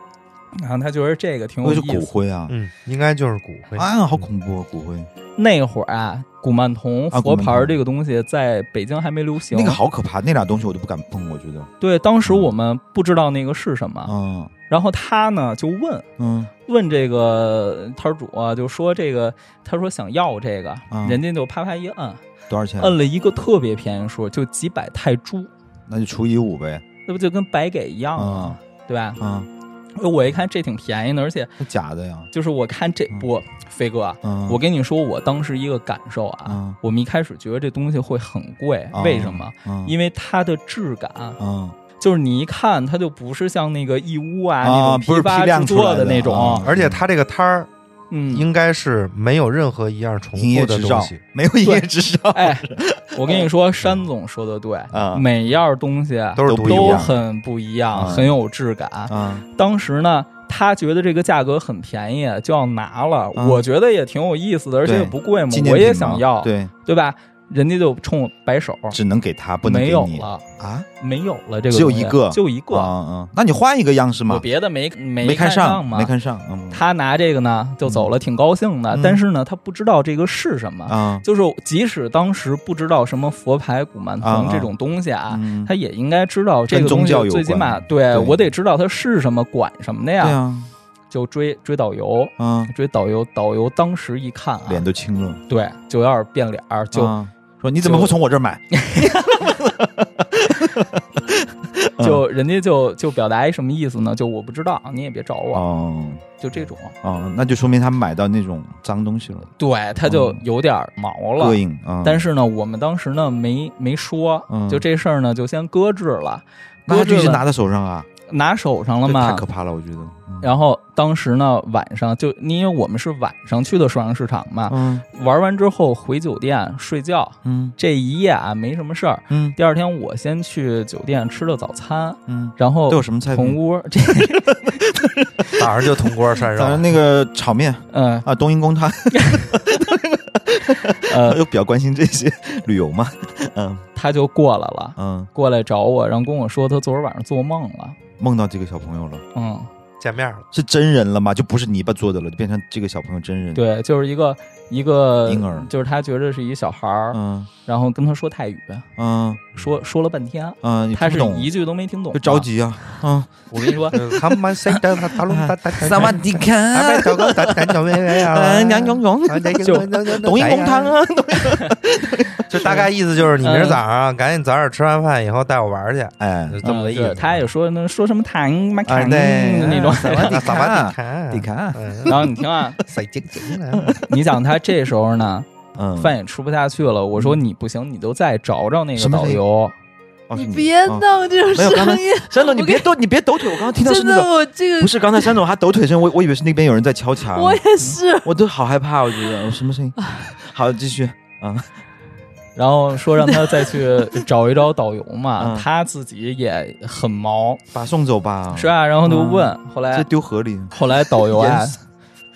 [SPEAKER 4] 然后他觉得这个挺有
[SPEAKER 2] 那是
[SPEAKER 4] 意
[SPEAKER 2] 骨
[SPEAKER 4] 思。
[SPEAKER 2] 灰啊，
[SPEAKER 3] 嗯，应该就是骨灰。
[SPEAKER 2] 啊，好恐怖，啊，骨灰，
[SPEAKER 4] 那会儿啊，古曼童
[SPEAKER 2] 啊古
[SPEAKER 4] 佛
[SPEAKER 2] 曼
[SPEAKER 4] 牌儿
[SPEAKER 2] 童
[SPEAKER 4] 这个东西在北京还没流行，
[SPEAKER 2] 那个好可怕，那俩东西我都不敢碰，我觉得，
[SPEAKER 4] 对，当时我们不知道那个是什么，
[SPEAKER 2] 嗯
[SPEAKER 4] 然后他呢就问
[SPEAKER 2] 嗯
[SPEAKER 4] 问这个摊主、啊，就说这个，他说想要这个，
[SPEAKER 2] 嗯
[SPEAKER 4] 人家就啪啪一摁，
[SPEAKER 2] 多少钱？
[SPEAKER 4] 摁了一个特别便宜数，就几百泰铢，
[SPEAKER 2] 那就除以五呗，
[SPEAKER 4] 那不就跟白给一样
[SPEAKER 2] 嗯
[SPEAKER 4] 吗？对吧？
[SPEAKER 2] 嗯，
[SPEAKER 4] 我一看这挺便宜的，而且
[SPEAKER 2] 那假的呀，
[SPEAKER 4] 就是我看这
[SPEAKER 2] 嗯
[SPEAKER 4] 不，飞哥，啊
[SPEAKER 2] 嗯，
[SPEAKER 4] 我跟你说我当时一个感受啊，
[SPEAKER 2] 嗯
[SPEAKER 4] 我们一开始觉得这东西会很贵
[SPEAKER 2] 啊，
[SPEAKER 4] 为什么？
[SPEAKER 2] 嗯
[SPEAKER 4] 因为它的质感
[SPEAKER 2] 嗯
[SPEAKER 4] 就是你一看它就不是像那个义乌啊
[SPEAKER 2] 啊，
[SPEAKER 4] 那
[SPEAKER 2] 不
[SPEAKER 4] 种
[SPEAKER 2] 是
[SPEAKER 4] 批
[SPEAKER 2] 批
[SPEAKER 4] 发
[SPEAKER 2] 量
[SPEAKER 4] 制
[SPEAKER 2] 出来
[SPEAKER 4] 作那种，
[SPEAKER 2] 啊
[SPEAKER 3] 而且它这个摊儿
[SPEAKER 4] 嗯，
[SPEAKER 3] 应该是没有任何一样重
[SPEAKER 2] 营业
[SPEAKER 3] 复的
[SPEAKER 2] 执
[SPEAKER 3] 东
[SPEAKER 2] 照
[SPEAKER 3] 西，
[SPEAKER 2] 没有营业执照，
[SPEAKER 4] 哎，我跟你说，山总说的对，
[SPEAKER 2] 啊
[SPEAKER 4] 每样东西啊
[SPEAKER 3] 都是
[SPEAKER 2] 都
[SPEAKER 3] 独一
[SPEAKER 2] 不一
[SPEAKER 3] 无
[SPEAKER 4] 都
[SPEAKER 2] 样
[SPEAKER 3] 二。
[SPEAKER 4] 很不一样，
[SPEAKER 2] 啊
[SPEAKER 4] 很有质感。
[SPEAKER 2] 啊，
[SPEAKER 4] 当时呢，他觉得这个价格很便宜，就要拿了。
[SPEAKER 2] 嗯
[SPEAKER 4] 我觉得也挺有意思的，而且
[SPEAKER 2] 对
[SPEAKER 4] 也不贵嘛
[SPEAKER 2] 纪，念
[SPEAKER 4] 我也
[SPEAKER 2] 品嘛
[SPEAKER 4] 想要，
[SPEAKER 2] 对，
[SPEAKER 4] 对吧？人家就冲我摆手，
[SPEAKER 2] 只能给他，不能
[SPEAKER 4] 没
[SPEAKER 2] 给
[SPEAKER 4] 有
[SPEAKER 2] 你
[SPEAKER 4] 了，
[SPEAKER 2] 啊
[SPEAKER 4] 没有了，这个
[SPEAKER 2] 只有
[SPEAKER 4] 东西
[SPEAKER 2] 一个
[SPEAKER 4] 就一个。
[SPEAKER 2] 啊啊！那你换一个样式
[SPEAKER 4] 我
[SPEAKER 2] 嘛，
[SPEAKER 4] 别的没没
[SPEAKER 2] 没
[SPEAKER 4] 看
[SPEAKER 2] 上，
[SPEAKER 4] 嘛，
[SPEAKER 2] 没看上，嗯，
[SPEAKER 4] 他拿这个呢就走了，挺高兴的。
[SPEAKER 2] 嗯
[SPEAKER 4] 但是呢，他不知道这个是什么，
[SPEAKER 2] 啊，
[SPEAKER 4] 就是即使当时不知道什么佛牌、古曼
[SPEAKER 2] 啊
[SPEAKER 4] 童
[SPEAKER 2] 啊
[SPEAKER 4] 这种东西啊，
[SPEAKER 2] 嗯
[SPEAKER 4] 他也应该知道这个
[SPEAKER 2] 跟宗
[SPEAKER 4] 东西
[SPEAKER 2] 教有
[SPEAKER 4] 最起码
[SPEAKER 2] 关
[SPEAKER 4] 对
[SPEAKER 2] 对
[SPEAKER 4] 我得知道它是什么，管什么的
[SPEAKER 2] 对
[SPEAKER 4] 呀。
[SPEAKER 2] 啊，
[SPEAKER 4] 就追追导游，
[SPEAKER 2] 啊，
[SPEAKER 4] 追导游，导游当时一看啊，
[SPEAKER 2] 脸都青了，
[SPEAKER 4] 对，就有点变脸儿，就、
[SPEAKER 2] 啊说你怎么
[SPEAKER 4] 就
[SPEAKER 2] 不从我这儿买？ 嗯
[SPEAKER 4] 就人家就就表达一什么意思呢？就我不知道，你也别找我，
[SPEAKER 2] 哦
[SPEAKER 4] 就这种。
[SPEAKER 2] 哦，那就说明他买到那种脏东西了，
[SPEAKER 4] 对，他就
[SPEAKER 2] 嗯
[SPEAKER 4] 有点毛了
[SPEAKER 2] 膈。应啊。
[SPEAKER 4] 但
[SPEAKER 2] 是
[SPEAKER 4] 是呢，我们当时呢没没说，
[SPEAKER 2] 嗯
[SPEAKER 4] 就这事儿呢就先搁置了，
[SPEAKER 2] 那
[SPEAKER 4] 搁
[SPEAKER 2] 他就
[SPEAKER 4] 置
[SPEAKER 2] 一直
[SPEAKER 4] 了
[SPEAKER 2] 拿在手上啊，
[SPEAKER 4] 拿手上了
[SPEAKER 2] 这太
[SPEAKER 4] 嘛
[SPEAKER 2] 可。怕了，我觉得。嗯
[SPEAKER 4] 然后当时呢晚上就因为我们是晚上去的双阳市场嘛，
[SPEAKER 2] 嗯
[SPEAKER 4] 玩完之后回酒店睡觉，
[SPEAKER 2] 嗯
[SPEAKER 4] 这一夜啊没什么事儿。
[SPEAKER 2] 嗯
[SPEAKER 4] 第二天我先去酒店吃了早餐，
[SPEAKER 2] 嗯，
[SPEAKER 4] 然后
[SPEAKER 2] 都有什么菜
[SPEAKER 4] 同
[SPEAKER 2] 品？
[SPEAKER 4] 屋 这
[SPEAKER 3] 早上就铜 锅涮
[SPEAKER 2] 早上
[SPEAKER 3] 肉，
[SPEAKER 2] 那个炒面
[SPEAKER 4] 嗯
[SPEAKER 2] 啊，冬阴功汤，
[SPEAKER 4] 呃，
[SPEAKER 2] 又比较关心这些旅游嘛。嗯
[SPEAKER 4] 他就过来 了，
[SPEAKER 2] 嗯，
[SPEAKER 4] 过来找我，然后跟我说他昨儿晚上做梦了，
[SPEAKER 2] 梦到这个小朋友了，
[SPEAKER 4] 嗯，
[SPEAKER 3] 见面了，
[SPEAKER 2] 是真人了吗？就不是泥巴做的了，就变成这个小朋友真人。，
[SPEAKER 4] 对，就是一个一个
[SPEAKER 2] 婴儿
[SPEAKER 4] 就是他觉得是一小孩儿，
[SPEAKER 2] 嗯
[SPEAKER 4] 然后跟他说泰语，
[SPEAKER 2] 嗯
[SPEAKER 4] 说说了半天，
[SPEAKER 2] 嗯，你
[SPEAKER 4] 他
[SPEAKER 2] 听不
[SPEAKER 4] 是
[SPEAKER 2] 懂
[SPEAKER 4] 一句都没听懂，
[SPEAKER 2] 就着。急啊。嗯，
[SPEAKER 4] 我跟你 说，
[SPEAKER 3] 他们谁的他他他他
[SPEAKER 2] 萨瓦迪卡，
[SPEAKER 3] 哎，找个咱咱小妹妹啊
[SPEAKER 2] 嗯，，杨勇勇，
[SPEAKER 4] 就
[SPEAKER 2] 冬阴功汤，啊，
[SPEAKER 3] 就大概意思就是你明儿早上啊赶紧早点吃完饭以后带我玩儿去，
[SPEAKER 2] 哎
[SPEAKER 3] 就这么
[SPEAKER 4] 嗯
[SPEAKER 3] 个意
[SPEAKER 4] 是
[SPEAKER 3] 思。
[SPEAKER 4] 他也说那说什么坦马
[SPEAKER 2] 啊
[SPEAKER 4] 坦
[SPEAKER 2] 对
[SPEAKER 4] 那种
[SPEAKER 2] 啊。萨瓦迪
[SPEAKER 3] 啊萨瓦
[SPEAKER 2] 卡
[SPEAKER 3] 迪，卡，
[SPEAKER 2] 迪卡，
[SPEAKER 3] 嗯，
[SPEAKER 4] 然后你听啊，
[SPEAKER 3] 水晶晶
[SPEAKER 2] 啊
[SPEAKER 3] 的，
[SPEAKER 4] 你想他这时候呢，
[SPEAKER 2] 嗯，
[SPEAKER 4] 饭也吃不下去了。我说你不行，你就再找找那个
[SPEAKER 2] 什么
[SPEAKER 4] 导游。
[SPEAKER 2] 哦
[SPEAKER 6] 你
[SPEAKER 2] 是
[SPEAKER 6] 别
[SPEAKER 2] 哦
[SPEAKER 6] 弄这
[SPEAKER 2] 没有
[SPEAKER 6] 种
[SPEAKER 2] 刚才
[SPEAKER 6] 声音，
[SPEAKER 2] 山总，你
[SPEAKER 6] 我
[SPEAKER 2] 别抖，你别抖腿，我刚刚听到是
[SPEAKER 6] 真
[SPEAKER 2] 那
[SPEAKER 6] 的，
[SPEAKER 2] 个，
[SPEAKER 6] 我这个
[SPEAKER 2] 不是啊刚才山总他抖腿声，我我以为是那边有人在敲墙，
[SPEAKER 6] 我也 是，
[SPEAKER 2] 我都好害怕，我觉得我哦什么声音？好，继续，
[SPEAKER 4] 然后说让他再去找一找导游嘛，
[SPEAKER 2] 嗯
[SPEAKER 4] 他自己也很毛，
[SPEAKER 2] 把送走吧，
[SPEAKER 4] 是啊，然后就问，
[SPEAKER 2] 嗯
[SPEAKER 4] 后
[SPEAKER 2] 这
[SPEAKER 4] 来
[SPEAKER 2] 丢河里，
[SPEAKER 4] 后来导游 啊
[SPEAKER 2] 淹死，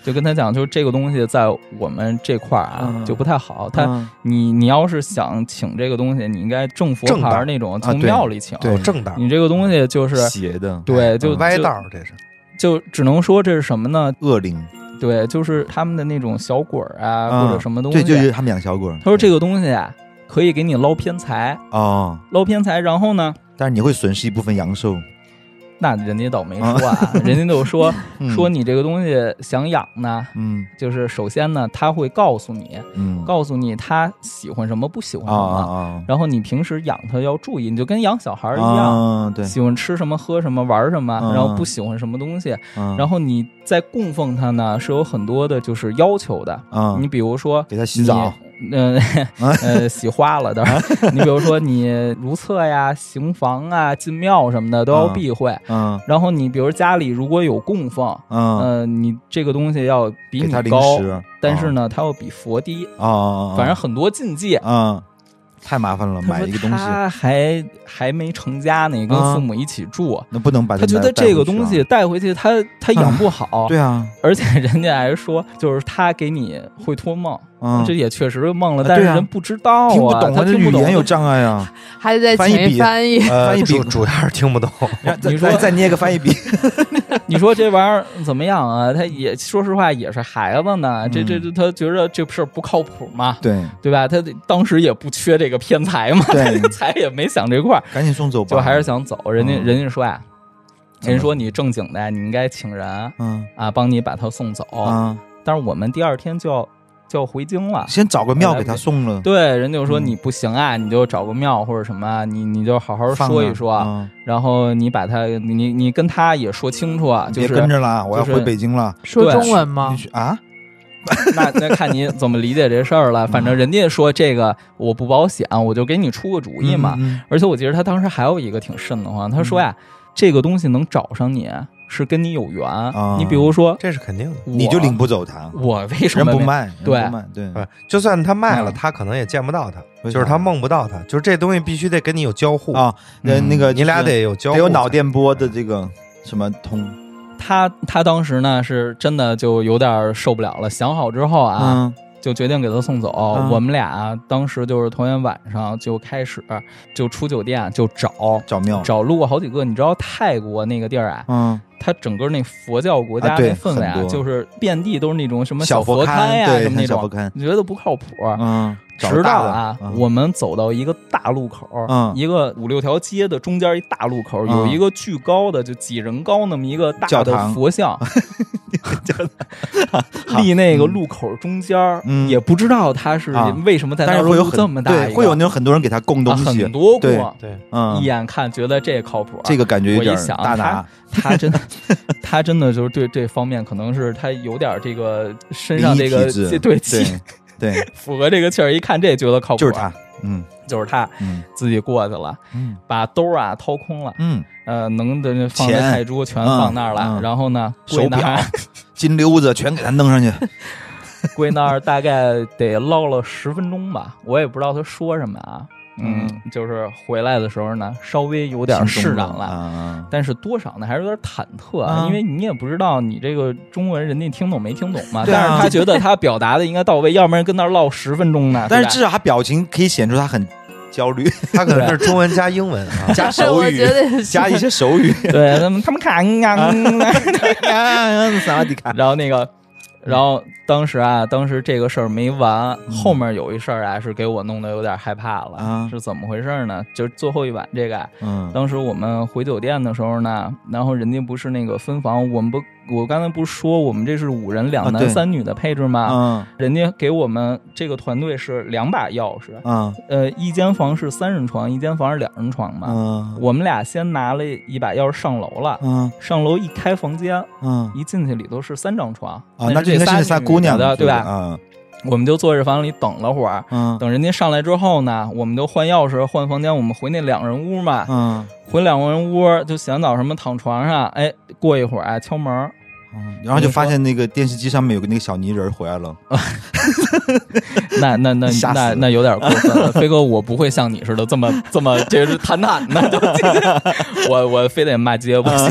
[SPEAKER 4] 就跟他讲，就是这个东西在我们这块儿啊、
[SPEAKER 2] 嗯
[SPEAKER 4] 就不太好。他、
[SPEAKER 2] 嗯
[SPEAKER 4] 你你要是想请这个东西，你应该正佛
[SPEAKER 3] 正
[SPEAKER 4] 牌
[SPEAKER 3] 道
[SPEAKER 4] 儿那种，从
[SPEAKER 2] 对
[SPEAKER 4] 庙里请。
[SPEAKER 2] 啊对
[SPEAKER 3] 有正道，
[SPEAKER 4] 你这个东西就是啊
[SPEAKER 2] 斜的，
[SPEAKER 4] 对，就
[SPEAKER 2] 嗯
[SPEAKER 3] 歪
[SPEAKER 4] 就
[SPEAKER 3] 道儿这是。
[SPEAKER 4] 就只能说这是什么呢？
[SPEAKER 2] 恶灵，
[SPEAKER 4] 对，就是他们的那种小鬼儿啊，
[SPEAKER 2] 嗯
[SPEAKER 4] 或者什么东
[SPEAKER 2] 对，
[SPEAKER 4] 西。
[SPEAKER 2] 就是他们养小鬼儿。
[SPEAKER 4] 他说这
[SPEAKER 2] 个
[SPEAKER 4] 个东西啊，可以给你捞偏财，
[SPEAKER 2] 哦，
[SPEAKER 4] 捞偏财。然后呢，
[SPEAKER 2] 但是你会损失一部分阳寿，
[SPEAKER 4] 那人家倒没说啊， 人家就说
[SPEAKER 2] 嗯
[SPEAKER 4] 说你这个东西想养呢，
[SPEAKER 2] 嗯
[SPEAKER 4] 就是首先呢，他会告诉你，
[SPEAKER 2] 嗯，
[SPEAKER 4] 告诉你他喜欢什么，不喜欢
[SPEAKER 2] 啊
[SPEAKER 4] 什
[SPEAKER 2] 啊
[SPEAKER 4] 么。
[SPEAKER 2] 啊，
[SPEAKER 4] 然后你平时养它要注意，你就跟养小孩儿一样，
[SPEAKER 2] 啊，对，
[SPEAKER 4] 喜欢吃什么喝什么玩什么，
[SPEAKER 2] 嗯
[SPEAKER 4] 然后不喜欢什么东西。
[SPEAKER 2] 然
[SPEAKER 4] 然后你在供奉它呢，是有很多的就是要求的。
[SPEAKER 2] 啊
[SPEAKER 4] 你，比如说
[SPEAKER 2] 给他洗澡，嗯
[SPEAKER 4] 你，嗯呃洗花了的。 你比如说你如厕呀、行房啊、进庙什么的都要
[SPEAKER 2] 嗯
[SPEAKER 4] 避讳。
[SPEAKER 2] 嗯
[SPEAKER 4] 然后你比如家里如果有供奉，
[SPEAKER 2] 嗯，
[SPEAKER 4] 呃，你这个东西要比
[SPEAKER 2] 给
[SPEAKER 4] 你
[SPEAKER 2] 他零
[SPEAKER 4] 高，
[SPEAKER 2] 食，
[SPEAKER 4] 但是
[SPEAKER 2] 啊
[SPEAKER 4] 呢，它要比佛低，
[SPEAKER 2] 啊啊，啊
[SPEAKER 4] 反正很多禁忌。
[SPEAKER 2] 嗯，太麻烦了，
[SPEAKER 4] 他
[SPEAKER 2] 买
[SPEAKER 4] 说
[SPEAKER 2] 一个东西，
[SPEAKER 4] 他还还没成家呢，跟
[SPEAKER 2] 啊
[SPEAKER 4] 父母一起住。
[SPEAKER 2] 那不能把它
[SPEAKER 4] 他觉得
[SPEAKER 2] 带带
[SPEAKER 4] 这个
[SPEAKER 2] 回去啊
[SPEAKER 4] 东西带回去，他他养不好，
[SPEAKER 2] 对啊，
[SPEAKER 4] 而且人家还说，就是他给你会托梦，
[SPEAKER 2] 嗯，
[SPEAKER 4] 这也确实梦了，
[SPEAKER 2] 啊
[SPEAKER 4] 但是
[SPEAKER 2] 对啊
[SPEAKER 4] 人不知道啊，
[SPEAKER 2] 听不懂
[SPEAKER 4] 他
[SPEAKER 2] 这
[SPEAKER 4] 听
[SPEAKER 2] 语
[SPEAKER 4] 不懂
[SPEAKER 2] 言有障碍 啊。
[SPEAKER 6] 还得再
[SPEAKER 2] 翻译
[SPEAKER 6] 请一
[SPEAKER 2] 笔
[SPEAKER 6] 翻译。
[SPEAKER 2] 翻
[SPEAKER 3] 呃，
[SPEAKER 2] 译
[SPEAKER 3] 主
[SPEAKER 2] 笔
[SPEAKER 3] 主要是听 不懂，
[SPEAKER 2] 你
[SPEAKER 4] 说
[SPEAKER 2] 再再捏个翻译 笔，
[SPEAKER 4] 你说这玩意儿怎么样啊？他也说实话也是孩子呢，这
[SPEAKER 2] 嗯
[SPEAKER 4] 这这他觉着这事儿不靠谱嘛，
[SPEAKER 2] 对
[SPEAKER 4] 对吧？他当时也不缺这个偏财嘛，
[SPEAKER 2] 对
[SPEAKER 4] 财也没想这块儿，
[SPEAKER 2] 赶紧送走吧。
[SPEAKER 4] 就还是想走。人家
[SPEAKER 2] 嗯
[SPEAKER 4] 人家说啊，
[SPEAKER 2] 怎么
[SPEAKER 4] 人家说你正经的，你应该请人
[SPEAKER 2] 嗯
[SPEAKER 4] 啊帮你把他送走。
[SPEAKER 2] 啊，
[SPEAKER 4] 但是我们第二天就要就要回京了。
[SPEAKER 2] 先找个
[SPEAKER 4] 哎
[SPEAKER 2] 庙给他送了，
[SPEAKER 4] 对，人就说
[SPEAKER 2] 嗯
[SPEAKER 4] 你不行啊，你就找个庙或者什么啊，你你就好好
[SPEAKER 2] 放
[SPEAKER 4] 说
[SPEAKER 2] 那
[SPEAKER 4] 一
[SPEAKER 2] 儿
[SPEAKER 4] 说，啊
[SPEAKER 2] 嗯
[SPEAKER 4] 然后你把他你你你跟他也说清楚啊，就
[SPEAKER 2] 别
[SPEAKER 4] 是
[SPEAKER 2] 跟着了，我要
[SPEAKER 4] 就是
[SPEAKER 2] 回北京了。
[SPEAKER 6] 说
[SPEAKER 4] 对
[SPEAKER 6] 中文吗
[SPEAKER 2] 你？去啊？
[SPEAKER 4] 那那看你怎么理解这事儿 了。反正
[SPEAKER 2] 嗯
[SPEAKER 4] 人家说这个我不保险，我就给你出个主意嘛。
[SPEAKER 2] 嗯
[SPEAKER 4] 而且我记得他当时还有一个挺瘆得慌，他说呀，这个东西能找上你是跟你有缘。
[SPEAKER 2] 啊
[SPEAKER 4] 你比如说，
[SPEAKER 3] 这是肯定的。
[SPEAKER 4] 我
[SPEAKER 2] 你就领不走它，
[SPEAKER 4] 我为什
[SPEAKER 2] 人
[SPEAKER 4] 么
[SPEAKER 2] 不
[SPEAKER 4] 没？
[SPEAKER 2] 卖，人不
[SPEAKER 4] 对哎
[SPEAKER 2] 卖对，
[SPEAKER 3] 啊，就算他卖了，
[SPEAKER 4] 嗯
[SPEAKER 3] 他可能也见不到他，
[SPEAKER 2] 为
[SPEAKER 3] 就是
[SPEAKER 2] 啥
[SPEAKER 3] 他梦不到他，就是这东西必须得跟你有交互
[SPEAKER 2] 啊，那
[SPEAKER 4] 嗯
[SPEAKER 2] 那个
[SPEAKER 3] 你俩
[SPEAKER 2] 就是
[SPEAKER 3] 得有交互
[SPEAKER 2] 得
[SPEAKER 3] 才，
[SPEAKER 2] 有脑电波的这个什么通
[SPEAKER 4] 他他当时呢是真的就有点受不了了，想好之后啊，
[SPEAKER 2] 嗯
[SPEAKER 4] 就决定给他送走。
[SPEAKER 2] 啊
[SPEAKER 4] 我们俩当时就是头天晚上就开始就出酒店就找
[SPEAKER 2] 找庙，
[SPEAKER 4] 找，路过好几个。你知道泰国那个地儿啊，
[SPEAKER 2] 嗯
[SPEAKER 4] 它整个那佛教国家
[SPEAKER 2] 啊
[SPEAKER 4] 那
[SPEAKER 2] 对
[SPEAKER 4] 氛围啊，
[SPEAKER 2] 很多
[SPEAKER 4] 就是遍地都是那种什么
[SPEAKER 2] 小
[SPEAKER 4] 佛龛呀、
[SPEAKER 2] 对
[SPEAKER 4] 什么那
[SPEAKER 2] 小佛
[SPEAKER 4] 种，
[SPEAKER 2] 龛，
[SPEAKER 4] 你觉得不靠谱。啊
[SPEAKER 2] 嗯，找
[SPEAKER 4] 直到
[SPEAKER 2] 大的
[SPEAKER 4] 啊，
[SPEAKER 2] 嗯
[SPEAKER 4] 我们走到一个大路口，
[SPEAKER 2] 嗯
[SPEAKER 4] 一个五六条街的中间一大路口，
[SPEAKER 2] 嗯
[SPEAKER 4] 有一个巨高的，就几人高那么一个大
[SPEAKER 2] 教
[SPEAKER 4] 的
[SPEAKER 2] 堂
[SPEAKER 4] 佛 像，立那个路口中间儿，
[SPEAKER 2] 嗯
[SPEAKER 4] 也不知道他是
[SPEAKER 2] 啊
[SPEAKER 4] 为什么在那
[SPEAKER 2] 但
[SPEAKER 4] 儿
[SPEAKER 2] 是会有
[SPEAKER 4] 录
[SPEAKER 2] 很
[SPEAKER 4] 这么大一
[SPEAKER 2] 对，
[SPEAKER 4] 个，
[SPEAKER 2] 会有那种很多人给他供
[SPEAKER 4] 啊
[SPEAKER 2] 东西，
[SPEAKER 4] 很多
[SPEAKER 2] 对
[SPEAKER 4] 过，
[SPEAKER 3] 对，
[SPEAKER 2] 嗯
[SPEAKER 4] 一，眼看觉得这靠谱，
[SPEAKER 2] 这个感觉有
[SPEAKER 4] 我一
[SPEAKER 2] 点
[SPEAKER 4] 想
[SPEAKER 2] 大拿
[SPEAKER 4] 他真的，他真的就是对这方面，可能是他有点这个身上这个
[SPEAKER 2] 离异体
[SPEAKER 4] 这
[SPEAKER 2] 质
[SPEAKER 4] 对气
[SPEAKER 2] 对 对，
[SPEAKER 4] 符合这个气儿，一看这觉得靠谱，
[SPEAKER 2] 就
[SPEAKER 4] 啊
[SPEAKER 2] 是他，， 嗯
[SPEAKER 4] 就是他
[SPEAKER 2] 嗯
[SPEAKER 4] 自己过去了，
[SPEAKER 2] 嗯
[SPEAKER 4] 把兜儿啊掏空了，
[SPEAKER 2] 嗯，
[SPEAKER 4] 呃，能的放的
[SPEAKER 2] 钱
[SPEAKER 4] 泰铢全放那儿了，
[SPEAKER 2] 嗯嗯
[SPEAKER 4] 然后呢，
[SPEAKER 2] 手
[SPEAKER 4] 归
[SPEAKER 2] 表
[SPEAKER 4] 纳
[SPEAKER 2] 金溜子全给他弄上去，
[SPEAKER 4] 归那儿大概得唠了十分钟吧，我也不知道他说什么啊，嗯，就是回来的时候呢，稍微有点
[SPEAKER 2] 心中
[SPEAKER 4] 释然
[SPEAKER 2] 了，
[SPEAKER 4] 了。
[SPEAKER 2] 啊
[SPEAKER 4] 但是多少呢，还是有点忐忑啊，
[SPEAKER 2] 啊
[SPEAKER 4] 因为你也不知道你这个中文人家听懂没听懂 嘛。
[SPEAKER 2] 对啊
[SPEAKER 4] 但是他觉得他表达的应该到位，要不然跟那儿唠十分钟呢。
[SPEAKER 2] 啊但是
[SPEAKER 4] 吧
[SPEAKER 2] 至少他表情可以显出他很焦虑，，
[SPEAKER 3] 他可能是中文加英文啊
[SPEAKER 2] 加手
[SPEAKER 6] 我
[SPEAKER 2] 语
[SPEAKER 6] 觉，得
[SPEAKER 2] 加一些手 语，
[SPEAKER 4] 对他们他们看，嗯啊嗯 啊
[SPEAKER 2] 萨瓦迪卡，
[SPEAKER 4] 然后那个，然后当时啊，当时这个事儿没完，
[SPEAKER 2] 嗯
[SPEAKER 4] 后面有一事儿啊，是给我弄得有点害怕了。
[SPEAKER 2] 啊
[SPEAKER 4] 是怎么回事呢？就是最后一晚这个啊，
[SPEAKER 2] 嗯
[SPEAKER 4] 当时我们回酒店的时候呢，然后人家不是那个分房，我们不，我刚才不是说我们这是五人两
[SPEAKER 2] 啊
[SPEAKER 4] 男
[SPEAKER 2] 对
[SPEAKER 4] 三女的配置吗？
[SPEAKER 2] 嗯
[SPEAKER 4] 人家给我们这个团队是两把钥匙，
[SPEAKER 2] 嗯
[SPEAKER 4] 呃，一间房是三人床，一间房是两人床嘛。
[SPEAKER 2] 嗯
[SPEAKER 4] 我们俩先拿了一把钥匙上楼了，
[SPEAKER 2] 嗯
[SPEAKER 4] 上楼一开房间，
[SPEAKER 2] 嗯
[SPEAKER 4] 一进去里头是三张床
[SPEAKER 2] 啊，那
[SPEAKER 4] 这
[SPEAKER 2] 就应该是那
[SPEAKER 4] 仨
[SPEAKER 2] 仨姑娘
[SPEAKER 4] 女的，对吧？
[SPEAKER 2] 吧？
[SPEAKER 4] 我们就坐这房里等了会儿，
[SPEAKER 2] 嗯嗯
[SPEAKER 4] 等人家上来之后呢，我们就换钥匙换房间，我们回那两人屋嘛，
[SPEAKER 2] 嗯
[SPEAKER 4] 回两人屋就想找什么躺床上，哎，过一会儿啊敲门儿，
[SPEAKER 2] 嗯，然后就发现那个电视机上面有个那个小泥人回来了，
[SPEAKER 4] 那那那
[SPEAKER 2] 吓死
[SPEAKER 4] 那
[SPEAKER 2] 了
[SPEAKER 4] 那有点过分了，飞哥，我不会像你似的这么这么这是谈谈的，就我我非得骂街不行。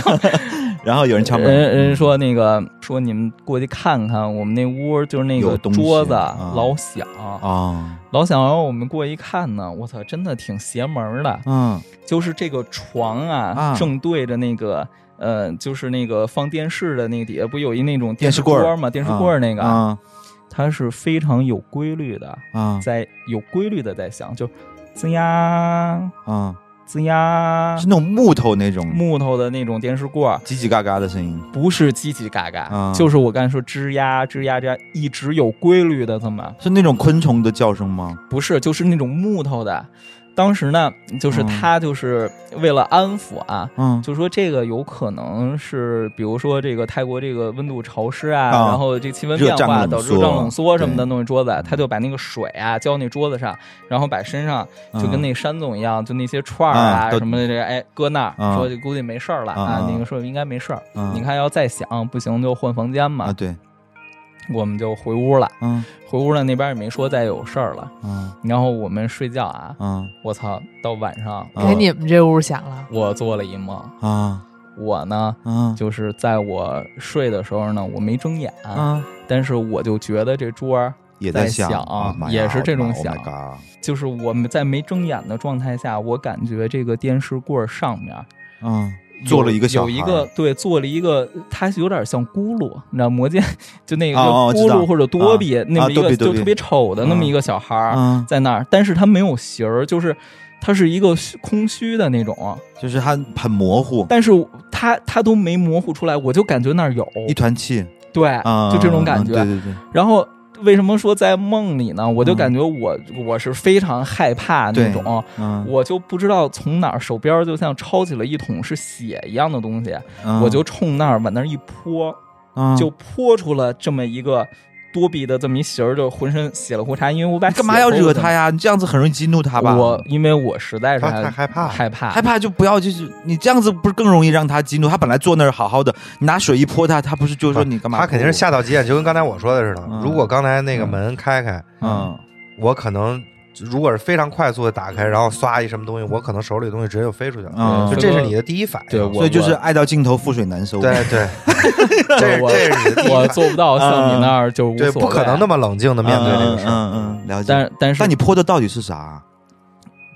[SPEAKER 2] 然后有人敲门，
[SPEAKER 4] 人人说那个说你们过去看看，我们那屋就是那个
[SPEAKER 2] 有东西
[SPEAKER 4] 桌子
[SPEAKER 2] 啊
[SPEAKER 4] 老响，
[SPEAKER 2] 啊，
[SPEAKER 4] 老想让我们过一看呢，我操，真的挺邪门儿的。
[SPEAKER 2] 嗯
[SPEAKER 4] 就是这个床啊，
[SPEAKER 2] 啊
[SPEAKER 4] 正对着那个呃，就是那个放电视的那个底下，不有一那种
[SPEAKER 2] 电
[SPEAKER 4] 电视
[SPEAKER 2] 视柜
[SPEAKER 4] 桌
[SPEAKER 2] 儿
[SPEAKER 4] 吗？电视柜儿那个，
[SPEAKER 2] 啊
[SPEAKER 4] 它是非常有规律的，
[SPEAKER 2] 啊
[SPEAKER 4] 在有规律的在响，就吱呀
[SPEAKER 2] 啊，
[SPEAKER 4] 吱呀
[SPEAKER 2] 是，那种木头那种
[SPEAKER 4] 嗯木头的那种电视柜儿，
[SPEAKER 2] 叽叽嘎嘎的声音，
[SPEAKER 4] 不是叽叽嘎嘎，
[SPEAKER 2] 啊
[SPEAKER 4] 就是我刚才说吱呀吱呀吱呀，一直有规律的这么。
[SPEAKER 2] 是那种昆虫的叫声吗？
[SPEAKER 4] 不是，就是那种木头的。当时呢，就是
[SPEAKER 2] 嗯
[SPEAKER 4] 他就是为了安抚啊，
[SPEAKER 2] 嗯
[SPEAKER 4] 就说这个有可能是，比如说这个泰国这个温度潮湿啊，
[SPEAKER 2] 啊
[SPEAKER 4] 然后这气温
[SPEAKER 2] 热
[SPEAKER 4] 变
[SPEAKER 2] 胀
[SPEAKER 4] 化
[SPEAKER 2] 冷
[SPEAKER 4] 导致
[SPEAKER 2] 缩
[SPEAKER 4] 热胀冷缩什么
[SPEAKER 2] 对
[SPEAKER 4] 的弄一桌子，他就把那个水啊浇那桌子上，然后把身上就跟那山总一样，就那些串儿啊
[SPEAKER 2] 嗯啊都
[SPEAKER 4] 什么的这个，哎搁那儿，
[SPEAKER 2] 啊
[SPEAKER 4] 说就估计没事儿了啊
[SPEAKER 2] 啊，
[SPEAKER 4] 那个说应该没事儿，
[SPEAKER 2] 啊
[SPEAKER 4] 你看要再响不行就换房间
[SPEAKER 2] 啊
[SPEAKER 4] 嘛，
[SPEAKER 2] 对，
[SPEAKER 4] 我们就回屋了，
[SPEAKER 2] 嗯
[SPEAKER 4] 回屋了那边也没说再有事儿了，
[SPEAKER 2] 嗯
[SPEAKER 4] 然后我们睡觉啊，
[SPEAKER 2] 嗯
[SPEAKER 4] 我操，到晚上
[SPEAKER 2] 啊
[SPEAKER 6] 给你们这屋响了，
[SPEAKER 4] 我做了一梦，
[SPEAKER 2] 啊
[SPEAKER 4] 我呢
[SPEAKER 2] 啊
[SPEAKER 4] 就是在我睡的时候呢，我没睁眼，
[SPEAKER 2] 啊
[SPEAKER 4] 但是我就觉得这桌儿
[SPEAKER 2] 也
[SPEAKER 4] 在
[SPEAKER 2] 想
[SPEAKER 4] 响
[SPEAKER 2] 啊，妈呀
[SPEAKER 4] 也是这种
[SPEAKER 2] Oh my
[SPEAKER 4] 响
[SPEAKER 2] God
[SPEAKER 4] 就是我们在没睁眼的状态下，我感觉这个电视柜儿上面儿
[SPEAKER 2] 嗯，
[SPEAKER 4] 有
[SPEAKER 2] 做了一个小
[SPEAKER 4] 有
[SPEAKER 2] 孩
[SPEAKER 4] 一个对，做了一个，它有点像咕噜，你知道魔戒就那个
[SPEAKER 2] 哦哦
[SPEAKER 4] 咕
[SPEAKER 2] 知道
[SPEAKER 4] 噜或者多比、那么一
[SPEAKER 2] 啊
[SPEAKER 4] 个、
[SPEAKER 2] 多比
[SPEAKER 4] 就
[SPEAKER 2] 多比
[SPEAKER 4] 特别丑的那么一个小孩儿、
[SPEAKER 2] 嗯，
[SPEAKER 4] 在那儿，但是他没有形儿，就是他是一个虚空虚的那种。
[SPEAKER 2] 就是他很模糊，
[SPEAKER 4] 但是他他都没模糊出来，我就感觉那儿有，
[SPEAKER 2] 一团气
[SPEAKER 4] 对，
[SPEAKER 2] 啊，
[SPEAKER 4] 哎就这种感觉。
[SPEAKER 2] 对对对，
[SPEAKER 4] 然后为什么说在梦里呢？我就感觉我、我是非常害怕那
[SPEAKER 2] 对
[SPEAKER 4] 种，啊
[SPEAKER 2] 嗯，
[SPEAKER 4] 我就不知道从哪儿手边就像抄起了一桶是血一样的东西，
[SPEAKER 2] 嗯
[SPEAKER 4] 我就冲那儿往那儿一泼，
[SPEAKER 2] 嗯
[SPEAKER 4] 就泼出了这么一个。多逼的这么一形儿，就浑身血了胡茬，因为我把
[SPEAKER 2] 哎干嘛要
[SPEAKER 4] 血都
[SPEAKER 2] 惹他
[SPEAKER 4] 弄
[SPEAKER 2] 呀？你这样子很容易激怒他吧？
[SPEAKER 4] 我因为我实在是
[SPEAKER 3] 他太害怕了
[SPEAKER 4] 害怕
[SPEAKER 2] 害怕就不要，就是你这样子不是更容易让他激怒？他本来坐那儿好好的，你拿水一泼他，他不是就说你干嘛？
[SPEAKER 3] 他肯定是吓到极点，就跟刚才我说的似的。
[SPEAKER 2] 嗯
[SPEAKER 3] 如果刚才那个门开开，
[SPEAKER 2] 嗯，
[SPEAKER 3] 我可能如果是非常快速的打开，然后刷一什么东西，我可能手里的东西直接就飞出去了。
[SPEAKER 2] 嗯
[SPEAKER 3] 就这是你的第一反应。
[SPEAKER 4] 对我
[SPEAKER 2] 所以就是爱到尽头覆水难收。
[SPEAKER 3] 对对，这是
[SPEAKER 4] 我
[SPEAKER 3] 这是你 的第一
[SPEAKER 4] 我
[SPEAKER 3] 反应。
[SPEAKER 4] 做不到像你那儿就无
[SPEAKER 3] 对，
[SPEAKER 4] 所谓，啊
[SPEAKER 3] 不可能那么冷静的
[SPEAKER 2] 嗯，
[SPEAKER 3] 面对这个事儿。
[SPEAKER 2] 嗯嗯嗯，了解。
[SPEAKER 4] 但但是
[SPEAKER 2] 但你泼的到底是啥？啊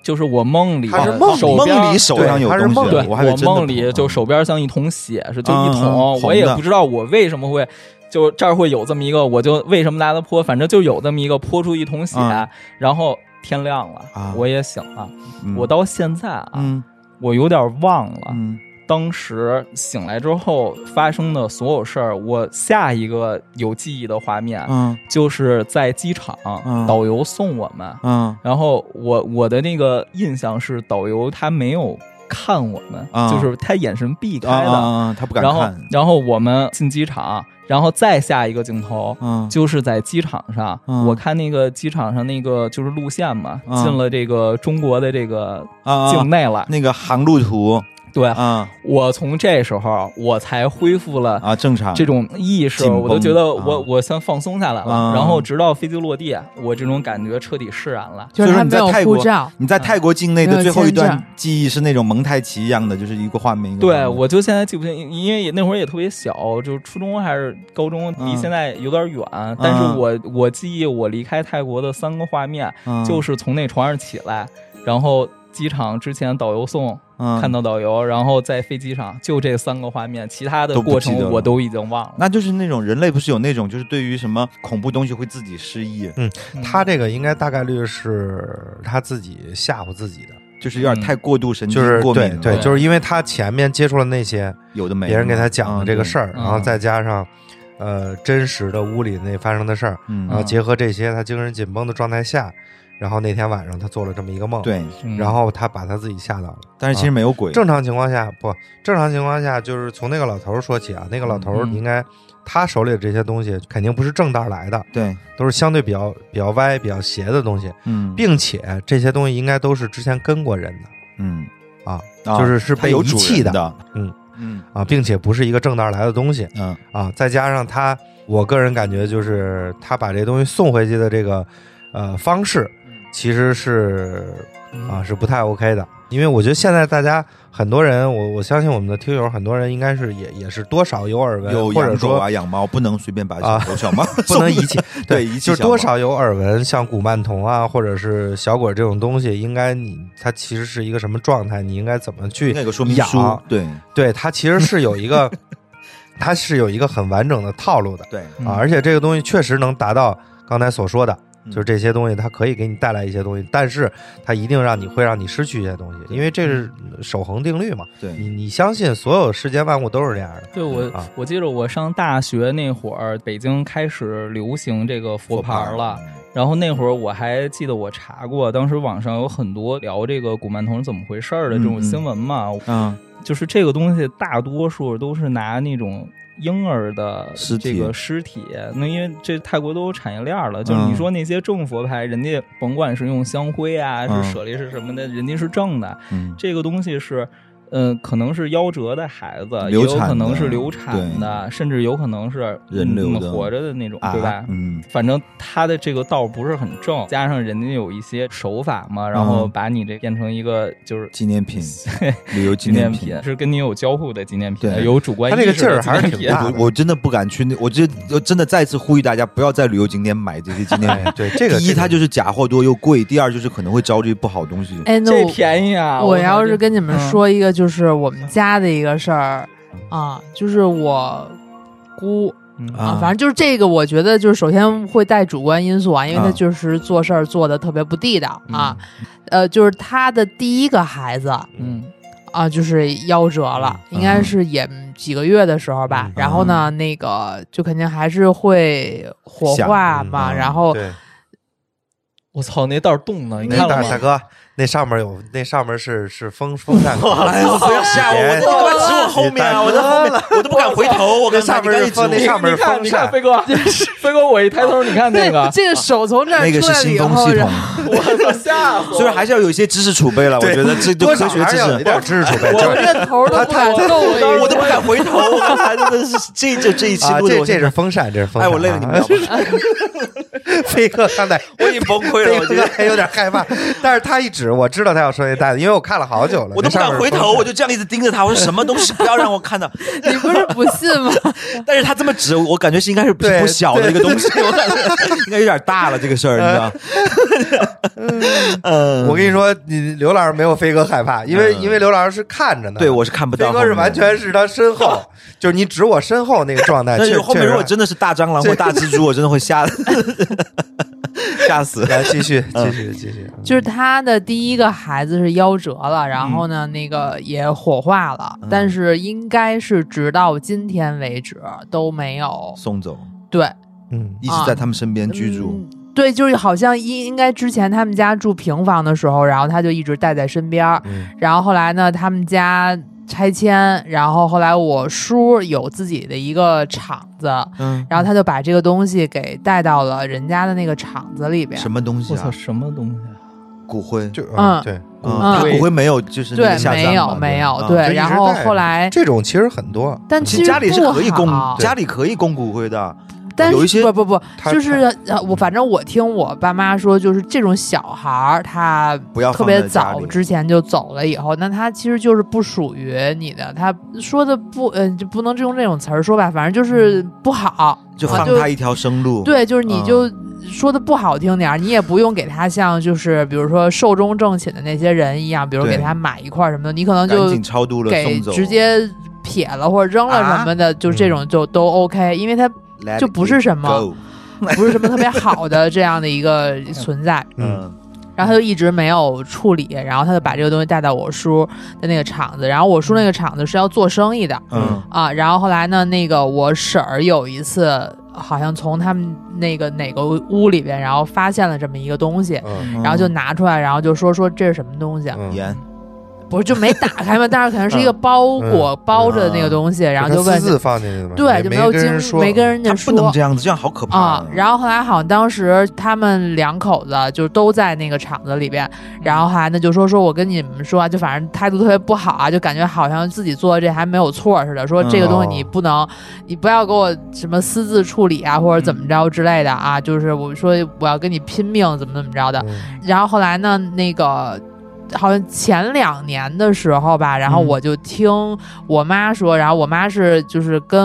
[SPEAKER 4] 就是我梦里
[SPEAKER 3] 他是
[SPEAKER 4] 的
[SPEAKER 3] 梦里
[SPEAKER 4] 手边
[SPEAKER 2] 梦里手上有
[SPEAKER 3] 对他
[SPEAKER 2] 东西，
[SPEAKER 3] 是梦里
[SPEAKER 4] 对
[SPEAKER 2] 我还以为真的
[SPEAKER 4] 梦里
[SPEAKER 2] 泼
[SPEAKER 4] 就手边像一桶血，是就一
[SPEAKER 2] 嗯嗯
[SPEAKER 4] 桶，我也
[SPEAKER 2] 红的
[SPEAKER 4] 不知道我为什么会。就这儿会有这么一个，我就为什么拿它泼，反正就有这么一个泼出一桶血，
[SPEAKER 2] 嗯
[SPEAKER 4] 然后天亮了，
[SPEAKER 2] 啊
[SPEAKER 4] 我也醒了。
[SPEAKER 2] 嗯
[SPEAKER 4] 我到现在啊，
[SPEAKER 2] 嗯
[SPEAKER 4] 我有点忘了、
[SPEAKER 2] 嗯
[SPEAKER 4] 当时醒来之后发生的所有事儿。我下一个有记忆的画面、
[SPEAKER 2] 嗯
[SPEAKER 4] 就是在机场，
[SPEAKER 2] 嗯
[SPEAKER 4] 导游送我们，
[SPEAKER 2] 嗯
[SPEAKER 4] 然后我我的那个印象是导游他没有看我们，
[SPEAKER 2] 啊
[SPEAKER 4] 就是他眼神避 开
[SPEAKER 2] 啊啊
[SPEAKER 4] 的。
[SPEAKER 2] 啊！啊他不敢
[SPEAKER 4] 然后
[SPEAKER 2] 看，
[SPEAKER 4] 然后我们进机场，然后再下一个镜头。
[SPEAKER 2] 嗯
[SPEAKER 4] 就是在机场上，
[SPEAKER 2] 嗯
[SPEAKER 4] 我看那个机场上那个就是路线嘛，
[SPEAKER 2] 嗯
[SPEAKER 4] 进了这个中国的这个
[SPEAKER 2] 啊啊
[SPEAKER 4] 境
[SPEAKER 2] 啊
[SPEAKER 4] 内了。
[SPEAKER 2] 那个航路图
[SPEAKER 4] 对，
[SPEAKER 2] 啊
[SPEAKER 4] 我从这时候我才恢复了
[SPEAKER 2] 啊正常
[SPEAKER 4] 这种意识，
[SPEAKER 2] 紧绷
[SPEAKER 4] 我都觉得我、
[SPEAKER 2] 啊
[SPEAKER 4] 我算放松下来了。
[SPEAKER 2] 啊
[SPEAKER 4] 然后直到飞机落地，我这种感觉彻底释然了。
[SPEAKER 6] 就是他没有
[SPEAKER 2] 所以说你在泰国嗯
[SPEAKER 6] 护照，
[SPEAKER 2] 你在
[SPEAKER 4] 嗯
[SPEAKER 2] 泰国境内
[SPEAKER 6] 没
[SPEAKER 2] 的
[SPEAKER 6] 有
[SPEAKER 2] 最后一
[SPEAKER 6] 签
[SPEAKER 2] 段
[SPEAKER 6] 证
[SPEAKER 2] 记忆是那种蒙太奇一样的，就是一个画面一个画
[SPEAKER 4] 对
[SPEAKER 2] 面。
[SPEAKER 4] 我就现在记不清，因因为也那会儿也特别小，就是初中还是高中，
[SPEAKER 2] 嗯
[SPEAKER 4] 离现在有点远。但是我我记忆我离开泰国的三个画面，
[SPEAKER 2] 嗯
[SPEAKER 4] 就是从那床上起来，然后机场之前导游送，
[SPEAKER 2] 嗯
[SPEAKER 4] 看到导游，然后在飞机上，就这三个画面，其他的
[SPEAKER 2] 都不
[SPEAKER 4] 过
[SPEAKER 2] 记得了
[SPEAKER 4] 程我都已经忘了。
[SPEAKER 2] 那就是那种人类不是有那种就是对于什么恐怖东西会自己失忆，
[SPEAKER 4] 嗯
[SPEAKER 3] 他这个应该大概率是他自己吓唬自己的，
[SPEAKER 2] 就是
[SPEAKER 4] 嗯
[SPEAKER 2] 有点太过度神经
[SPEAKER 3] 就是
[SPEAKER 2] 嗯过
[SPEAKER 3] 对
[SPEAKER 2] 敏了，
[SPEAKER 3] 对，
[SPEAKER 4] 对
[SPEAKER 3] 就是因为他前面接触了那些
[SPEAKER 2] 有的没
[SPEAKER 3] 别人给他讲的
[SPEAKER 2] 的
[SPEAKER 3] 这个事儿，
[SPEAKER 4] 嗯
[SPEAKER 3] 然后再加上呃真实的屋里那发生的事儿，
[SPEAKER 2] 嗯
[SPEAKER 3] 然后
[SPEAKER 4] 嗯
[SPEAKER 3] 结合这些他精神紧绷的状态下，然后那天晚上他做了这么一个梦，，
[SPEAKER 2] 对，
[SPEAKER 4] 嗯
[SPEAKER 3] 然后他把他自己吓到了。
[SPEAKER 2] 但是其实没有鬼，
[SPEAKER 3] 正常情况下不，正常情况下就是从那个老头儿说起啊，那个老头儿
[SPEAKER 4] 嗯
[SPEAKER 3] 应该他手里的这些东西肯定不是正道来的，
[SPEAKER 2] 对，
[SPEAKER 3] 都是相对比较比较歪、比较邪的东西，
[SPEAKER 2] 嗯，
[SPEAKER 3] 并且这些东西应该都是之前跟过人的
[SPEAKER 2] 嗯，
[SPEAKER 3] 啊
[SPEAKER 2] 啊
[SPEAKER 3] 就是是
[SPEAKER 2] 它
[SPEAKER 3] 被
[SPEAKER 2] 有
[SPEAKER 3] 遗
[SPEAKER 2] 主
[SPEAKER 3] 弃
[SPEAKER 2] 人
[SPEAKER 3] 的
[SPEAKER 2] 的，
[SPEAKER 3] 嗯
[SPEAKER 2] 嗯
[SPEAKER 3] 啊，并且不是一个正道来的东西
[SPEAKER 2] 嗯
[SPEAKER 3] 啊，再加上他，我个人感觉就是他把这东西送回去的这个呃方式，
[SPEAKER 2] 嗯
[SPEAKER 3] 其实是啊是不太 OK 的，因为我觉得现在大家很多人，我我相信我们的听友很多人应该是也也是多少有耳闻，
[SPEAKER 2] 有
[SPEAKER 3] 或者
[SPEAKER 2] 养狗
[SPEAKER 3] 说
[SPEAKER 2] 啊，养猫不能随便把
[SPEAKER 3] 啊
[SPEAKER 2] 小狗小猫
[SPEAKER 3] 不
[SPEAKER 2] 送
[SPEAKER 3] 能遗弃，
[SPEAKER 2] 对遗弃
[SPEAKER 3] 就是
[SPEAKER 2] 小
[SPEAKER 3] 多
[SPEAKER 2] 猫
[SPEAKER 3] 少有耳闻，像古曼童啊，或者是小鬼这种东西，应该你它其实是一个什么状态，你应该怎么去
[SPEAKER 2] 应该有个说明书
[SPEAKER 3] 养，啊
[SPEAKER 2] 对
[SPEAKER 3] 对它其实是有一 个，它是有一个很完整的套路的
[SPEAKER 2] 对，
[SPEAKER 4] 嗯
[SPEAKER 3] 啊，而且这个东西确实能达到刚才所说的，
[SPEAKER 2] 嗯
[SPEAKER 3] 就是这些东西它可以给你带来一些东西，但是它一定让你会让你失去一些东西，因为这是守恒定律嘛，
[SPEAKER 2] 对，
[SPEAKER 7] 嗯
[SPEAKER 3] 你你相信所有世间万物都是这样的，
[SPEAKER 4] 对我、
[SPEAKER 3] 啊
[SPEAKER 4] 我记得我上大学那会儿，北京开始流行这个佛牌儿了。，然后那会儿我还记得我查过，当时网上有很多聊这个古曼童是怎么回事儿的
[SPEAKER 2] 嗯
[SPEAKER 4] 这种
[SPEAKER 2] 嗯
[SPEAKER 4] 新闻嘛，
[SPEAKER 2] 嗯，
[SPEAKER 4] 就是这个东西大多数都是拿那种。婴儿的
[SPEAKER 2] 尸体
[SPEAKER 4] 这个尸体，那因为这泰国都有产业链儿了，就是
[SPEAKER 2] 嗯
[SPEAKER 4] 你说那些正佛牌，人家甭管是用香灰啊，
[SPEAKER 2] 嗯
[SPEAKER 4] 是舍利是什么的，人家是正的，
[SPEAKER 2] 嗯
[SPEAKER 4] 这个东西是，嗯，可能是夭折的孩子，也
[SPEAKER 2] 流
[SPEAKER 4] 有
[SPEAKER 2] 产
[SPEAKER 4] 可能
[SPEAKER 2] 的
[SPEAKER 4] 是流产的，甚至有可能是
[SPEAKER 2] 人流
[SPEAKER 4] 嗯
[SPEAKER 2] 的
[SPEAKER 4] 活着的那种，
[SPEAKER 2] 啊
[SPEAKER 4] 对吧？
[SPEAKER 2] 嗯
[SPEAKER 4] 反正他的这个道不是很正，加上人家有一些手法嘛，然后
[SPEAKER 2] 嗯
[SPEAKER 4] 把你这变成一个就是
[SPEAKER 2] 纪念 品，旅游纪
[SPEAKER 4] 纪念
[SPEAKER 2] 品
[SPEAKER 4] 品，。是跟你有交互的纪念品，
[SPEAKER 2] 对
[SPEAKER 4] 有主观
[SPEAKER 3] 他这个
[SPEAKER 4] 意识的
[SPEAKER 3] 劲儿还是
[SPEAKER 4] 纪
[SPEAKER 3] 挺
[SPEAKER 4] 念品
[SPEAKER 3] 大
[SPEAKER 2] 哎我
[SPEAKER 3] 的
[SPEAKER 2] 我真的不敢去那，我这我真的再次呼吁大家不要在旅游景点买这些纪念
[SPEAKER 7] 哎
[SPEAKER 2] 品。
[SPEAKER 3] 哎对这个
[SPEAKER 2] 第
[SPEAKER 3] 这
[SPEAKER 2] 一，
[SPEAKER 3] 个
[SPEAKER 2] 它就是假货多又贵；第二，就是可能会招这不好东西。
[SPEAKER 6] 哎，那
[SPEAKER 4] 这
[SPEAKER 6] 我
[SPEAKER 4] 便宜啊！
[SPEAKER 6] 我
[SPEAKER 4] 靠
[SPEAKER 6] 要
[SPEAKER 4] 这
[SPEAKER 6] 是跟你们
[SPEAKER 4] 嗯
[SPEAKER 6] 说一个，就是我们家的一个事儿啊，就是我姑
[SPEAKER 4] 嗯
[SPEAKER 2] 啊
[SPEAKER 6] 啊，反正就是这个，我觉得就是首先会带主观因素啊，因为
[SPEAKER 2] 啊嗯
[SPEAKER 6] 她确实做事儿做的特别不地道啊，呃，就是她的第一个孩子
[SPEAKER 4] 嗯
[SPEAKER 6] 啊，就是夭折了，
[SPEAKER 2] 嗯
[SPEAKER 6] 应该是也几个月的时候吧
[SPEAKER 3] 嗯，
[SPEAKER 6] 然后呢，那个就肯定还是会火
[SPEAKER 2] 想
[SPEAKER 6] 化
[SPEAKER 3] 嗯
[SPEAKER 6] 嘛，
[SPEAKER 2] 嗯
[SPEAKER 6] 然后
[SPEAKER 3] 对，
[SPEAKER 4] 我操，那袋儿冻了，你
[SPEAKER 3] 那
[SPEAKER 4] 看
[SPEAKER 3] 大
[SPEAKER 4] 了
[SPEAKER 3] 大
[SPEAKER 4] 吗？
[SPEAKER 3] 哥，那上面有那上面是是风风扇 口，
[SPEAKER 7] 哎呦，不要吓我！我你
[SPEAKER 3] 别
[SPEAKER 7] 敢指我后面啊，我在后面， 我都不敢回头。我跟
[SPEAKER 3] 那上面是 风，那 上面
[SPEAKER 4] 你
[SPEAKER 3] 是
[SPEAKER 4] 看，
[SPEAKER 3] 风
[SPEAKER 4] 你看
[SPEAKER 3] 扇
[SPEAKER 4] 飞，哥，飞哥，我一抬头，你看那个，
[SPEAKER 6] 这个手从这儿
[SPEAKER 2] 那个
[SPEAKER 6] 出
[SPEAKER 2] 是
[SPEAKER 6] 来了
[SPEAKER 2] 新
[SPEAKER 6] 以
[SPEAKER 2] 风
[SPEAKER 6] 后，
[SPEAKER 2] 系
[SPEAKER 6] 然
[SPEAKER 2] 统
[SPEAKER 6] 后，
[SPEAKER 4] 我吓死
[SPEAKER 7] 虽然还是要有一些知识储备 了，我觉得这就
[SPEAKER 3] 多少
[SPEAKER 7] 科学
[SPEAKER 3] 还
[SPEAKER 7] 知
[SPEAKER 3] 是要有一
[SPEAKER 7] 识。
[SPEAKER 3] 点知识储备。
[SPEAKER 4] 我
[SPEAKER 3] 就是啊
[SPEAKER 6] 这头都不敢动了已经。
[SPEAKER 7] 我都不敢回头，我刚才真的是这这这一期
[SPEAKER 3] 啊，
[SPEAKER 7] 录的，
[SPEAKER 3] 这
[SPEAKER 7] 我真
[SPEAKER 3] 这
[SPEAKER 7] 的
[SPEAKER 3] 是风扇，这是风
[SPEAKER 7] 哎，
[SPEAKER 3] 扇啊。
[SPEAKER 7] 我累了，你们聊吧。
[SPEAKER 3] 飞哥刚才
[SPEAKER 7] 我已经崩溃了，我觉
[SPEAKER 3] 飞哥
[SPEAKER 7] 得
[SPEAKER 3] 还有点害怕，但是他一指，我知道他要说那袋子，因为我看了好久了，
[SPEAKER 7] 我都不
[SPEAKER 3] 那上
[SPEAKER 7] 敢
[SPEAKER 3] 面
[SPEAKER 7] 回
[SPEAKER 3] 是风
[SPEAKER 7] 头，
[SPEAKER 3] 扇
[SPEAKER 7] 我就这样一直盯着他，我说什么东西不要让我 看到。
[SPEAKER 6] 你不是不信吗？
[SPEAKER 7] 但是他这么指，我感觉是应该是不
[SPEAKER 3] 对
[SPEAKER 7] 不小的一个东西，我感觉应该有点大了这个事儿，你知道？ 嗯，
[SPEAKER 3] 我跟你说，你刘老师没有飞哥害怕，因为、因为刘老师是看着呢，
[SPEAKER 7] 对我是
[SPEAKER 2] 嗯
[SPEAKER 7] 看不到
[SPEAKER 3] 飞
[SPEAKER 7] 后面，
[SPEAKER 3] 哥是完全是他身后， 就是你指我身后那个 状态。
[SPEAKER 2] 哎
[SPEAKER 7] 但
[SPEAKER 3] 确
[SPEAKER 7] 是后面如果
[SPEAKER 3] 确实
[SPEAKER 7] 真的是大蟑螂或大蜘蛛，我真的会吓吓死。
[SPEAKER 3] 来继续继续继续，
[SPEAKER 6] 就是他的第一个孩子是夭折了，然后
[SPEAKER 2] 嗯
[SPEAKER 6] 呢，那个也火化了，但是应该是直到今天为止都没有
[SPEAKER 2] 送走，
[SPEAKER 6] 对
[SPEAKER 3] 嗯，
[SPEAKER 2] 一直
[SPEAKER 6] 啊
[SPEAKER 2] 在他们身边居住。
[SPEAKER 6] 嗯对，就是好像应应该之前他们家住平房的时候，然后他就一直带在身边儿，
[SPEAKER 3] 嗯
[SPEAKER 6] 然后后来呢，他们家拆迁，然后后来我叔有自己的一个厂子，
[SPEAKER 7] 嗯，
[SPEAKER 6] 然后他就把这个东西给带到了人家的那个厂子里边。
[SPEAKER 2] 什么东西
[SPEAKER 4] 我操，
[SPEAKER 2] 啊？
[SPEAKER 4] 什么东西啊？
[SPEAKER 2] 骨灰
[SPEAKER 3] 就
[SPEAKER 6] 嗯
[SPEAKER 3] 对，
[SPEAKER 2] 嗯，
[SPEAKER 6] 嗯
[SPEAKER 2] 他骨灰没有，就是那
[SPEAKER 6] 对
[SPEAKER 2] 个，下葬
[SPEAKER 6] 没有
[SPEAKER 2] 嘛
[SPEAKER 6] 没有，
[SPEAKER 2] 啊
[SPEAKER 3] 就一直
[SPEAKER 6] 对。然后
[SPEAKER 3] 带着
[SPEAKER 6] 后来，
[SPEAKER 3] 这种其实很多，
[SPEAKER 6] 但
[SPEAKER 2] 其实
[SPEAKER 6] 实
[SPEAKER 2] 家里是
[SPEAKER 6] 不
[SPEAKER 2] 可以供
[SPEAKER 6] 好，
[SPEAKER 2] 家里可以供骨灰的，
[SPEAKER 6] 但
[SPEAKER 2] 有一
[SPEAKER 6] 是
[SPEAKER 2] 些
[SPEAKER 6] 不不不，
[SPEAKER 3] 他
[SPEAKER 6] 就是呃我反正我听我爸妈说，就是这种小孩儿他
[SPEAKER 2] 不要
[SPEAKER 6] 特
[SPEAKER 2] 放
[SPEAKER 6] 别
[SPEAKER 2] 在家
[SPEAKER 6] 早
[SPEAKER 2] 里
[SPEAKER 6] 之前就走了以后，那他其实就是不属于你的。他说的不，嗯、就不能用这种词儿说吧，反正就是
[SPEAKER 2] 嗯
[SPEAKER 6] 不好。
[SPEAKER 7] 就
[SPEAKER 6] 啊
[SPEAKER 7] 放
[SPEAKER 6] 就
[SPEAKER 7] 他一条生路。
[SPEAKER 6] 对，就是你就
[SPEAKER 2] 嗯
[SPEAKER 6] 说的不好听点儿，你也不用给他像就是比如说寿终正寝的那些人一样，比如
[SPEAKER 2] 对
[SPEAKER 6] 给他买一块儿什么的，你可能
[SPEAKER 2] 赶
[SPEAKER 6] 就
[SPEAKER 2] 紧超度了，
[SPEAKER 6] 给
[SPEAKER 2] 送走，啊嗯
[SPEAKER 6] 直接撇了或者扔了什么的，就这种就都 OK，因为他
[SPEAKER 2] Let
[SPEAKER 6] 就不是什么
[SPEAKER 2] it go
[SPEAKER 6] 不是什么特别好的这样的一个 存在。
[SPEAKER 2] 嗯，
[SPEAKER 6] 然后他就一直没有处理，然后他就把这个东西带到我叔的那个厂子，然后我叔那个厂子是要做生意的
[SPEAKER 2] 嗯
[SPEAKER 6] 啊，然后后来呢，那个我婶儿有一次好像从他们那个哪个屋里边，然后发现了这么一个东西。
[SPEAKER 3] 嗯
[SPEAKER 2] 嗯
[SPEAKER 6] 然后就拿出来，然后就说说这是什么东西，
[SPEAKER 3] 嗯，
[SPEAKER 2] 盐，
[SPEAKER 6] 不是就没打开嘛，但是可能是一个包
[SPEAKER 3] 嗯
[SPEAKER 6] 裹包着的那个东西，然后就
[SPEAKER 3] 他
[SPEAKER 6] 问
[SPEAKER 3] 私，自放进去的嘛，
[SPEAKER 6] 对，
[SPEAKER 3] 也
[SPEAKER 6] 就
[SPEAKER 3] 没
[SPEAKER 6] 没有
[SPEAKER 3] 跟人
[SPEAKER 6] 经
[SPEAKER 3] 说，
[SPEAKER 6] 没跟人家
[SPEAKER 7] 他
[SPEAKER 6] 说，
[SPEAKER 7] 不能这样子，这样好可怕
[SPEAKER 6] 啊、然后后来好像当时他们两口子就都在那个厂子里边，
[SPEAKER 7] 嗯
[SPEAKER 6] 然后还呢就说说我跟你们说啊，就反正态度特别不好啊，就感觉好像自己做的这还没有错似的，说这个东西你不能，你不要给我什么私自处理啊，或者怎么着之类的啊，就是我说我要跟你拼命，怎么怎么着的。
[SPEAKER 3] 嗯
[SPEAKER 6] 然后后来呢，那个。好像前两年的时候吧，然后
[SPEAKER 7] 嗯
[SPEAKER 6] 我就听我妈说，然后我妈是就是跟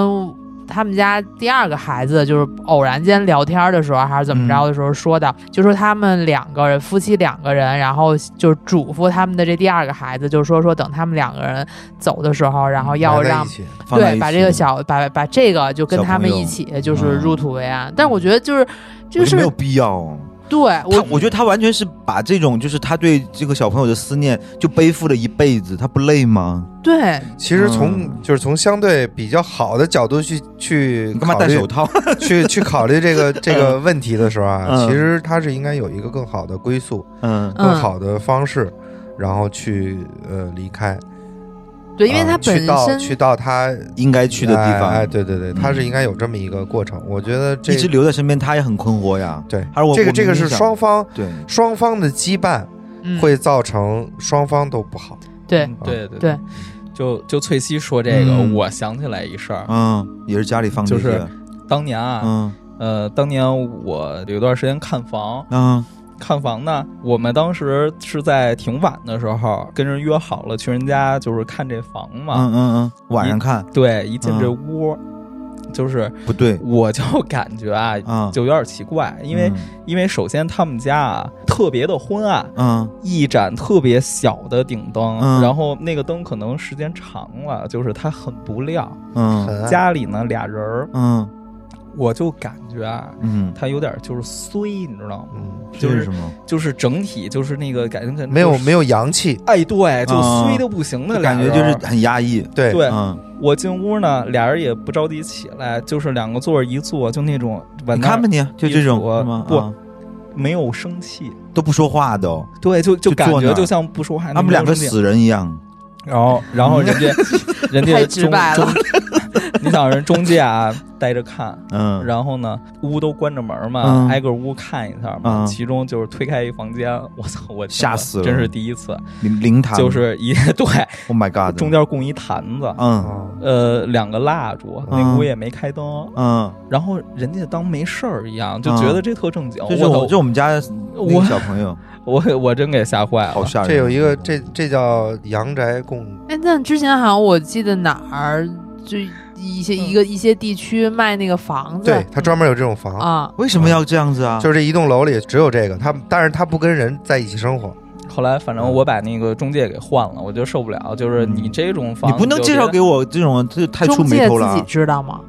[SPEAKER 6] 他们家第二个孩子，就是偶然间聊天的时候还是怎么着的时候说的，就说他们两个人夫妻两个人，然后就嘱咐他们的这第二个孩子，就说说等他们两个人走的时候，然后要
[SPEAKER 3] 埋在
[SPEAKER 6] 让
[SPEAKER 3] 一起
[SPEAKER 7] 放在一
[SPEAKER 6] 对
[SPEAKER 7] 起
[SPEAKER 6] 把这个小把把这个就跟
[SPEAKER 2] 小
[SPEAKER 6] 他们
[SPEAKER 2] 朋友
[SPEAKER 6] 一起就是
[SPEAKER 7] 嗯
[SPEAKER 6] 入土为安，但是我觉得就是
[SPEAKER 2] 我
[SPEAKER 6] 这
[SPEAKER 2] 觉
[SPEAKER 6] 是
[SPEAKER 2] 得没有必要哦。
[SPEAKER 6] 对
[SPEAKER 7] 他
[SPEAKER 6] 我。
[SPEAKER 7] 我觉得他完全是把这种就是他对这个小朋友的思念就背负了一辈子，他不累吗？
[SPEAKER 6] 对，
[SPEAKER 3] 其实从、
[SPEAKER 2] 嗯
[SPEAKER 3] 就是从相对比较好的角度去去
[SPEAKER 7] 你干嘛
[SPEAKER 3] 考
[SPEAKER 7] 戴
[SPEAKER 3] 虑
[SPEAKER 7] 手套？
[SPEAKER 3] 去 去考虑这个这个问题的时候啊，
[SPEAKER 7] 嗯
[SPEAKER 3] 其实他是应该有一个更好的归宿、
[SPEAKER 7] 嗯
[SPEAKER 3] 更
[SPEAKER 6] 嗯
[SPEAKER 3] 好的方式，然后去呃离开。
[SPEAKER 6] 对，因为
[SPEAKER 3] 啊
[SPEAKER 6] 他本
[SPEAKER 3] 去到
[SPEAKER 6] 身
[SPEAKER 3] 去到他
[SPEAKER 7] 应该去的地方，嗯
[SPEAKER 3] 哎，哎对对对，他是应该有这么一个过程。我觉得这
[SPEAKER 7] 一直留在身边，他也很困惑呀。
[SPEAKER 3] 对
[SPEAKER 7] 还是我
[SPEAKER 3] 这个
[SPEAKER 7] 我
[SPEAKER 3] 这个
[SPEAKER 7] 明
[SPEAKER 3] 是
[SPEAKER 7] 明想
[SPEAKER 3] 双方
[SPEAKER 7] 对，
[SPEAKER 3] 双方的羁绊
[SPEAKER 6] 嗯
[SPEAKER 3] 会造成双方都不好。
[SPEAKER 6] 对
[SPEAKER 4] 对对
[SPEAKER 6] 对，
[SPEAKER 4] 嗯就就翠西说这个，
[SPEAKER 7] 嗯
[SPEAKER 4] 我想起来一事儿，
[SPEAKER 7] 嗯，也是家里放这
[SPEAKER 4] 就
[SPEAKER 7] 些
[SPEAKER 4] 是，当年啊，
[SPEAKER 7] 嗯
[SPEAKER 4] 呃，当年我有段时间看房，
[SPEAKER 7] 嗯
[SPEAKER 4] 看房呢，我们当时是在挺晚的时候跟人约好了去人家就是看这房
[SPEAKER 7] 嗯
[SPEAKER 4] 嘛，
[SPEAKER 7] 嗯嗯，晚上看
[SPEAKER 4] 对，一进这屋，就是
[SPEAKER 7] 不对，
[SPEAKER 4] 我就感觉啊，
[SPEAKER 7] 嗯，
[SPEAKER 4] 就有点奇怪，因为因为首先他们家啊特别的昏暗，
[SPEAKER 7] 嗯
[SPEAKER 4] 一盏特别小的顶灯，
[SPEAKER 7] 嗯
[SPEAKER 4] 然后那个灯可能时间长了，就是它很不亮。
[SPEAKER 7] 嗯
[SPEAKER 3] 很
[SPEAKER 4] 家里呢俩人儿，
[SPEAKER 7] 嗯
[SPEAKER 4] 我就感觉啊，
[SPEAKER 7] 嗯，
[SPEAKER 4] 它有点就是衰，你知道吗？
[SPEAKER 3] 嗯，
[SPEAKER 4] 就
[SPEAKER 7] 这
[SPEAKER 4] 是
[SPEAKER 7] 什么？
[SPEAKER 4] 就是整体就是那个感觉可能
[SPEAKER 3] 没有
[SPEAKER 4] 就是
[SPEAKER 3] 没有阳气，
[SPEAKER 4] 哎，对，就
[SPEAKER 7] 嗯
[SPEAKER 4] 衰的不行的
[SPEAKER 7] 就
[SPEAKER 4] 俩
[SPEAKER 7] 感觉
[SPEAKER 4] 人儿，
[SPEAKER 7] 就是很压抑。
[SPEAKER 3] 对
[SPEAKER 4] 对
[SPEAKER 7] 嗯，
[SPEAKER 4] 我进屋呢，俩人也不着急起来，就是两个座儿一坐，就那种往
[SPEAKER 7] 你
[SPEAKER 4] 那
[SPEAKER 7] 看吧
[SPEAKER 4] 儿
[SPEAKER 7] 你，就这种
[SPEAKER 4] 一杵
[SPEAKER 7] 是吗？
[SPEAKER 4] 不
[SPEAKER 7] 啊
[SPEAKER 4] 没有生气，
[SPEAKER 2] 都不说话
[SPEAKER 7] 哦
[SPEAKER 2] 都，
[SPEAKER 4] 对，就就
[SPEAKER 2] 就
[SPEAKER 4] 感
[SPEAKER 2] 坐那
[SPEAKER 4] 觉
[SPEAKER 2] 儿
[SPEAKER 4] 就像不说话。
[SPEAKER 2] 他们两个
[SPEAKER 4] 死。
[SPEAKER 2] 死人一样。
[SPEAKER 4] 然后，然后 人家，
[SPEAKER 3] 嗯
[SPEAKER 4] 人家
[SPEAKER 6] 太直
[SPEAKER 4] 中
[SPEAKER 6] 白了
[SPEAKER 4] 中你想人中介啊，带着看，
[SPEAKER 2] 嗯，
[SPEAKER 4] 然后呢，屋都关着门嘛，
[SPEAKER 2] 嗯
[SPEAKER 4] 挨个屋看一下嘛。
[SPEAKER 2] 嗯
[SPEAKER 4] 其中就是推开一房间，我操，我
[SPEAKER 2] 吓
[SPEAKER 4] 我
[SPEAKER 2] 死了
[SPEAKER 4] 真是第一次，
[SPEAKER 2] 灵灵堂
[SPEAKER 4] 就是一 对
[SPEAKER 2] Oh my God，
[SPEAKER 4] 中间供一坛子，
[SPEAKER 2] 嗯
[SPEAKER 3] 哦
[SPEAKER 4] 呃，两个蜡烛，那
[SPEAKER 2] 嗯
[SPEAKER 4] 屋也没开灯，
[SPEAKER 2] 嗯，
[SPEAKER 4] 然后人家当没事儿一样，就觉得这特正经。
[SPEAKER 2] 这是我
[SPEAKER 4] 我
[SPEAKER 2] 这
[SPEAKER 4] 操
[SPEAKER 2] 我们家那
[SPEAKER 4] 我
[SPEAKER 2] 个小朋友，
[SPEAKER 4] 我我真给吓坏
[SPEAKER 2] 好
[SPEAKER 4] 了。
[SPEAKER 2] 吓人。
[SPEAKER 3] 这有一个这这叫阳宅供，
[SPEAKER 6] 哎，那之前好像我记得哪儿就一些、一个一些地区卖那个房子，
[SPEAKER 3] 对，它专门有这种房，
[SPEAKER 6] 啊，
[SPEAKER 2] 为什么要这样子啊？
[SPEAKER 3] 就是这一栋楼里只有这个，它但是它不跟人在一起生活，
[SPEAKER 4] 后来反正我把那个中介给换了，我就受不了，就是你这种
[SPEAKER 2] 嗯
[SPEAKER 4] 房
[SPEAKER 2] 你
[SPEAKER 4] 子
[SPEAKER 2] 不能
[SPEAKER 4] 就
[SPEAKER 2] 介
[SPEAKER 4] 觉
[SPEAKER 2] 绍
[SPEAKER 4] 得
[SPEAKER 2] 给我这种，这太触
[SPEAKER 6] 中
[SPEAKER 2] 眉
[SPEAKER 6] 介
[SPEAKER 2] 头了
[SPEAKER 6] 自己
[SPEAKER 2] 啊。
[SPEAKER 6] 知道吗？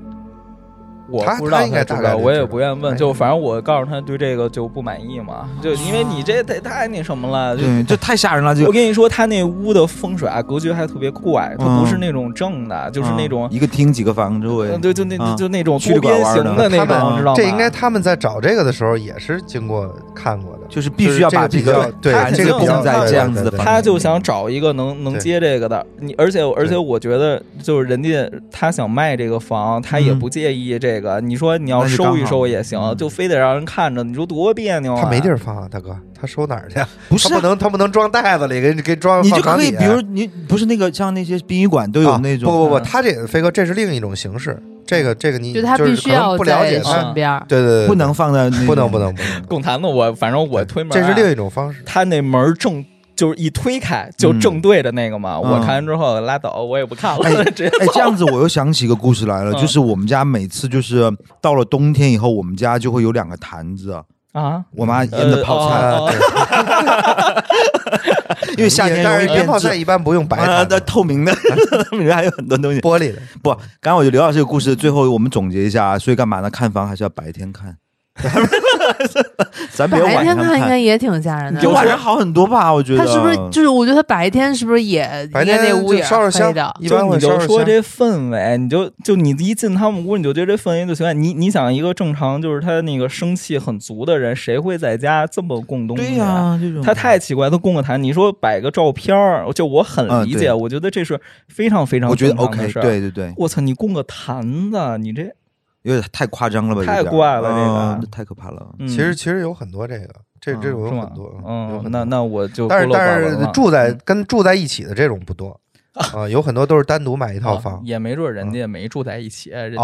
[SPEAKER 4] 我
[SPEAKER 3] 他
[SPEAKER 4] 不知道
[SPEAKER 3] 他应该
[SPEAKER 4] 知
[SPEAKER 3] 大概
[SPEAKER 4] 道，
[SPEAKER 3] 就
[SPEAKER 4] 我
[SPEAKER 3] 知
[SPEAKER 4] 也
[SPEAKER 3] 道
[SPEAKER 4] 不愿意问，
[SPEAKER 3] 哎
[SPEAKER 4] 就反正我告诉他对这个就不满意嘛，就因为你这太太那什么 了，就。
[SPEAKER 2] 对，这太吓人了。这
[SPEAKER 4] 我
[SPEAKER 2] 个
[SPEAKER 4] 跟你说，他那屋的风水啊，格局还特别怪，它不是那种正的， 就是那种
[SPEAKER 2] 嗯，一个厅几个房之位
[SPEAKER 4] 嗯，对，就那
[SPEAKER 2] 啊
[SPEAKER 4] 就那种
[SPEAKER 2] 曲里
[SPEAKER 4] 多
[SPEAKER 2] 拐
[SPEAKER 4] 边
[SPEAKER 2] 弯
[SPEAKER 4] 形
[SPEAKER 2] 的
[SPEAKER 4] 那
[SPEAKER 3] 他
[SPEAKER 4] 种，
[SPEAKER 2] 们
[SPEAKER 4] 知道吗？
[SPEAKER 3] 这应该他们在找这个的时候也是经过看过的，
[SPEAKER 2] 就是必须要把
[SPEAKER 3] 这
[SPEAKER 2] 这个
[SPEAKER 3] 个比较对
[SPEAKER 4] 他
[SPEAKER 3] 这
[SPEAKER 4] 肯定
[SPEAKER 3] 个比较
[SPEAKER 4] 不能在这
[SPEAKER 2] 样子的
[SPEAKER 3] 对对对
[SPEAKER 2] 房
[SPEAKER 4] 他
[SPEAKER 2] 子
[SPEAKER 4] 就想找一个能能
[SPEAKER 3] 对
[SPEAKER 4] 接这个的，你而且而且
[SPEAKER 3] 对
[SPEAKER 4] 我觉得就是人家他想卖这个房，他也
[SPEAKER 2] 嗯
[SPEAKER 4] 不介意这个。你说你要
[SPEAKER 2] 那就刚
[SPEAKER 4] 收一
[SPEAKER 2] 好
[SPEAKER 4] 收也行，
[SPEAKER 2] 嗯
[SPEAKER 4] 就非得让人看着，你说多别扭啊！
[SPEAKER 3] 他没地儿放啊，大哥，他收哪儿去啊？
[SPEAKER 2] 不
[SPEAKER 3] 他
[SPEAKER 2] 是
[SPEAKER 3] 不
[SPEAKER 2] 啊。
[SPEAKER 3] 能他不能装袋子里，给你给装
[SPEAKER 2] 你就
[SPEAKER 3] 放缸
[SPEAKER 2] 可以，
[SPEAKER 3] 底
[SPEAKER 2] 比如你不是那个像那些殡仪馆都有
[SPEAKER 3] 啊
[SPEAKER 2] 那种，
[SPEAKER 3] 不不不，
[SPEAKER 4] 嗯
[SPEAKER 3] 他这个飞哥这是另一种形式，这个这个你
[SPEAKER 6] 就他
[SPEAKER 3] 嗯是
[SPEAKER 6] 必须
[SPEAKER 3] 可能
[SPEAKER 6] 要
[SPEAKER 3] 不了
[SPEAKER 6] 在嗯
[SPEAKER 3] 解
[SPEAKER 4] 上
[SPEAKER 3] 他，
[SPEAKER 6] 身边儿，
[SPEAKER 3] 对对对，对
[SPEAKER 2] 不能放在那
[SPEAKER 3] 不能
[SPEAKER 2] 种
[SPEAKER 3] 不能不能，
[SPEAKER 4] 拱坛子我，反正我推门啊、
[SPEAKER 3] 这是另一种方式。
[SPEAKER 4] 他那门正就是一推开就正对着那个嘛，我
[SPEAKER 2] 嗯
[SPEAKER 4] 看完之后拉倒，我也不看了，
[SPEAKER 2] 哎
[SPEAKER 4] 直接
[SPEAKER 2] 哎，这样子我又想起一个故事 来了，
[SPEAKER 4] 嗯
[SPEAKER 2] 就是我们家每次就是到了冬天以后，我们家就会有两个坛子，
[SPEAKER 4] 啊。
[SPEAKER 2] 我妈腌
[SPEAKER 4] 呃
[SPEAKER 2] 的泡
[SPEAKER 3] 啊
[SPEAKER 2] 菜，
[SPEAKER 4] 哦哦哦
[SPEAKER 2] 因为夏天
[SPEAKER 3] 但
[SPEAKER 2] 容易
[SPEAKER 3] 是腌
[SPEAKER 2] 变
[SPEAKER 3] 泡菜
[SPEAKER 2] 质。
[SPEAKER 3] 一般不用白
[SPEAKER 2] 啊，
[SPEAKER 3] 糖
[SPEAKER 2] 的
[SPEAKER 3] 的，
[SPEAKER 2] 透明 的，里面还有很多东西。
[SPEAKER 3] 玻璃的。
[SPEAKER 2] 不，刚刚我就聊到这个故事，最后我们总结一下，啊所以干嘛呢？看房还是要白天看，
[SPEAKER 3] 嗯
[SPEAKER 2] 咱别
[SPEAKER 6] 白
[SPEAKER 2] 晚
[SPEAKER 6] 天
[SPEAKER 2] 上
[SPEAKER 6] 看应该也挺吓人的
[SPEAKER 2] 就。
[SPEAKER 4] 有
[SPEAKER 2] 晚上好很多吧？我觉得
[SPEAKER 6] 他是不是就是？我觉得他白天是不是也
[SPEAKER 3] 嗯白
[SPEAKER 6] 应该
[SPEAKER 3] 天
[SPEAKER 6] 那屋
[SPEAKER 3] 就
[SPEAKER 6] 也
[SPEAKER 3] 烧烧
[SPEAKER 6] 是黑
[SPEAKER 3] 香
[SPEAKER 6] 的？，
[SPEAKER 3] 一
[SPEAKER 4] 就
[SPEAKER 3] 般
[SPEAKER 4] 你
[SPEAKER 3] 会
[SPEAKER 4] 就
[SPEAKER 3] 烧烧
[SPEAKER 4] 说
[SPEAKER 3] 香。
[SPEAKER 4] 这氛围，你就就你一进他们屋，你就觉得这氛围就喜欢。你你想一个正常就是他那个生气很足的人，谁会在家这么供东西？啊
[SPEAKER 2] 对呀、这种
[SPEAKER 4] 他太奇怪，他供个坛，你说摆个照片儿，就我
[SPEAKER 3] 啊
[SPEAKER 4] 很理解，
[SPEAKER 2] 嗯对
[SPEAKER 4] 我觉得这是非常非常
[SPEAKER 2] 我觉得
[SPEAKER 4] 正常的
[SPEAKER 2] OK，
[SPEAKER 4] 事儿
[SPEAKER 2] 对对对，
[SPEAKER 4] 我操，你供个坛子，啊你这
[SPEAKER 2] 有点太夸张了吧？有
[SPEAKER 4] 太
[SPEAKER 2] 点
[SPEAKER 4] 怪了这个
[SPEAKER 2] 嗯太可怕了。
[SPEAKER 4] 嗯
[SPEAKER 3] 其实其实有很多这个，这这种
[SPEAKER 4] 是
[SPEAKER 3] 有
[SPEAKER 4] 吗
[SPEAKER 3] 很多？，有
[SPEAKER 4] 嗯，
[SPEAKER 3] 很
[SPEAKER 4] 那
[SPEAKER 3] 多
[SPEAKER 4] 那我就
[SPEAKER 3] 但是
[SPEAKER 4] 孤陋寡
[SPEAKER 3] 但
[SPEAKER 4] 闻
[SPEAKER 3] 是
[SPEAKER 4] 了
[SPEAKER 3] 住在
[SPEAKER 4] 嗯
[SPEAKER 3] 跟住在一起的这种不多啊，有很多都是单独买一套
[SPEAKER 4] 啊
[SPEAKER 3] 房。嗯
[SPEAKER 4] 也没准人家没住在一起，人家就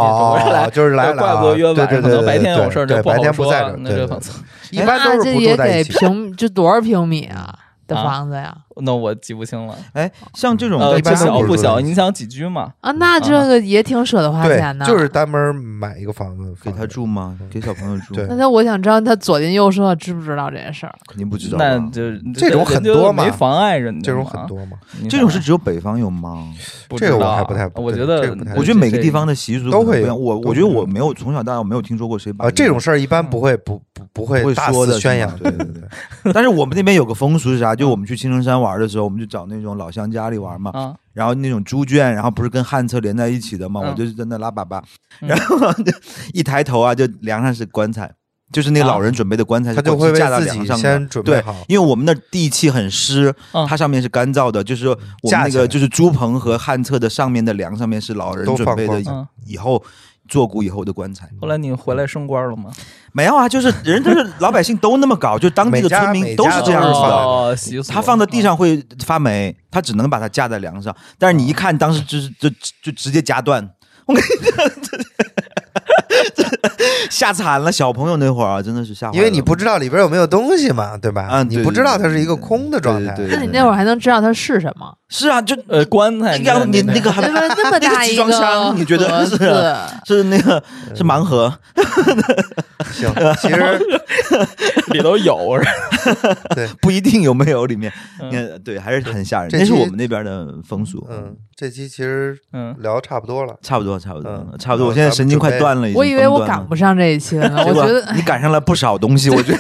[SPEAKER 3] 哦，
[SPEAKER 4] 会来。
[SPEAKER 3] 就是来
[SPEAKER 4] 怪不得约晚上，
[SPEAKER 3] 对对
[SPEAKER 4] 可
[SPEAKER 3] 对
[SPEAKER 4] 能
[SPEAKER 3] 对，
[SPEAKER 4] 白天有事儿
[SPEAKER 3] 对
[SPEAKER 4] 就不
[SPEAKER 3] 白
[SPEAKER 4] 好
[SPEAKER 3] 天不
[SPEAKER 4] 说
[SPEAKER 3] 在这儿，，
[SPEAKER 4] 那
[SPEAKER 3] 对
[SPEAKER 4] 就
[SPEAKER 3] 对对一般
[SPEAKER 6] 那
[SPEAKER 3] 都
[SPEAKER 6] 这
[SPEAKER 3] 是不
[SPEAKER 6] 也
[SPEAKER 3] 住在
[SPEAKER 6] 给
[SPEAKER 3] 一起。
[SPEAKER 6] 平这多少平米啊的
[SPEAKER 4] 啊
[SPEAKER 6] 房子呀？
[SPEAKER 4] 那我记不清了。
[SPEAKER 2] 哎，像这种
[SPEAKER 4] 呃，
[SPEAKER 3] 一
[SPEAKER 4] 不
[SPEAKER 3] 般都
[SPEAKER 4] 小
[SPEAKER 3] 不是
[SPEAKER 4] 不
[SPEAKER 3] 住
[SPEAKER 4] 小，
[SPEAKER 3] 在一起
[SPEAKER 4] 你想几居嘛？
[SPEAKER 6] 啊，那这个也挺舍得花钱的。
[SPEAKER 3] 对，就是单门买一个房子
[SPEAKER 2] 给他。住吗？给小朋友住？
[SPEAKER 3] 对
[SPEAKER 6] 那他，我想知道他左邻右舍知不知道这件事儿？
[SPEAKER 2] 肯定不知道吧。
[SPEAKER 4] 那就
[SPEAKER 3] 啊这种很多嘛
[SPEAKER 4] 没妨碍人家
[SPEAKER 3] 这种
[SPEAKER 4] 嘛
[SPEAKER 3] 很多嘛，
[SPEAKER 4] 你
[SPEAKER 2] 这种
[SPEAKER 4] 想
[SPEAKER 2] 是
[SPEAKER 4] 啊
[SPEAKER 2] 只有北方有吗？
[SPEAKER 4] 不
[SPEAKER 3] 这
[SPEAKER 4] 知
[SPEAKER 3] 个我
[SPEAKER 4] 道啊
[SPEAKER 3] 还不太
[SPEAKER 4] 我
[SPEAKER 3] 对
[SPEAKER 4] 觉得
[SPEAKER 3] 这个不太
[SPEAKER 2] 我觉得每个地方的习俗
[SPEAKER 3] 都
[SPEAKER 2] 可能
[SPEAKER 3] 会
[SPEAKER 2] 不一样
[SPEAKER 3] 有
[SPEAKER 2] 我
[SPEAKER 3] 都
[SPEAKER 2] 我觉得
[SPEAKER 3] 会有
[SPEAKER 2] 我没有从小到大没有听说过谁把
[SPEAKER 3] 啊，这种事儿一般不会不不
[SPEAKER 2] 不
[SPEAKER 3] 不
[SPEAKER 2] 会
[SPEAKER 3] 会大
[SPEAKER 2] 说
[SPEAKER 3] 肆
[SPEAKER 2] 的
[SPEAKER 3] 宣
[SPEAKER 2] 是吗
[SPEAKER 3] 扬，
[SPEAKER 2] 对
[SPEAKER 3] 对
[SPEAKER 2] 对
[SPEAKER 3] 对，
[SPEAKER 2] 但是我们那边有个风俗是啊啥？就我们去青城山玩的时候，我们就找那种老乡家里玩嘛，
[SPEAKER 4] 啊，
[SPEAKER 2] 然后那种猪圈，然后不是跟旱厕连在一起的嘛，
[SPEAKER 4] 嗯
[SPEAKER 2] 我就是在那拉粑粑，
[SPEAKER 4] 嗯
[SPEAKER 2] 然后就一抬头啊，就梁上是棺材，就是
[SPEAKER 4] 啊
[SPEAKER 2] 那个老人准备的棺材，
[SPEAKER 3] 他就会为
[SPEAKER 2] 架到
[SPEAKER 3] 自
[SPEAKER 2] 梁
[SPEAKER 3] 己
[SPEAKER 2] 上的。
[SPEAKER 3] 先准备
[SPEAKER 2] 对
[SPEAKER 3] 好，，
[SPEAKER 2] 因为我们那地气很湿，
[SPEAKER 4] 嗯
[SPEAKER 2] 它上面是干燥的，就是我们
[SPEAKER 3] 架
[SPEAKER 2] 那
[SPEAKER 3] 起来
[SPEAKER 2] 个就是猪棚和旱厕的上面的梁上面是老人
[SPEAKER 3] 都
[SPEAKER 2] 准
[SPEAKER 3] 放
[SPEAKER 2] 备
[SPEAKER 3] 光
[SPEAKER 2] 的
[SPEAKER 4] 嗯
[SPEAKER 2] 以，以后做骨以后的棺材。
[SPEAKER 4] 后来你回来升官了吗？
[SPEAKER 2] 没有啊，就是人都是老百姓都那么搞，就当地的
[SPEAKER 3] 每家
[SPEAKER 2] 村
[SPEAKER 3] 每
[SPEAKER 2] 民
[SPEAKER 3] 家
[SPEAKER 2] 都是这样子
[SPEAKER 3] 都是
[SPEAKER 2] 的。
[SPEAKER 4] 哦，习俗。
[SPEAKER 2] 他放在地上会发霉，他只能把它架在梁上。但是你一看，当时就是就就就直接夹断， 我跟你讲，这吓惨了小朋友那会儿啊，真的是吓坏了。
[SPEAKER 3] 因为你不知道里边有没有东西嘛，对吧？
[SPEAKER 2] 嗯对
[SPEAKER 3] 你不知道它是一个空的状态，
[SPEAKER 2] 对对
[SPEAKER 6] 那
[SPEAKER 2] 对
[SPEAKER 6] 你那会儿还能知道它是什 么？
[SPEAKER 2] 是啊， 就
[SPEAKER 4] 呃棺材，
[SPEAKER 2] 那样你那个还
[SPEAKER 6] 那么那么
[SPEAKER 2] 那
[SPEAKER 6] 大
[SPEAKER 2] 个
[SPEAKER 6] 一
[SPEAKER 2] 集
[SPEAKER 6] 个
[SPEAKER 2] 装箱， 你觉
[SPEAKER 6] 盒
[SPEAKER 2] 得是
[SPEAKER 6] 子
[SPEAKER 2] 是那个是盲盒？
[SPEAKER 3] 行，其实
[SPEAKER 4] 里头有是吧
[SPEAKER 2] 不一定有没有里面，
[SPEAKER 4] 嗯
[SPEAKER 2] 你看对，还是很吓人。
[SPEAKER 3] 这
[SPEAKER 2] 那是
[SPEAKER 3] 期
[SPEAKER 2] 我们那边的风俗，
[SPEAKER 3] 嗯，这期其实
[SPEAKER 4] 嗯，
[SPEAKER 3] 聊差不多了，
[SPEAKER 2] 差不多，差不多
[SPEAKER 3] 嗯，
[SPEAKER 2] 差不多。
[SPEAKER 3] 好
[SPEAKER 2] 我现在
[SPEAKER 3] 咱们
[SPEAKER 2] 神经快
[SPEAKER 3] 准备
[SPEAKER 2] 断了，已经
[SPEAKER 6] 我以为
[SPEAKER 2] 崩
[SPEAKER 6] 我
[SPEAKER 2] 断
[SPEAKER 6] 赶
[SPEAKER 2] 了
[SPEAKER 6] 不上这一期了 呢，
[SPEAKER 2] 结
[SPEAKER 6] 啊我
[SPEAKER 2] 果
[SPEAKER 6] 觉得
[SPEAKER 2] 你赶上了不少东西，我觉得。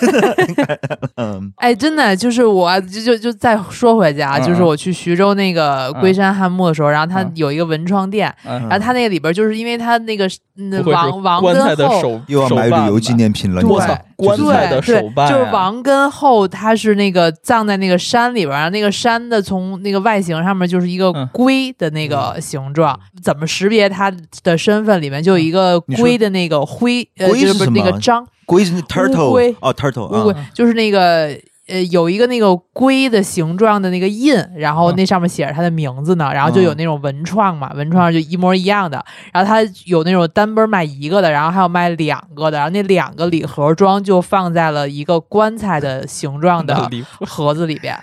[SPEAKER 2] 嗯，
[SPEAKER 6] 哎，真的就是我就就就再说回去啊，
[SPEAKER 4] 嗯
[SPEAKER 6] 就是我去徐州那个
[SPEAKER 4] 嗯
[SPEAKER 6] 龟山汉墓的时候，然后它
[SPEAKER 4] 嗯
[SPEAKER 6] 有一个文创店，
[SPEAKER 4] 嗯
[SPEAKER 6] 然后它那个里边就是因为它那个嗯
[SPEAKER 4] 不会是
[SPEAKER 6] 王王
[SPEAKER 4] 棺材
[SPEAKER 6] 跟
[SPEAKER 4] 的
[SPEAKER 6] 后。
[SPEAKER 4] 手
[SPEAKER 2] 又要
[SPEAKER 4] 手
[SPEAKER 2] 买
[SPEAKER 4] 办
[SPEAKER 2] 旅游
[SPEAKER 4] 吧
[SPEAKER 2] 纪念品了，你
[SPEAKER 4] 我操
[SPEAKER 2] 买，
[SPEAKER 4] 棺
[SPEAKER 2] 就是
[SPEAKER 4] 材的
[SPEAKER 6] 对
[SPEAKER 4] 手办、啊、
[SPEAKER 6] 就是王跟后，他是那个葬在那个山里边儿，然后那个山的从那个外形上面就是一个
[SPEAKER 4] 嗯
[SPEAKER 6] 龟的那个形状，怎么识别他的身份？里面
[SPEAKER 4] 嗯
[SPEAKER 6] 就有一个
[SPEAKER 2] 你说
[SPEAKER 6] 龟的那个灰，呃，
[SPEAKER 2] 龟
[SPEAKER 6] 就是不
[SPEAKER 2] 什
[SPEAKER 6] 那个
[SPEAKER 2] 么
[SPEAKER 6] 章，
[SPEAKER 2] 龟是那
[SPEAKER 6] 乌龟
[SPEAKER 2] turtle 哦 turtle
[SPEAKER 6] 乌龟
[SPEAKER 2] 啊，
[SPEAKER 6] 嗯就是那个呃有一个那个龟的形状的那个印，然后
[SPEAKER 4] 嗯
[SPEAKER 6] 那上面写着他的名字呢，然后就有
[SPEAKER 2] 嗯
[SPEAKER 6] 那种文创嘛，文创就一模一样的，然后他有那种单本卖一个的，然后还有卖两个的，然后那两个礼盒装就放在了一个棺材的形 状的
[SPEAKER 4] 礼服
[SPEAKER 6] 盒子里边。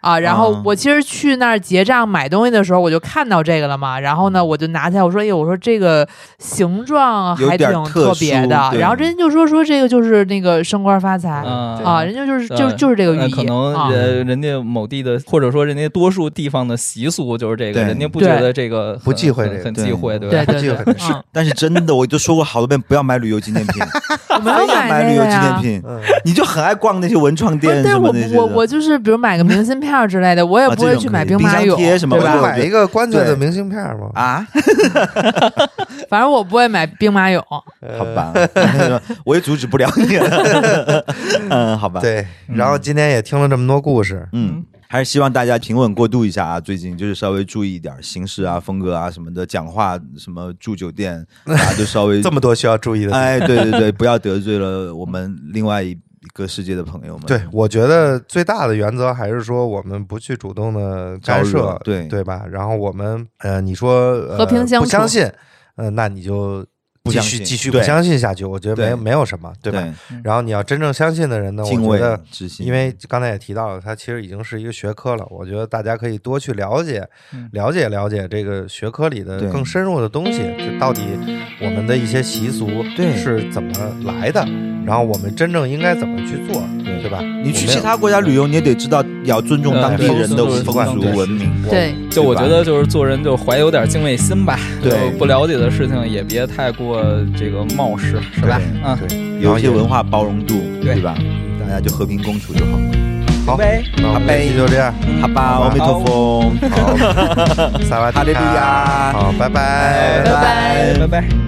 [SPEAKER 6] 啊，然后
[SPEAKER 2] 啊
[SPEAKER 6] 我其实去那儿结账买东西的时候，我就看到这个了嘛，然后呢，
[SPEAKER 2] 嗯
[SPEAKER 6] 我就拿起来，我说，哎呦，我说这个形状啊
[SPEAKER 2] 有
[SPEAKER 6] 还挺
[SPEAKER 2] 点特
[SPEAKER 6] 别
[SPEAKER 2] 殊
[SPEAKER 6] 的，
[SPEAKER 2] 对
[SPEAKER 6] 然后人家就说说这个就是那个升官发财，
[SPEAKER 4] 嗯
[SPEAKER 6] 啊，人家就是就
[SPEAKER 4] 呃
[SPEAKER 6] 就是这个寓
[SPEAKER 4] 呃
[SPEAKER 6] 意，
[SPEAKER 4] 可能
[SPEAKER 6] 啊
[SPEAKER 4] 呃，人家某地的，或者说人家多数地方的习俗就是这个，
[SPEAKER 2] 对
[SPEAKER 4] 人家不觉
[SPEAKER 6] 对
[SPEAKER 4] 得这个很
[SPEAKER 3] 不忌讳
[SPEAKER 4] 很
[SPEAKER 3] 这个
[SPEAKER 4] 很
[SPEAKER 2] 对
[SPEAKER 4] 忌讳，对
[SPEAKER 6] 对
[SPEAKER 4] 吧？
[SPEAKER 6] 对
[SPEAKER 3] 忌
[SPEAKER 6] 对
[SPEAKER 3] 讳，
[SPEAKER 6] 嗯
[SPEAKER 3] 是
[SPEAKER 2] 但是真的，我就说过好多遍，不要买旅游纪念品，
[SPEAKER 6] 我没有
[SPEAKER 2] 不要 买
[SPEAKER 6] 那
[SPEAKER 2] 旅游
[SPEAKER 6] 个
[SPEAKER 2] 纪念
[SPEAKER 6] 呀。
[SPEAKER 2] 品，
[SPEAKER 3] 嗯，
[SPEAKER 2] 你就很爱逛那些文创
[SPEAKER 6] 不是
[SPEAKER 2] 店
[SPEAKER 6] 但
[SPEAKER 2] 什
[SPEAKER 6] 是
[SPEAKER 2] 么
[SPEAKER 6] 我
[SPEAKER 2] 那些的。
[SPEAKER 6] 我我就是，比如买个明信片儿之类的，我也
[SPEAKER 2] 啊
[SPEAKER 6] 不
[SPEAKER 2] 这
[SPEAKER 6] 会
[SPEAKER 2] 种
[SPEAKER 6] 去
[SPEAKER 2] 可
[SPEAKER 6] 买
[SPEAKER 2] 以
[SPEAKER 6] 兵
[SPEAKER 2] 冰
[SPEAKER 6] 马
[SPEAKER 2] 箱
[SPEAKER 6] 俑
[SPEAKER 2] 贴什么
[SPEAKER 6] 对
[SPEAKER 2] 我
[SPEAKER 3] 我
[SPEAKER 2] 就
[SPEAKER 3] 就
[SPEAKER 6] 吧？
[SPEAKER 3] 买一个棺材
[SPEAKER 2] 对
[SPEAKER 3] 的明信片嘛。
[SPEAKER 2] 啊，
[SPEAKER 6] 反正我不会买兵马俑。
[SPEAKER 2] 好吧， 那个我也阻止不了你了。嗯，好吧，，
[SPEAKER 3] 对，然后今天也听了这么多故事，
[SPEAKER 2] 嗯，还是希望大家平稳过渡一下啊。最近就是稍微注意一点形式啊、风格啊什么的，讲话什么住酒 店啊，就稍微
[SPEAKER 3] 这么多需要注意的地方。
[SPEAKER 2] 哎，对对对，不要得罪了我们另外一个世界的朋友们。
[SPEAKER 3] 对，我觉得最大的原则还是说，我们不去主动的干
[SPEAKER 2] 招
[SPEAKER 3] 涉
[SPEAKER 2] 惹，对
[SPEAKER 3] 对吧？然后我们呃，你说、呃、
[SPEAKER 6] 和平相
[SPEAKER 3] 不
[SPEAKER 6] 处
[SPEAKER 3] 相信，呃，那你就
[SPEAKER 2] 不
[SPEAKER 3] 继
[SPEAKER 2] 相
[SPEAKER 3] 续
[SPEAKER 2] 信
[SPEAKER 3] 继续不
[SPEAKER 2] 对
[SPEAKER 3] 相信下去，我觉得没
[SPEAKER 2] 对
[SPEAKER 3] 没有什么，对吧？
[SPEAKER 2] 对，
[SPEAKER 6] 嗯
[SPEAKER 3] 然后你要真正相信的人呢，我
[SPEAKER 2] 敬
[SPEAKER 3] 觉
[SPEAKER 2] 畏
[SPEAKER 3] 得。
[SPEAKER 2] 之心，
[SPEAKER 3] 因为刚才也提到了，它其实已经是一个学科了。我觉得大家可以多去了解
[SPEAKER 4] 嗯、
[SPEAKER 3] 了解、了解这个学科里的
[SPEAKER 2] 对
[SPEAKER 3] 更深入的东西，就到底我们的一些习俗
[SPEAKER 2] 对
[SPEAKER 3] 是怎么来的，然后我们真正应该怎么去做，
[SPEAKER 2] 对
[SPEAKER 3] 对吧？
[SPEAKER 2] 你去
[SPEAKER 3] 我们
[SPEAKER 2] 其他国家旅游，你也得知道要尊重当地
[SPEAKER 3] 嗯对
[SPEAKER 2] 人的
[SPEAKER 3] 风俗
[SPEAKER 2] 风俗
[SPEAKER 3] 对
[SPEAKER 2] 文明。
[SPEAKER 6] 对，
[SPEAKER 4] 就我
[SPEAKER 2] 对
[SPEAKER 4] 觉
[SPEAKER 2] 吧
[SPEAKER 4] 得，就是做人就怀有点敬畏心吧。
[SPEAKER 2] 对
[SPEAKER 4] 就不了解的事情也别太过这个冒失，是吧？嗯，
[SPEAKER 3] 对，
[SPEAKER 2] 有一些文化包容度，
[SPEAKER 4] 对
[SPEAKER 2] 对吧？大家就和平共处就好。
[SPEAKER 3] 好，
[SPEAKER 4] 拜
[SPEAKER 3] 那我们这期就这样，
[SPEAKER 2] 好吧，阿弥陀佛，
[SPEAKER 3] 好，萨瓦
[SPEAKER 2] 哈
[SPEAKER 3] 迪
[SPEAKER 2] 利路
[SPEAKER 3] 卡，
[SPEAKER 2] 亚，
[SPEAKER 3] 好，拜拜
[SPEAKER 6] 拜拜
[SPEAKER 4] 拜拜。